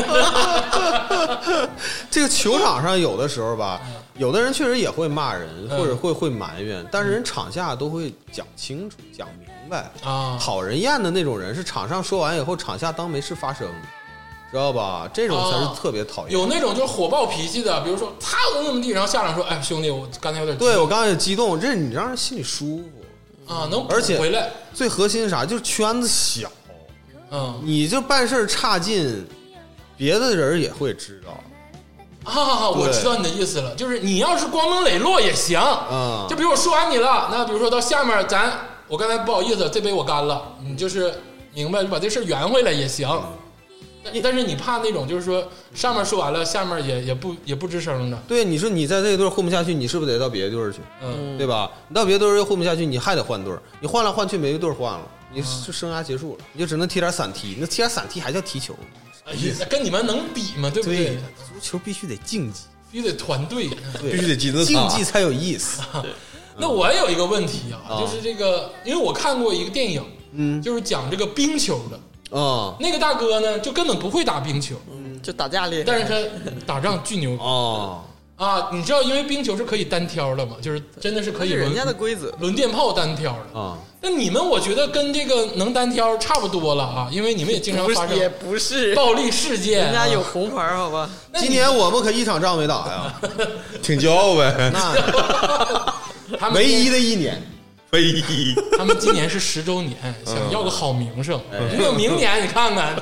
Speaker 5: 这个球场上有的时候吧，有的人确实也会骂人，或者会会埋怨，但是人场下都会讲清楚、讲明白。
Speaker 1: 啊
Speaker 5: 讨人厌的那种人是场上说完以后，场下当没事发生，知道吧？这种才
Speaker 1: 啊
Speaker 5: 是特别讨厌。
Speaker 1: 有那种就是火爆脾气的，比如说他怎么怎么地，然后下场说：“哎，兄弟，我刚才有点急
Speaker 5: 对我刚才也激动，这你让人心里舒服。
Speaker 1: 啊，能补
Speaker 5: 而且
Speaker 1: 回来。
Speaker 5: 最核心是啥？就是圈子小，”
Speaker 1: 嗯
Speaker 5: 你就办事儿差劲，别的人也会知道。
Speaker 1: 啊，我
Speaker 5: 对
Speaker 1: 知道你的意思了，就是你要是光明磊落也行
Speaker 5: 啊
Speaker 1: 就比如我说完你了，那比如说到下面咱我刚才不好意思，这杯我干了，你就是明白，把这事儿圆回来也行。
Speaker 5: 嗯
Speaker 1: 但但是你怕那种就是说上面说完了，下面也也不也不吱声的，
Speaker 5: 对，你说你在这一队混不下去，你是不是得到别的队儿去？
Speaker 1: 嗯，
Speaker 5: 对吧？你到别的队儿又混不下去，你还得换队儿，你换来换去没队儿换了，你就生涯结束了，你就只能踢点散踢，那踢点散踢还叫踢球？哎
Speaker 1: 跟你们能比吗？对不对？
Speaker 5: 足球必须得竞技，
Speaker 1: 必须得团队。啊
Speaker 3: 必须得金字
Speaker 5: 竞
Speaker 3: 塔。
Speaker 5: 技才有意 思。
Speaker 2: 嗯
Speaker 1: 那我有一个问题啊，
Speaker 5: 啊
Speaker 1: 就是这个，因为我看过一个电影，嗯，就是讲这个冰球的，
Speaker 5: 啊
Speaker 1: 那个大哥呢就根本不会打冰球，
Speaker 2: 嗯就打架厉害。
Speaker 1: 但是他打仗巨
Speaker 2: 哦
Speaker 1: 牛逼
Speaker 5: 啊
Speaker 1: 啊！你知道，因为冰球是可以单挑的嘛，就是真的是可
Speaker 2: 这
Speaker 1: 以
Speaker 2: 是
Speaker 1: 轮
Speaker 2: 人家的规则，
Speaker 1: 轮电炮单挑的。
Speaker 5: 啊！
Speaker 1: 那你们我觉得跟这个能单挑差不多了啊，因为你们也经常
Speaker 2: 不
Speaker 1: 发
Speaker 2: 是也
Speaker 1: 生
Speaker 2: 不是，
Speaker 1: 暴力事件啊。
Speaker 2: 人家有红牌儿，好吧？
Speaker 1: 那你
Speaker 5: 今年我们可一场仗没打 呀，
Speaker 3: 挺骄傲 呗，
Speaker 5: 那
Speaker 1: 他们
Speaker 5: 唯一的一年。
Speaker 3: 唯一。
Speaker 1: 他们今年是十周年，
Speaker 2: 嗯
Speaker 1: 想要个好名声。那个明年你看看，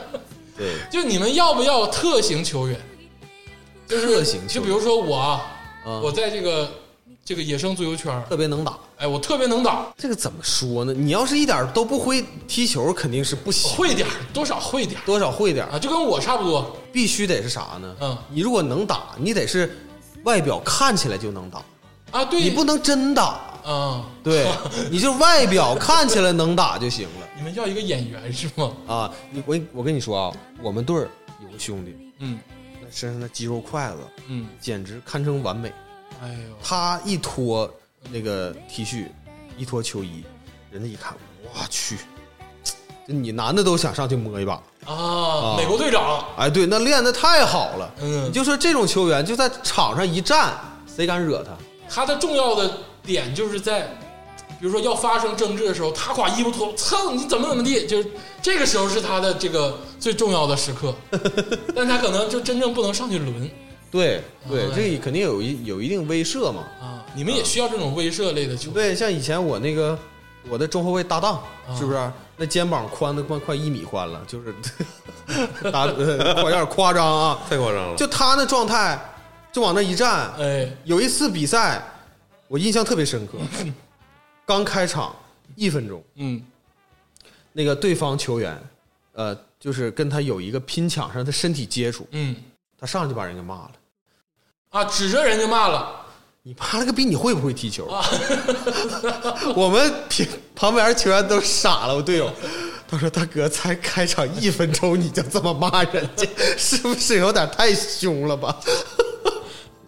Speaker 5: 对，
Speaker 1: 就你们要不要特型球员？就是
Speaker 5: 特型
Speaker 1: 就
Speaker 5: 球员
Speaker 1: 比如说我啊，
Speaker 5: 啊
Speaker 1: 我在这个这个野生足球圈儿，
Speaker 5: 特别能打。
Speaker 1: 哎，我特别能打，
Speaker 5: 这个怎么说呢？你要是一点儿都不会踢球，肯定是不行，
Speaker 1: 会点儿多少会点儿
Speaker 5: 多少会点儿
Speaker 1: 啊，就跟我差不多。
Speaker 5: 必须得是啥呢？
Speaker 1: 嗯
Speaker 5: 你如果能打，你得是外表看起来就能打，
Speaker 1: 啊，对，
Speaker 5: 你不能真打。
Speaker 1: 啊，
Speaker 5: 对，你就外表看起来能打就行
Speaker 1: 你们要一个演员是吗？
Speaker 5: 了啊！你我我跟你说啊，我们队儿有个兄弟，
Speaker 1: 嗯
Speaker 5: 那身上的肌肉筷子
Speaker 1: 嗯，
Speaker 5: 简直堪称完美。
Speaker 1: 哎呦，
Speaker 5: 他一脱那个 T 恤，一脱球衣，人家一看，我去，就你男的都想上去摸一把。
Speaker 1: 啊，
Speaker 5: 啊
Speaker 1: 美国队长，
Speaker 5: 哎，对，那练的太好了。
Speaker 1: 嗯
Speaker 5: 你就说这种球员就在场上一站，谁敢惹他？
Speaker 1: 他的重要的点就是在，比如说要发生争执的时候，他把衣服脱了，蹭你怎么怎么地，就是这个时候是他的这个最重要的时 刻，但他可能就真正不能上去轮
Speaker 5: 对对
Speaker 1: 哎，
Speaker 5: 这个肯定有一有一定威慑嘛。
Speaker 1: 啊。你们也需要这种威慑类的球员
Speaker 5: 对，像以前我那个我的中后卫搭档，是不是那肩膀宽的快快一米宽了？就是 打呃有点夸张啊，
Speaker 3: 太夸张了，
Speaker 5: 就他那状态，就往那一站。
Speaker 1: 哎，
Speaker 5: 有一次比赛，我印象特别深刻，刚开场一分钟，
Speaker 1: 嗯
Speaker 5: 那个对方球员，呃，就是跟他有一个拼抢上的身体接触，
Speaker 1: 嗯，
Speaker 5: 他上去把人家骂了。
Speaker 1: 啊，指着人就骂了，
Speaker 5: 你妈了个逼！你会不会踢球？我们旁旁边球员都傻了。我队友，他说：“大哥，才开场一分钟你就这么骂人家，是不是有点太凶了吧？”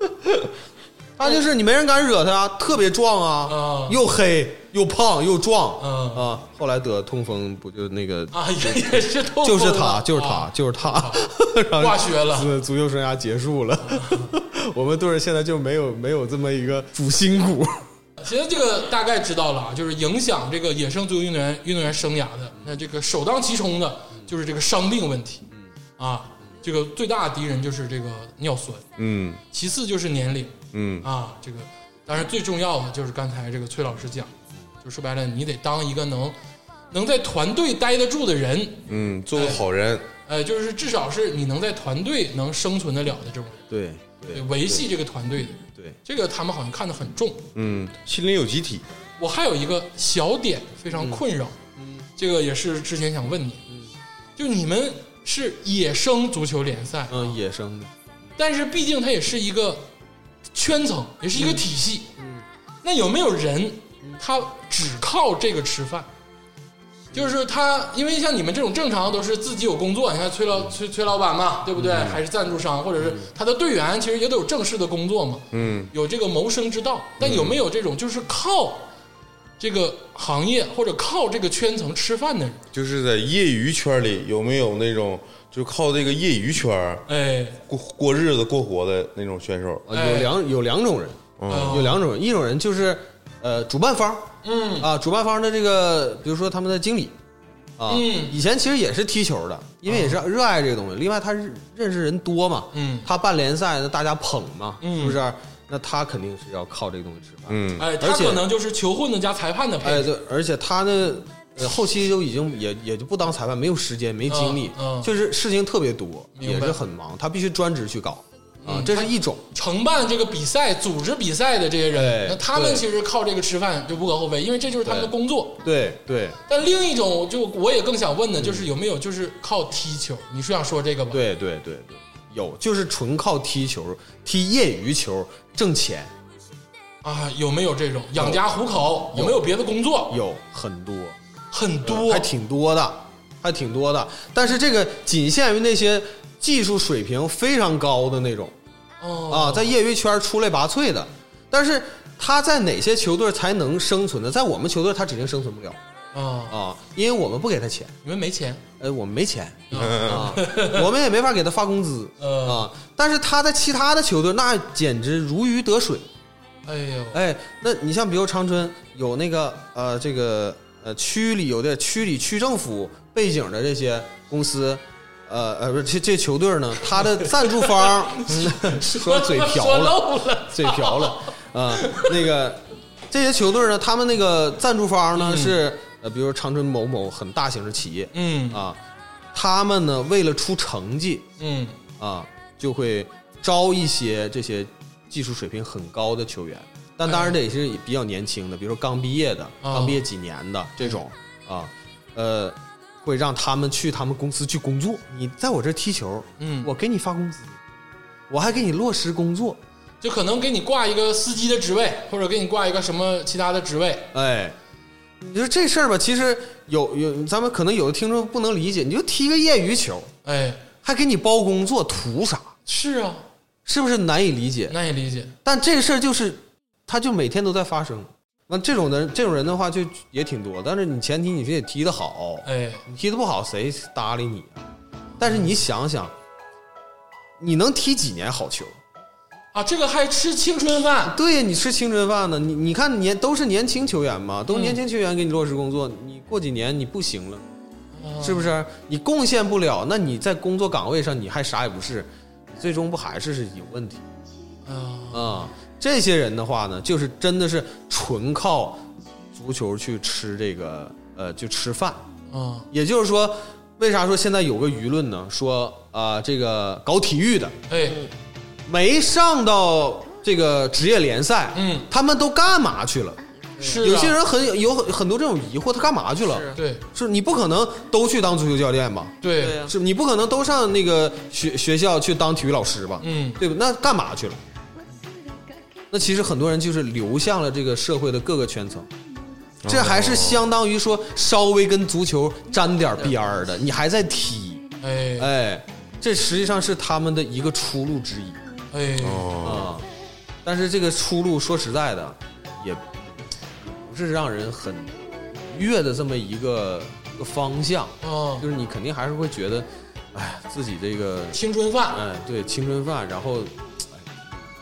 Speaker 5: 他就是你没人敢惹他，特别壮啊
Speaker 1: 啊，
Speaker 5: 又黑又胖又壮
Speaker 1: 嗯
Speaker 5: 啊。后来得痛风，不就那个
Speaker 1: 啊，也也是痛
Speaker 5: 就是
Speaker 1: 风
Speaker 5: 他，
Speaker 1: 了
Speaker 5: 就是
Speaker 1: 啊
Speaker 5: 他，就是他， 然后
Speaker 1: 挂靴了
Speaker 5: 足足球生涯结束 了。我们队儿现在就没有没有这么一个主心骨。
Speaker 1: 其实这个大概知道了啊，就是影响这个野生足球运动员运动员生涯的，那这个首当其冲的
Speaker 5: 嗯
Speaker 1: 就是这个伤病问题，啊，这个最大的敌人就是这个尿酸，
Speaker 3: 嗯
Speaker 1: 其次就是年龄
Speaker 3: 嗯，
Speaker 1: 啊，这个当然最重要的就是刚才这个崔老师讲，就说白了，你得当一个能能在团队待得住的人，
Speaker 3: 嗯，做个好人，
Speaker 1: 呃，就是至少是你能在团队能生存得了的这种人，
Speaker 3: 对
Speaker 1: 对，维系这个团队的人，
Speaker 3: 对，
Speaker 1: 这个他们好像看得很重。
Speaker 3: 嗯，心里有集体，
Speaker 1: 我还有一个小点非常困扰，这个也是之前想问你，就你们是野生足球联赛，
Speaker 5: 嗯，野生的，
Speaker 1: 但是毕竟它也是一个圈层，也是一个体系。嗯，那有没有人他只靠这个吃饭？就是他，因为像你们这种正常都是自己有工作，你看崔老崔崔老板嘛，对不对？还是赞助商，或者是他的队员，其实也都有正式的工作嘛，
Speaker 3: 嗯，
Speaker 1: 有这个谋生之道。但有没有这种就是靠这个行业或者靠这个圈层吃饭的人？
Speaker 3: 就是在业余圈里有没有那种就靠这个业余圈
Speaker 1: 哎，
Speaker 3: 过过日子过活的那种选手？
Speaker 5: 呃
Speaker 1: 哎
Speaker 5: 有两有两种人，
Speaker 1: 哦
Speaker 5: 有两种人，一种人就是呃主办方，
Speaker 1: 嗯
Speaker 5: 啊，主办方的这个，比如说他们的经理啊，
Speaker 1: 嗯哦
Speaker 5: 以前其实也是踢球的，因为也是热爱这个东西。另外，他认认识人多嘛，
Speaker 1: 嗯
Speaker 5: 他办联赛那大家捧嘛，
Speaker 1: 嗯
Speaker 5: 是不是？那他肯定是要靠这个东西吃饭。
Speaker 3: 嗯，
Speaker 1: 哎，
Speaker 5: 而
Speaker 1: 他
Speaker 5: 且
Speaker 1: 可能就是球混的加裁判的配置。
Speaker 5: 哎，对，而且他呢，呃后期就已经也也就不当裁判，没有时间，没精力，
Speaker 1: 嗯嗯
Speaker 5: 就是事情特别多，
Speaker 1: 明白
Speaker 5: 也是很忙，他必须专职去搞啊，
Speaker 1: 嗯
Speaker 5: 这是一种。
Speaker 1: 承办这个比赛、组织比赛的这些人
Speaker 5: 对，
Speaker 1: 那他们其实靠这个吃饭就无可厚非，因为这就是他们的工作。
Speaker 5: 对对
Speaker 1: 但另一种，就我也更想问的，就是有没有就是靠踢球？你是想说这个吧？，
Speaker 5: 对对对对，有就是纯靠踢球、踢业余球挣钱。
Speaker 1: 啊，有没有这种养家糊口？有没有别的工作？
Speaker 5: 有很多，
Speaker 1: 很哦多
Speaker 5: 还，挺多的，还挺多的。但是这个仅限于那些技术水平非常高的那种
Speaker 1: 哦
Speaker 5: 啊，在业余圈出类拔萃的。但是他在哪些球队才能生存呢？在我们球队他指定生存不了
Speaker 1: 啊，
Speaker 5: 啊，因为我们不给他钱，
Speaker 1: 你们没钱，
Speaker 5: 呃，我们没钱
Speaker 1: 啊
Speaker 5: 啊，我们也没法给他发工资
Speaker 1: 嗯
Speaker 5: 啊。但是他在其他的球队那简直如鱼得水。
Speaker 1: 哎呦，
Speaker 5: 哎，那你像比如长春有那个呃，这个呃区里有的区里区政府背景的这些公司，呃呃，不是这这球队呢，它的赞助方 嗯说嘴瓢
Speaker 1: 说
Speaker 5: 了，
Speaker 1: 漏了，
Speaker 5: 嘴瓢 了啊、那个这些球队呢，他们那个赞助方呢、是呃，比如长春某某很大型的企业
Speaker 1: 嗯
Speaker 5: 啊，他们呢为了出成绩
Speaker 1: 嗯，
Speaker 5: 啊，就会招一些这些技术水平很高的球员，但当
Speaker 1: 哎
Speaker 5: 然得是比较年轻的，比如说刚毕业的、
Speaker 1: 啊
Speaker 5: 刚毕业几年的这种
Speaker 1: 嗯
Speaker 5: 啊，呃，会让他们去他们公司去工作。你在我这儿踢球，
Speaker 1: 嗯
Speaker 5: 我给你发工资，我还给你落实工作，
Speaker 1: 就可能给你挂一个司机的职位，或者给你挂一个什么其他的职位，
Speaker 5: 哎。你说这事儿吧，其实有有，咱们可能有的听众不能理解，你就踢个业余球，
Speaker 1: 哎，
Speaker 5: 还给你包工作，图啥？
Speaker 1: 是啊，
Speaker 5: 是不是难以理解？
Speaker 1: 难以理解，
Speaker 5: 但这个事儿就是，他就每天都在发生。那这种人，这种人的话就也挺多，但是你前提你非得踢得好，
Speaker 1: 哎，
Speaker 5: 你踢得不好谁搭理你啊？但是你想想，你能踢几年好球？
Speaker 1: 啊，这个还吃青春饭，
Speaker 5: 对呀，你吃青春饭呢？你你看年都是年轻球员嘛，都是年轻球员给你落实工作，你过几年你不行了，是不是？你贡献不了，那你在工作岗位上你还啥也不是，你最终不还是是有问题？
Speaker 1: 啊，
Speaker 5: 啊、这些人的话呢，就是真的是纯靠足球去吃这个呃，就吃饭。
Speaker 1: 啊，
Speaker 5: 也就是说，为啥说现在有个舆论呢？说啊、这个搞体育的
Speaker 1: 哎，
Speaker 5: 没上到这个职业联赛，
Speaker 1: 嗯，
Speaker 5: 他们都干嘛去了？
Speaker 1: 是啊
Speaker 5: 有些人很有很很多这种疑惑，他干嘛去了？
Speaker 2: 是
Speaker 1: 对
Speaker 5: 是你不可能都去当足球教练吧？
Speaker 2: 对
Speaker 1: 对，
Speaker 2: 呀，
Speaker 5: 是你不可能都上那个学学校去当体育老师吧？
Speaker 1: 嗯
Speaker 5: 对吧？那干嘛去了？那其实很多人就是流向了这个社会的各个圈层，这还是相当于说稍微跟足球沾点边儿的，你还在踢，
Speaker 1: 哎
Speaker 5: 哎，这实际上是他们的一个出路之一
Speaker 1: 哎，
Speaker 3: 哦
Speaker 5: 啊。但是这个出路说实在的，也不是让人很愉悦的这么一个一个方向，
Speaker 1: 啊，
Speaker 5: 就是你肯定还是会觉得，哎，自己这个
Speaker 1: 青春饭
Speaker 5: 哎，对，青春饭，然后哎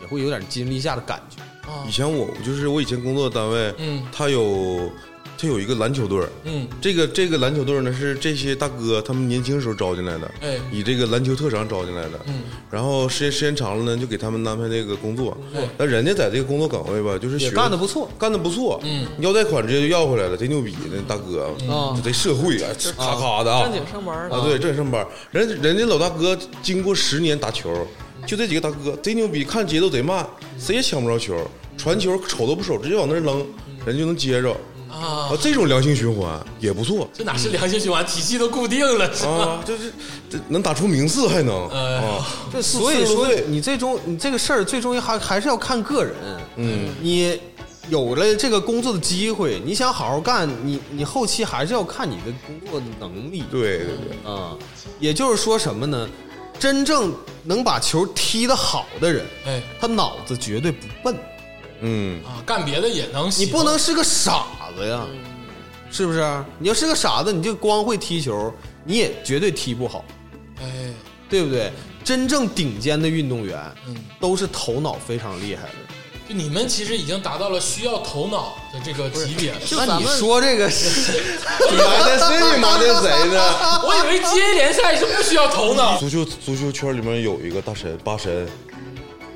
Speaker 5: 也会有点金立下的感觉。
Speaker 1: 啊
Speaker 3: 以，前我就是我以前工作的单位，
Speaker 1: 嗯
Speaker 3: 他有他有一个篮球队儿，
Speaker 1: 嗯，
Speaker 3: 这个这个篮球队儿呢是这些大哥他们年轻时候招进来的，
Speaker 1: 哎
Speaker 3: 以这个篮球特长招进来的，嗯，然后时间时间长了呢，就给他们安排这个工作，
Speaker 1: 作
Speaker 3: 那人家在这个工作岗位吧，就是
Speaker 5: 也
Speaker 3: 学
Speaker 5: 干得不错，
Speaker 3: 干得不错，嗯，腰带款直接就要回来了，贼牛逼，那大哥嗯
Speaker 5: 啊
Speaker 3: 贼社会啊，咔咔的啊，
Speaker 2: 正经上班
Speaker 3: 啊，
Speaker 2: 的，
Speaker 3: 对，正经上班，人人家老大哥经过十年打球，就这几个大哥贼牛逼，看节奏贼慢，谁也抢不着球，传球瞅都不瞅，直接往那儿扔，人就能接着。
Speaker 1: 啊
Speaker 3: 啊，，这种良性循环也不错
Speaker 1: 这哪是良性循环，体系都固定了，是吧？呃
Speaker 3: 啊，就是这能打出名次还能啊，
Speaker 5: 这所以
Speaker 3: 四十多
Speaker 5: 说
Speaker 3: 岁
Speaker 5: 你最终你这个事儿最终还还是要看个人，嗯，你有了这个工作的机会，你想好好干，你你后期还是要看你的工作能力，
Speaker 3: 对对对，
Speaker 5: 啊，也就是说什么呢？真正能把球踢得好的人，
Speaker 1: 哎
Speaker 5: 他脑子绝对不笨，
Speaker 3: 嗯，
Speaker 1: 啊，干别的也能行，
Speaker 5: 你不能是个傻子呀，是不是？你要是个傻子，你就光会踢球，你也绝对踢不好，
Speaker 1: 哎，
Speaker 5: 对不对？真正顶尖的运动员，
Speaker 1: 嗯，
Speaker 5: 都是头脑非常厉害的。
Speaker 1: 就你们其实已经达到了需要头脑的这个级别了。
Speaker 5: 那你说这个 是，
Speaker 3: 你埋汰谁？你埋汰谁呢？
Speaker 1: 我以为职业联赛是不需要头脑，
Speaker 3: 足球足球圈里面有一个大神巴神，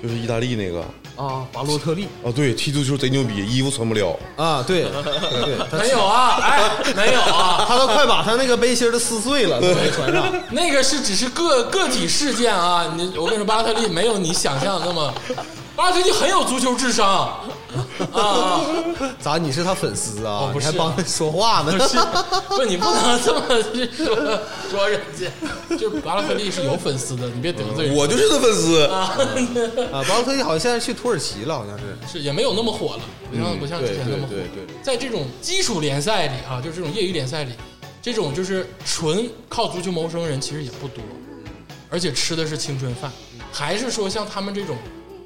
Speaker 3: 就是意大利那个
Speaker 5: 啊，巴洛特利
Speaker 3: 啊，对，踢足球贼牛逼，衣服穿不了，
Speaker 5: 啊，对，对，他
Speaker 1: 没有啊，哎，没有啊，
Speaker 5: 他都快把他那个背心儿都撕碎了，都没穿上。
Speaker 1: 那个是只是个个体事件啊。你我跟你说，巴特利没有你想象的那么，巴特利很有足球智商啊。
Speaker 5: 咋？你是他粉丝啊？
Speaker 1: 哦不是啊
Speaker 5: 你还帮他说话呢？ 啊
Speaker 1: 不是， 不是你不能这么去说说人家，就是巴洛特利是有粉丝的，你别得罪人。
Speaker 3: 我就是他粉丝，
Speaker 5: 啊，巴洛特利好像现在去土耳其了，好像是。
Speaker 1: 是也没有那么火了，不像不像之前那么火。在这种基础联赛里啊，就是这种业余联赛里，这种就是纯靠足球谋生人其实也不多，而且吃的是青春饭。还是说像他们这种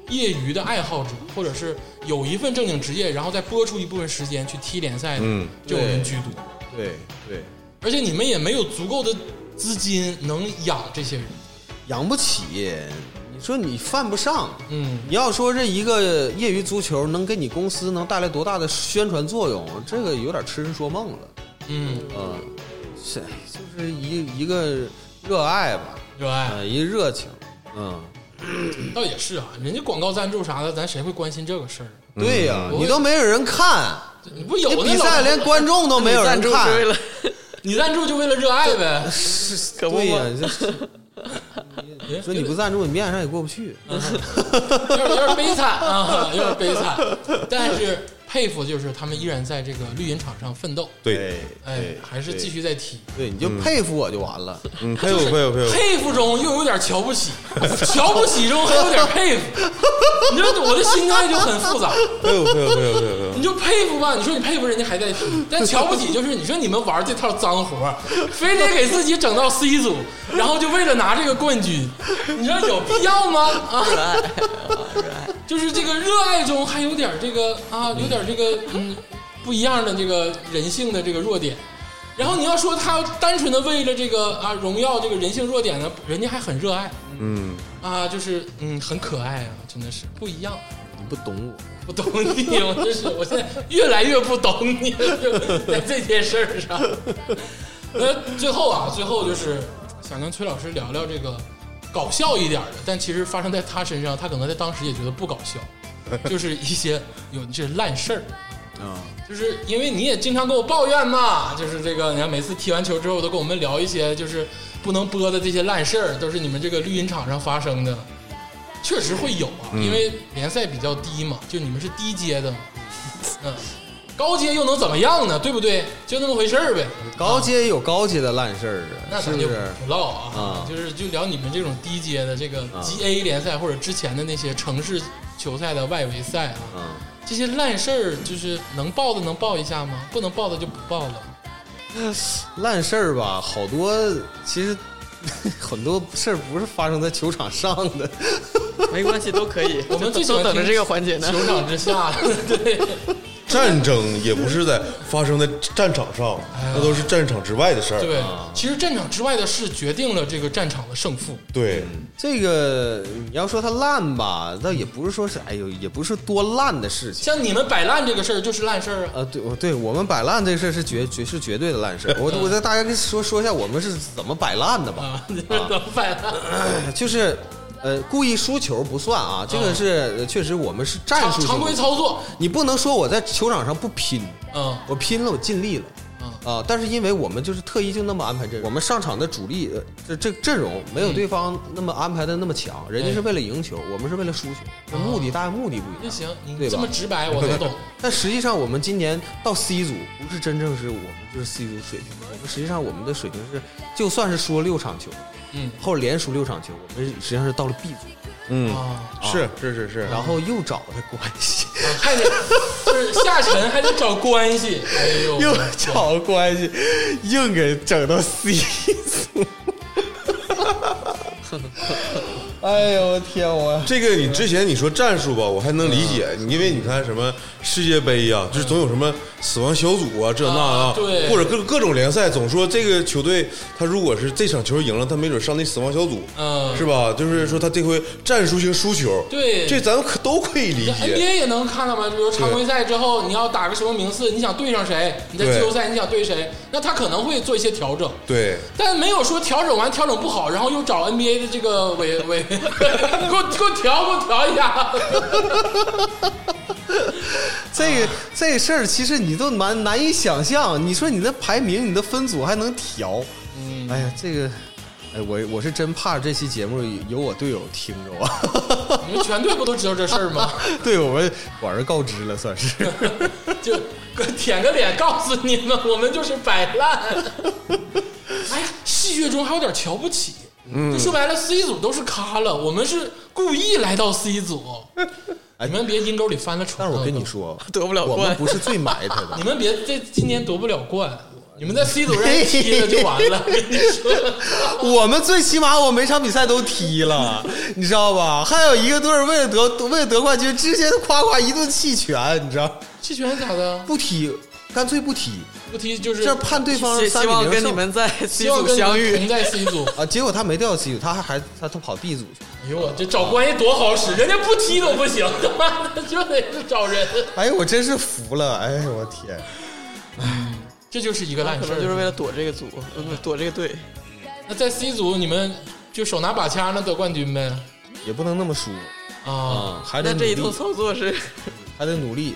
Speaker 1: 业余的爱好者，或者是有一份正经职业，然后再拨出一部分时间去踢联赛的，
Speaker 3: 嗯
Speaker 1: 这种人居多。
Speaker 5: 对对，
Speaker 1: 而且你们也没有足够的资金能养这些人。
Speaker 5: 养不起。你说你犯不上，
Speaker 1: 嗯，
Speaker 5: 你要说这一个业余足球能给你公司能带来多大的宣传作用，这个有点痴人说梦了。
Speaker 1: 嗯，
Speaker 5: 嗯，是就是一一个热爱吧，
Speaker 1: 热爱
Speaker 5: 呃，一热情。嗯，
Speaker 1: 倒也是啊，人家广告赞助啥的，咱谁会关心这个事儿？
Speaker 5: 对呀、
Speaker 1: 嗯
Speaker 5: 你都没有人看，
Speaker 1: 你不有
Speaker 5: 你
Speaker 1: 那
Speaker 5: 比
Speaker 1: 老
Speaker 5: 赛连观众都没有人
Speaker 2: 赞助
Speaker 5: 看
Speaker 2: 是为， 了
Speaker 1: 你赞助就为了热爱呗？
Speaker 2: 可不
Speaker 5: 对呀、
Speaker 2: 嘛
Speaker 5: 你这
Speaker 1: 哎
Speaker 5: 说你不赞助，你面上也过不去。
Speaker 1: 有点有点悲惨啊，有点悲惨。但是佩服，就是他们依然在这个绿茵场上奋斗，
Speaker 3: 对，
Speaker 1: 哎，还是继续在踢。
Speaker 5: 对，你就佩服我就完了。
Speaker 3: 嗯，还有还有还有，
Speaker 1: 佩服中又有点瞧不起，瞧不起中还有点佩服，你知道我的心态就很复杂。
Speaker 3: 还有还有还有还有，
Speaker 1: 你就佩服吧，你说你佩服人家还在踢，但瞧不起就是你说你们玩这套脏活儿，非得给自己整到 C 组，然后就为了拿这个冠军，你说有必要吗？啊，
Speaker 2: 热爱，
Speaker 1: 就是这个热爱中还有点这个啊，有点这个嗯不一样的这个人性的这个弱点。然后你要说他单纯的为了这个啊荣耀这个人性弱点呢，人家还很热爱
Speaker 3: 嗯，
Speaker 1: 啊，就是嗯很可爱啊，真的是不一样。
Speaker 5: 你不懂我，
Speaker 1: 不懂你，我真是，我现在越来越不懂你了，就在这件事儿上。那最后啊，最后就是想跟崔老师聊聊这个搞笑一点儿的，但其实发生在他身上，他可能在当时也觉得不搞笑，就是一些有这烂事儿。就是因为你也经常跟我抱怨嘛，就是这个，你看每次踢完球之后都跟我们聊一些就是不能播的这些烂事儿，都是你们这个绿茵场上发生的，确实会有啊，因为联赛比较低嘛，就你们是低阶的嘛，嗯，高阶又能怎么样呢？对不对？就那么回事儿呗，
Speaker 5: 高阶有高阶的烂事
Speaker 1: 那
Speaker 5: 儿，啊是
Speaker 1: 咱
Speaker 5: 不？
Speaker 1: 就是不唠啊
Speaker 5: 啊，
Speaker 1: 就是就聊你们这种低阶的这个 G A 联赛或者之前的那些城市球赛的外围赛啊，
Speaker 5: 嗯，
Speaker 1: 这些烂事儿就是能报的能报一下吗？不能报的就不报了。
Speaker 5: 烂事儿吧，好多其实 很多事儿不是发生在球场上的，
Speaker 2: 没关系，都可以。
Speaker 1: 我们最喜
Speaker 2: 都
Speaker 1: 欢
Speaker 2: 等着
Speaker 1: 听
Speaker 2: 这个环节呢。
Speaker 1: 球场之下，对，
Speaker 3: 战争也不是在发生在战场上，那都是战场之外的事儿。
Speaker 1: 对，其实战场之外的事决定了这个战场的胜负。
Speaker 3: 对
Speaker 5: 这个你要说它烂吧，倒也不是说是哎呦，也不是多烂的事情。
Speaker 1: 像你们摆烂这个事儿就是烂事儿啊。
Speaker 5: 呃，对，我对我们摆烂这事儿是绝绝是绝对的烂事儿。我我再大概跟说说一下我们是怎么摆烂的吧。啊
Speaker 1: 啊， 你们怎么摆烂？
Speaker 5: 就是呃，故意输球不算啊，这个是、呃确实我们是战
Speaker 1: 常
Speaker 5: 术性
Speaker 1: 常
Speaker 5: 的
Speaker 1: 规操作，
Speaker 5: 你不能说我在球场上不拼，
Speaker 1: 嗯
Speaker 5: 我拼了，我尽力了。啊、但是因为我们就是特意就那么安排阵容，我们上场的主力呃这这阵容没有对方那么安排的那么强，
Speaker 1: 嗯
Speaker 5: 人家是为了赢球，我们是为了输球，这目的大家目的不
Speaker 1: 哦那
Speaker 5: 一样。
Speaker 1: 行，你
Speaker 5: 对吧
Speaker 1: 这么直白 我都懂。
Speaker 5: 但实际上我们今年到 C 组不是真正是我们就是 C 组水平，我们实际上我们的水平是就算是输了六场球，
Speaker 1: 嗯
Speaker 5: 后连输六场球，我们实际上是到了 B 组，
Speaker 3: 嗯，
Speaker 1: 啊，
Speaker 3: 是是是是，
Speaker 5: 然后又找的关系。
Speaker 1: 还得就是下沉，还得找关系。哎呦，
Speaker 5: 又 找关系，硬给整到 C 组。哎呦我天，我
Speaker 3: 这个你之前你说战术吧，我还能理解，
Speaker 1: 嗯
Speaker 3: 因为你看什么世界杯呀、就是总有什么死亡小组啊，这那
Speaker 1: 啊对
Speaker 3: 或者各各种联赛，总说这个球队他如果是这场球赢了，他没准上那死亡小组，
Speaker 1: 嗯
Speaker 3: 是吧？就是说他这回战术性输球，
Speaker 1: 对
Speaker 3: 这咱们可都可以理
Speaker 1: 这
Speaker 3: 解。
Speaker 1: NBA 也能看到吗？比如常规赛之后，你要打个什么名次，你想对上谁？你在
Speaker 3: 对
Speaker 1: 季后赛你想对谁？那他可能会做一些调整，
Speaker 3: 对，
Speaker 1: 但没有说调整完调整不好，然后又找 NBA 的这个委委， 给我给我调给我调一下。
Speaker 5: 这个这事儿，其实你都难难以想象。你说你的排名，你的分组还能调？
Speaker 2: 嗯
Speaker 5: 哎呀，这个，哎，我我是真怕这期节目有我队友听着啊。
Speaker 1: 你们全队不都知道这事儿吗？
Speaker 5: 对我们广而告之了，算 是。
Speaker 1: 就舔个脸告诉你们，我们就是摆烂。哎呀，戏谑中还有点瞧不起。嗯，就说白了，C 组都是咖了，我们是故意来到 C 组。
Speaker 2: 哎
Speaker 1: 你们别阴沟里翻了船
Speaker 5: 但
Speaker 1: 了。
Speaker 5: 是我跟你说，
Speaker 2: 哦得不了
Speaker 5: 我
Speaker 2: 冠
Speaker 5: 们不是最埋汰的
Speaker 1: 都，。你们别这今年夺不了冠，你们在 C 组让人踢了就完 了。跟你说，
Speaker 5: 我们最起码我每场比赛都踢了，你知道吧？还有一个队儿为了得为了得冠军，直接夸夸一顿弃权，你知道？
Speaker 1: 弃权咋的？
Speaker 5: 不踢，干脆不踢，
Speaker 1: 不踢就是
Speaker 5: 这判对方
Speaker 2: 希
Speaker 5: 三
Speaker 2: 希
Speaker 5: 比
Speaker 2: 望
Speaker 5: 零
Speaker 2: 跟
Speaker 5: 胜
Speaker 2: 你们在 C
Speaker 1: 希望
Speaker 2: 组
Speaker 1: 跟你
Speaker 2: 相
Speaker 1: 们
Speaker 2: 遇
Speaker 1: 同。在 C 组。
Speaker 5: 啊！结果他没掉 C 组，他还还他都跑 B 组去。
Speaker 1: 哎呦我这找关系多好使，人家不踢都不行，他妈的就得找人，
Speaker 5: 哎呦，我真是服了！哎呦，我天！
Speaker 1: 这就是一个烂
Speaker 2: 可
Speaker 1: 事
Speaker 2: 能
Speaker 1: 儿。
Speaker 2: 就是为了躲这个组，呃不躲这个 队。
Speaker 1: 那在 C 组你们就手拿把掐那得冠军呗
Speaker 5: 也不能那么输
Speaker 1: 啊
Speaker 5: 啊，还得
Speaker 2: 那
Speaker 5: 努
Speaker 2: 这一套
Speaker 5: 力，
Speaker 2: 操作 是
Speaker 5: 还得努力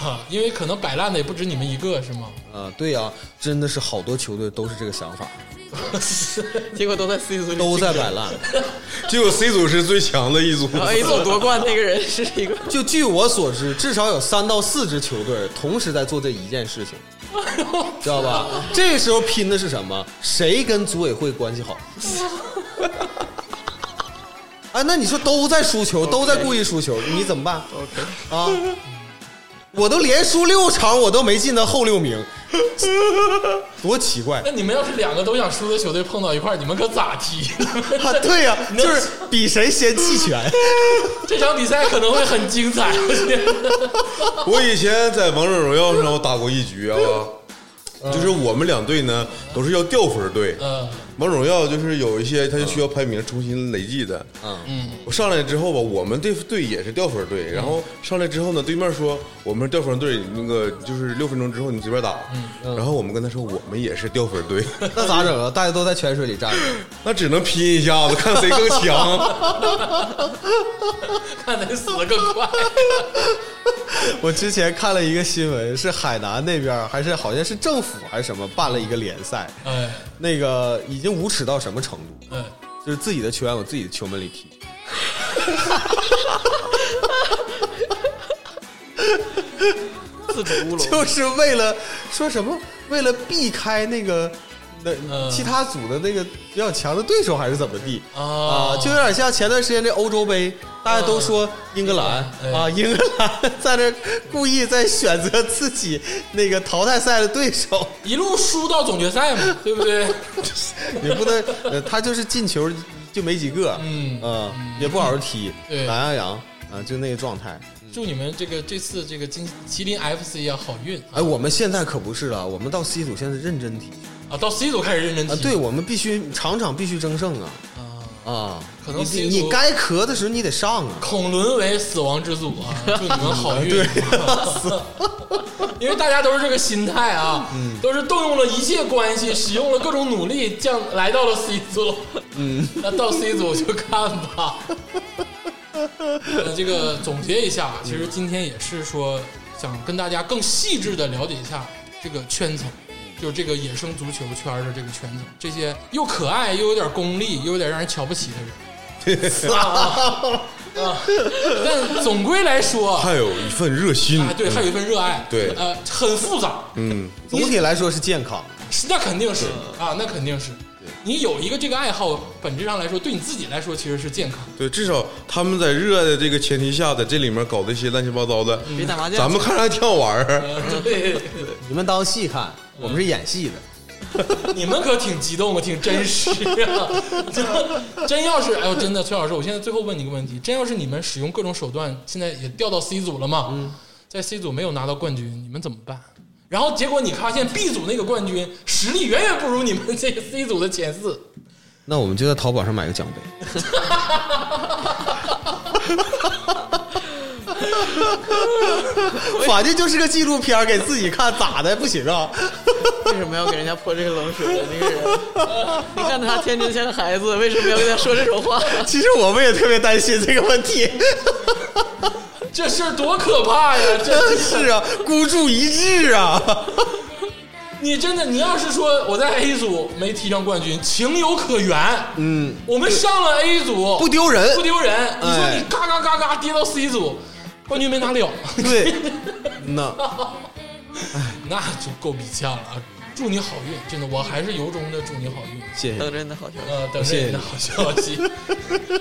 Speaker 1: 啊！ 因为可能摆烂的也不止你们一个是吗？
Speaker 5: 啊！对呀、真的是好多球队都是这个想法，
Speaker 2: 结果都在 C 组里
Speaker 5: 都在
Speaker 2: 竞争
Speaker 5: 摆烂。
Speaker 3: 结果 C 组是最强的一组，
Speaker 1: 啊
Speaker 2: 然后 A 组夺冠那个人是一个，
Speaker 5: 就据我所知，至少有三到四支球队同时在做这一件事情，知道吧？这时候拼的是什么？谁跟组委会关系好？哎，那你说都在输球，都在故意输球，你怎么办
Speaker 2: OK
Speaker 5: 啊？我都连输六场，我都没进到后六名，多奇怪！
Speaker 1: 那你们要是两个都想输的球队碰到一块儿，你们可咋踢？
Speaker 5: 啊， 对呀、就是比谁先弃权。
Speaker 1: 这场比赛可能会很精彩。我觉得
Speaker 3: 我以前在王者荣耀上我打过一局啊，就是我们两队呢都是要掉分队，
Speaker 1: 嗯
Speaker 3: 王者荣耀就是有一些它就需要排名重新累计的。
Speaker 1: 嗯，
Speaker 3: 我上来之后吧，我们这队也是掉分队，然后上来之后呢，对面说我们是掉分队，那个就是六分钟之后你随便打。
Speaker 1: 嗯
Speaker 3: 然后我们跟他说我们也是掉分队，
Speaker 5: 那咋整啊？大家都在泉水里站着，
Speaker 3: 那只能拼一下子，看谁更 强。
Speaker 1: 看谁死的更快。
Speaker 5: 我之前看了一个新闻，是海南那边儿还是好像是政府还是什么办了一个联赛，
Speaker 1: 哎
Speaker 5: 那个已经无耻到什么程度？
Speaker 1: 哎，
Speaker 5: 就是自己的球员往自己的球门里踢。
Speaker 2: 自主乌龙。
Speaker 5: 就是为了说什么？为了避开那个那
Speaker 1: 嗯
Speaker 5: 其他组的那个比较强的对手，还是怎么地
Speaker 1: 哦
Speaker 5: 啊？就有点像前段时间这欧洲杯，大家都说英格兰
Speaker 1: 嗯
Speaker 5: 啊，英格兰 在那故意在选择自己那个淘汰赛的对手，
Speaker 1: 一路输到总决赛嘛，对不对？
Speaker 5: 也不能，呃他就是进球就没几个，
Speaker 1: 嗯
Speaker 5: 啊，也不好好踢，
Speaker 1: 对
Speaker 5: 呃懒洋洋啊，就那个状态。嗯
Speaker 1: 祝你们这个这次这个金麒麟 FC 要好运
Speaker 5: 哎，我们现在可不是了，我们到 C 组现在认真踢
Speaker 1: 啊！到 C 组开始认真
Speaker 5: 啊，
Speaker 1: 踢
Speaker 5: 对我们必须场场必须争胜啊
Speaker 1: 啊，
Speaker 5: 啊！
Speaker 1: 可能
Speaker 5: 你
Speaker 1: C
Speaker 5: 你
Speaker 1: 组
Speaker 5: 该咳的时候你得上 啊，
Speaker 1: 恐沦为死亡之组啊！祝你们好运， 因为大家都是这个心态啊，都是动用了一切关系，使用了各种努力，降来到了 C 组，嗯，那到 C 组就看吧。呃，这个总结一下，其实今天也是说想跟大家更细致的了解一下这个圈层，就是这个野生足球圈的这个圈层，这些又可爱又有点功利，又有点让人瞧不起的人。但总归来说啊，
Speaker 3: 还有一份热心，
Speaker 1: 对，还有一份热爱，
Speaker 3: 对
Speaker 1: 呃，很复杂，
Speaker 3: 嗯，
Speaker 5: 总体来说是健康。
Speaker 1: 是那肯定是啊，那肯定是。你有一个这个爱好，本质上来说，对你自己来说其实是健康。
Speaker 3: 对，至少他们在热爱的这个前提下，在这里面搞这些乱七八糟的，
Speaker 1: 嗯
Speaker 2: 别打
Speaker 5: 啊
Speaker 2: 麻将，
Speaker 3: 咱们看着还挺好玩儿。
Speaker 1: 呃对，
Speaker 5: 你们当戏看，我们是演戏的。
Speaker 1: 你们可挺激动啊，挺真实啊。 真真要是，哎呦，真的，崔老师，我现在最后问你一个问题：真要是你们使用各种手段，现在也掉到 C 组了嘛？在 C 组没有拿到冠军，你们怎么办？然后结果你发现 B 组那个冠军实力远远不如你们这个 C 组的前四，
Speaker 5: 那我们就在淘宝上买个奖 杯，反正就是个纪录片儿，给自己看咋的不行啊？
Speaker 2: 为什么要给人家泼这个冷水？那个人， 你看他天真像个孩子，为什么要跟他说这种 话？
Speaker 5: 其实我们也特别担心这个问题，
Speaker 1: 这事儿多可怕呀！这
Speaker 5: 是啊，孤注一掷啊，
Speaker 1: 你真的，你要是说我在 A 组没踢上冠军，情有可原。嗯，我们上了 A 组
Speaker 5: 不丢人
Speaker 1: 不。丢人。你说
Speaker 5: 哎
Speaker 1: 你嘎嘎嘎嘎跌到 C 组，冠军没拿了，
Speaker 5: 对，那
Speaker 1: 那就够逼呛了啊！祝你好运，真的，我还是由衷的祝你好运。
Speaker 5: 谢谢
Speaker 2: 等着你的好 消息。
Speaker 1: 呃，等着
Speaker 5: 谢谢
Speaker 1: 你的好消息，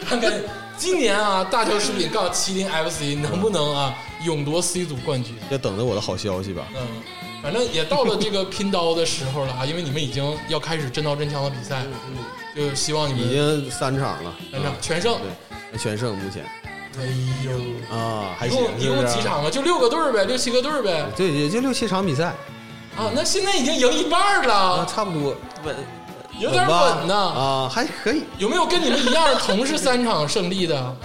Speaker 1: 看看今年啊，大乔食品杠麒麟 FC 能不能啊勇夺 C 组冠军。
Speaker 5: 要等着我的好消息吧。
Speaker 1: 嗯，反正也到了这个拼刀的时候了啊，因为你们已经要开始真刀真枪的比赛了，就希望你
Speaker 5: 已
Speaker 1: 们
Speaker 5: 经嗯三场了，
Speaker 1: 全场全胜。
Speaker 5: 对，全胜目前
Speaker 1: 哎呦，
Speaker 5: 啊，还
Speaker 1: 一
Speaker 5: 行，
Speaker 1: 共一
Speaker 5: 是不
Speaker 1: 共
Speaker 5: 是
Speaker 1: 几？场啊？就六个队儿呗，六七个队儿呗。
Speaker 5: 对，也就六七场比赛
Speaker 1: 啊，那现在已经赢一半儿
Speaker 5: 啊，
Speaker 1: 了，
Speaker 5: 差不多
Speaker 2: 稳，
Speaker 1: 有点
Speaker 5: 吧
Speaker 1: 稳呢。
Speaker 5: 啊，还可以，
Speaker 1: 有没有跟你们一样同是三场胜利的？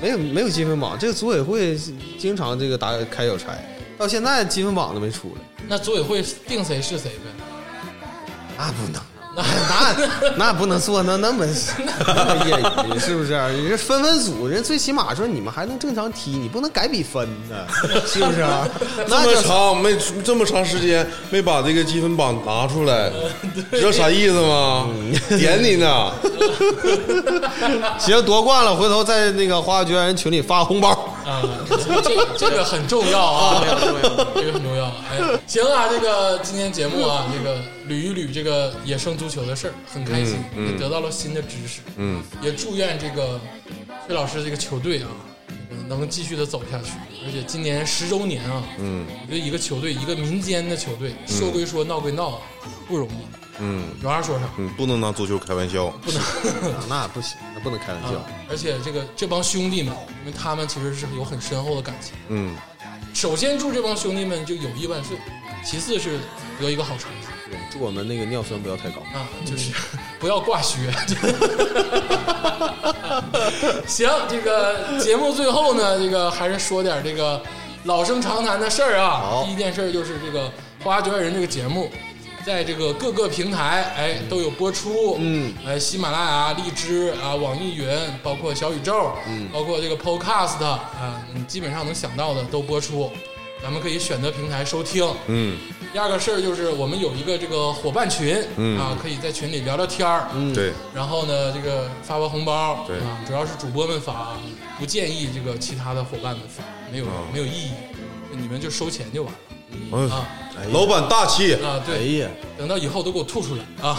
Speaker 5: 没有没有积分榜，这个组委会经常这个打开小差，到现在积分榜都没出来，
Speaker 1: 那组委会定谁是谁呗？
Speaker 5: 那不能。
Speaker 1: 那
Speaker 5: 那那不能做，那那 么那么业余是不是？人家分分组，人最起码说你们还能正常踢，你不能改比分 呢，是不是？
Speaker 3: 这
Speaker 5: 那
Speaker 3: 么
Speaker 5: 就
Speaker 3: 长没这么长时间没把这个积分榜拿出 来，知道啥意思吗？
Speaker 5: 嗯
Speaker 3: 点你 呢，
Speaker 5: 行，夺冠了，回头在那个花花局外人群里发红包。
Speaker 1: 啊，这个这个很重要啊，这个很重要。哎，行啊，这个今天节目啊，这个捋一捋这个野生足球的事儿，很开心，也得到了新的知识。嗯，也祝愿这个崔老师这个球队啊，嗯能继续的走下去。而且今年十周年啊，嗯，我觉得一个球队，一个民间的球队，说归说，闹归闹啊，不容易。嗯，有啥说啥。
Speaker 3: 嗯，不能拿足球开玩笑。
Speaker 5: 那不行，那不能开玩笑
Speaker 1: 啊。而且这个这帮兄弟们，因为他们其实是有很深厚的感情。
Speaker 3: 嗯，
Speaker 1: 首先祝这帮兄弟们就友谊万岁，其次是得一个好成绩
Speaker 5: 祝我们那个尿酸不要太高。
Speaker 1: 啊，就是 不要挂靴。 行，这个节目最后呢，这个还是说点这个老生常谈的事儿啊。第一件事儿就是这个《花卷人》这个节目。在这个各个平台，哎，都有播出，嗯，哎，喜马拉雅、荔枝啊、网易云，包括小宇宙，嗯，包括这个 Podcast 啊，你基本上能想到的都播出，咱们可以选择平台收听，
Speaker 3: 嗯，
Speaker 1: 第二个事儿就是我们有一个这个伙伴群，
Speaker 3: 嗯
Speaker 1: 啊，可以在群里聊聊天儿，嗯，
Speaker 3: 对，
Speaker 1: 然后呢，这个发发红包，
Speaker 3: 对
Speaker 1: 啊，主要是主播们发，啊，不建议这个其他的伙伴们发，没有、没有意义，你们就收钱就完了
Speaker 5: 嗯
Speaker 3: 哎
Speaker 1: 啊
Speaker 3: 老板大气，
Speaker 1: 啊，
Speaker 5: 哎
Speaker 1: 对，
Speaker 5: 呀，
Speaker 1: 等到以后都给我吐出来啊！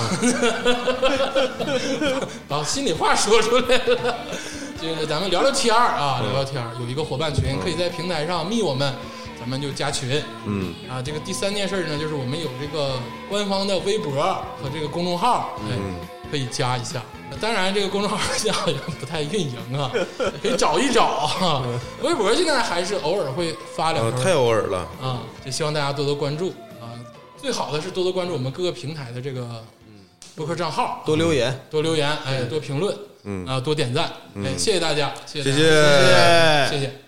Speaker 1: 把心里话说出来了，就是咱们聊聊天儿啊，聊聊天儿。有一个伙伴群，可以在平台上密我们，咱们就加群。嗯，啊，这个第三件事呢，就是我们有这个官方的微博和这个公众号，哎，可以加一下。当然，这个公众号现在好像不太运营啊，可以找一找啊。微博现在还是偶尔会发两
Speaker 5: 嗯
Speaker 3: 啊，
Speaker 1: 条
Speaker 3: 太偶尔了。
Speaker 1: 啊，就希望大家多多关注啊。最好的是多多关注我们各个平台的这个博客账号，
Speaker 5: 多留言，
Speaker 1: 多嗯留言，哎，多评论，嗯啊，多点赞，哎，谢谢大家，谢
Speaker 3: 谢
Speaker 1: 谢
Speaker 3: 谢
Speaker 1: 大家，谢谢。